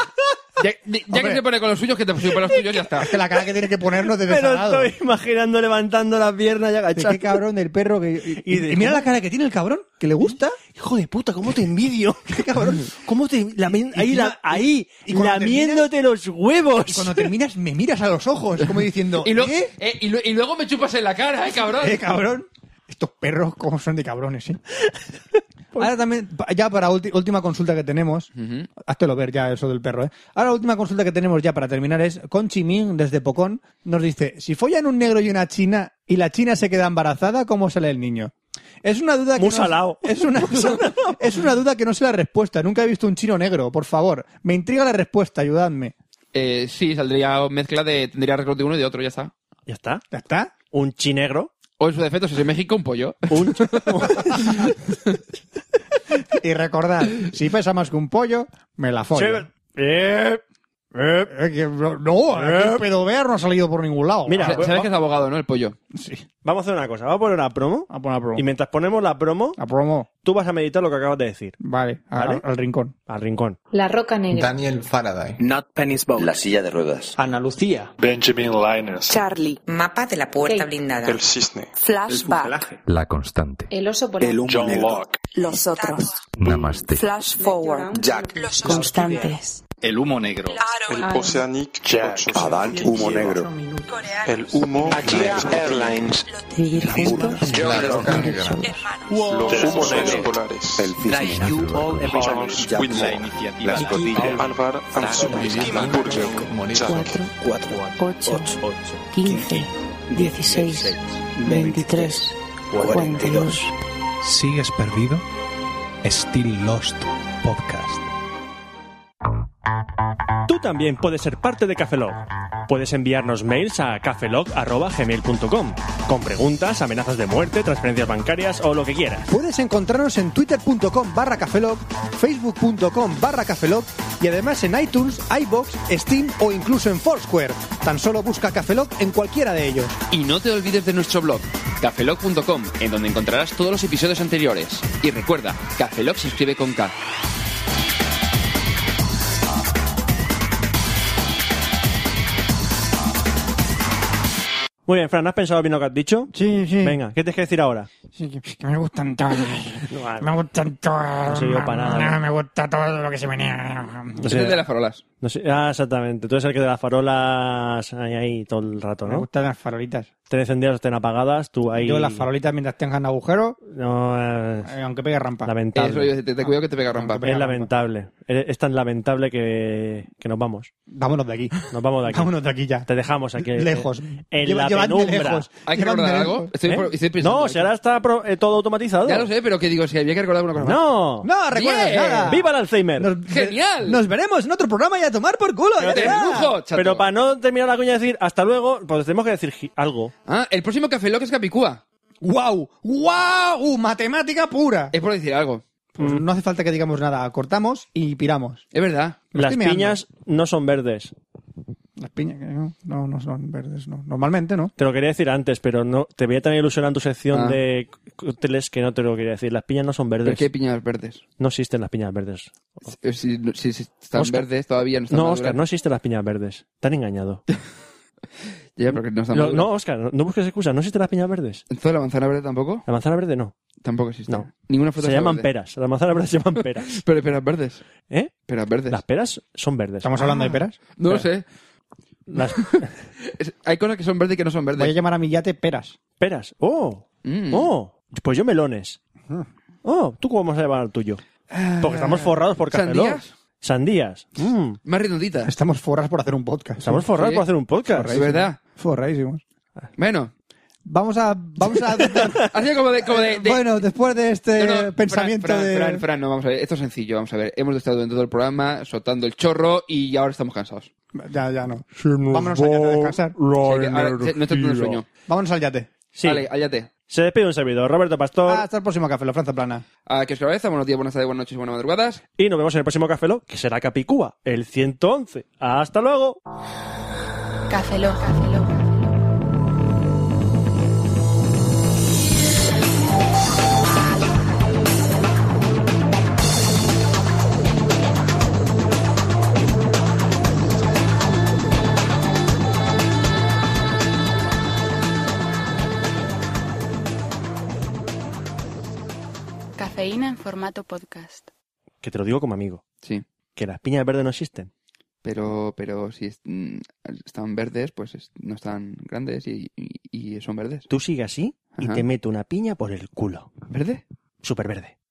Ya, ya que Hombre. se pone con los suyos, que te supe los tuyos, ya *laughs* está. Es que la cara que tiene que ponernos de Pero desalado. estoy imaginando levantando la pierna y De qué agachando. cabrón del perro que... y- Y Y, de- y mira la cara que tiene el cabrón, que le gusta. Hijo de puta, ¿cómo *laughs* te envidio? Qué cabrón. ¿Cómo te... lamen- ahí, la- ahí, y cuando lamiéndote los huevos. Y cuando terminas, me miras a los ojos, como *laughs* diciendo, Y, lo- ¿eh? eh, y, lo- y luego me chupas en la cara, eh, cabrón. ¿Eh, cabrón? Estos perros, como son de cabrones, *laughs* ¿eh? Pues Ahora también, pa- ya para ulti- última consulta que tenemos, háztelo ver ya eso del perro, ¿eh? Ahora la última consulta que tenemos ya para terminar es, Conchi Ming, desde Pocón, nos dice, si follan un negro y una china, y la china se queda embarazada, ¿cómo sale el niño? Es una duda que... *laughs* Muy no- salao. *laughs* es, una duda, es una duda que no sé la respuesta. Nunca he visto un chino negro, por favor. Me intriga la respuesta, ayudadme. Eh, sí, saldría mezcla de. Tendría récord de uno y de otro, ya está. Ya está. ¿Ya está? Un chinegro. O en su defecto, si es en México, un *laughs* pollo. *laughs* Un... Y recordad, si pesa más que un pollo, me la follo. Eh, eh. Eh, que no, no, aquí el pedobear no ha salido por ningún lado. Mira, Sa- pues, Sabes va- que es abogado, ¿no? El pollo. vamos a hacer una cosa. Vamos a poner una promo. a poner a promo. Y mientras ponemos la promo, A promo. tú vas a meditar lo que acabas de decir. Vale, a- ¿Vale? al rincón. Al rincón. La Roca Negra. Daniel Faraday. La silla de ruedas. Ana Lucía. Benjamin Linus. Charlie, mapa de la puerta El- blindada, El cisne. flashback, La constante. El oso polar. John Locke. los otros, Namaste. flash forward, Jack. constantes, El humo negro. El Oceanic Jack. Adán, humo negro. El humo Airlines. Los humos negros polares. El Charles Whitmore. iniciativa. Álvar Anzum. Burger. Jack. 8, 15, 16, 23, 42. ¿Sigues perdido? Still Lost Podcast. Tú también puedes ser parte de Cafelog. Puedes enviarnos mails a cafelog.gmail.com con preguntas, amenazas de muerte, transferencias bancarias o lo que quieras. Puedes encontrarnos en twitter.com barra cafelog, facebook.com barra cafelog y además en iTunes, iBox, Steam o incluso en Foursquare. Tan solo busca cafelog en cualquiera de ellos. Y no te olvides de nuestro blog, cafeloc.com, en donde encontrarás todos los episodios anteriores. Y recuerda, Cafeloc se escribe con K. Muy bien, Fran, ¿has pensado bien lo que has dicho? Sí, sí. Venga, ¿qué tienes que decir ahora? Sí, que- que me gustan todas. No, Me gustan todas. No sirvió para nada. No, Me gusta todo lo que se venía. No Ese es de sé, las farolas. no sé- ah, exactamente. Tú eres el que de las farolas ahí, ahí todo el rato, Me ¿no? gustan las farolitas. Estén encendidas, estén apagadas, tú ahí... Yo las farolitas mientras tengan agujeros, No, eh, eh, aunque pegue rampa. lamentable. Eso, yo, te, te cuido que te pega rampa. Es lamentable. Es es tan lamentable que, que nos vamos. Vámonos de aquí. Nos vamos de aquí. Vámonos de aquí ya. Te dejamos aquí. Lejos. eh, En Lleva- la llevadme penumbra. ¿Hay que Llevadme recordar lejos. algo? Estoy, ¿Eh? por- estoy pensando no, aquí. si ahora está pro- eh, todo automatizado. Ya lo sé, pero que digo, si había que recordar alguna cosa más. No. No recuerdas Bien. nada. ¡Viva el Alzheimer! Nos- ¡Genial! Nos veremos en otro programa y a tomar por culo. Pero ya te está. lujo, chato. Pero para no terminar la cuña y decir hasta luego, pues tenemos que decir gi- algo. Ah, el próximo Cafeloc es Capicúa. ¡Guau! ¡Guau! uh, Matemática pura. Es por decir algo. Pues no hace falta que digamos nada. Cortamos y piramos. Es verdad. Me Las estoy meando. piñas no son verdes. Las piñas, que no, no, no son verdes, no. Normalmente, ¿no? Te lo quería decir antes, pero no te veía también ilusionar tu sección Ah. de cócteles que no te lo quería decir. Las piñas no son ¿Por verdes. qué hay piñas verdes? No existen las piñas verdes. Si, si- si están Oscar. verdes todavía no están No, maduras. Oscar, no existen las piñas verdes. Te han engañado. Ya, porque no están Lo- maduras. no, Oscar, no- no busques excusas. No existen las piñas verdes. ¿Entonces la manzana verde tampoco? La manzana verde no. Tampoco existe. No. Ninguna fruta Se está llaman verde. peras. Las manzanas verdes se llaman *laughs* peras. Pero hay peras verdes. ¿Eh? Peras verdes. Las peras son verdes. Estamos hablando de peras. No lo sé. *laughs* Las Es- hay cosas que son verdes y que no son Voy a verdes. llamar a mi yate peras. peras. ¡Oh! Mm. Ah. ¡Oh! Pues yo melones. ¡Oh! ¿Tú cómo vas a llamar al tuyo? Porque estamos forrados por café. Lock. ¿Sandías? Sandías. Mm. Más redonditas. Estamos forras por hacer un podcast. ¿eh? Estamos forrados Sí. por hacer un podcast. Es verdad. forradísimos. Bueno, Vamos a... Vamos a *laughs* hacía como de... *laughs* Como de, de- bueno, después de este No, no, Fran, pensamiento Fran, de... Fran, Fran, no, vamos a ver. Esto es sencillo, vamos a ver. Hemos estado durante todo el programa soltando el chorro y ahora estamos cansados. Ya, ya no. Vámonos al yate a descansar. O sea que ahora se- no está teniendo sueño. Vámonos al yate. Sí. Vale, hállate. Se despide un servidor, Roberto Pastor. Ah. Hasta el próximo café, la Franza Plana. A que os cabeza, buenos días, buenas tardes, buenas noches, buenas madrugadas. Y nos vemos en el próximo Café Lock, que será Capicúa, el 111. ¡Hasta luego! Café Lock. Café Lock. Cafeína en formato podcast. Que te lo digo como amigo, Sí, que las piñas verdes no existen. pero, pero si es- mm, están verdes, pues es- no están grandes y, y- y son verdes. Tú sigue así y Ajá. te meto una piña por el culo. ¿Verde? Súper verde.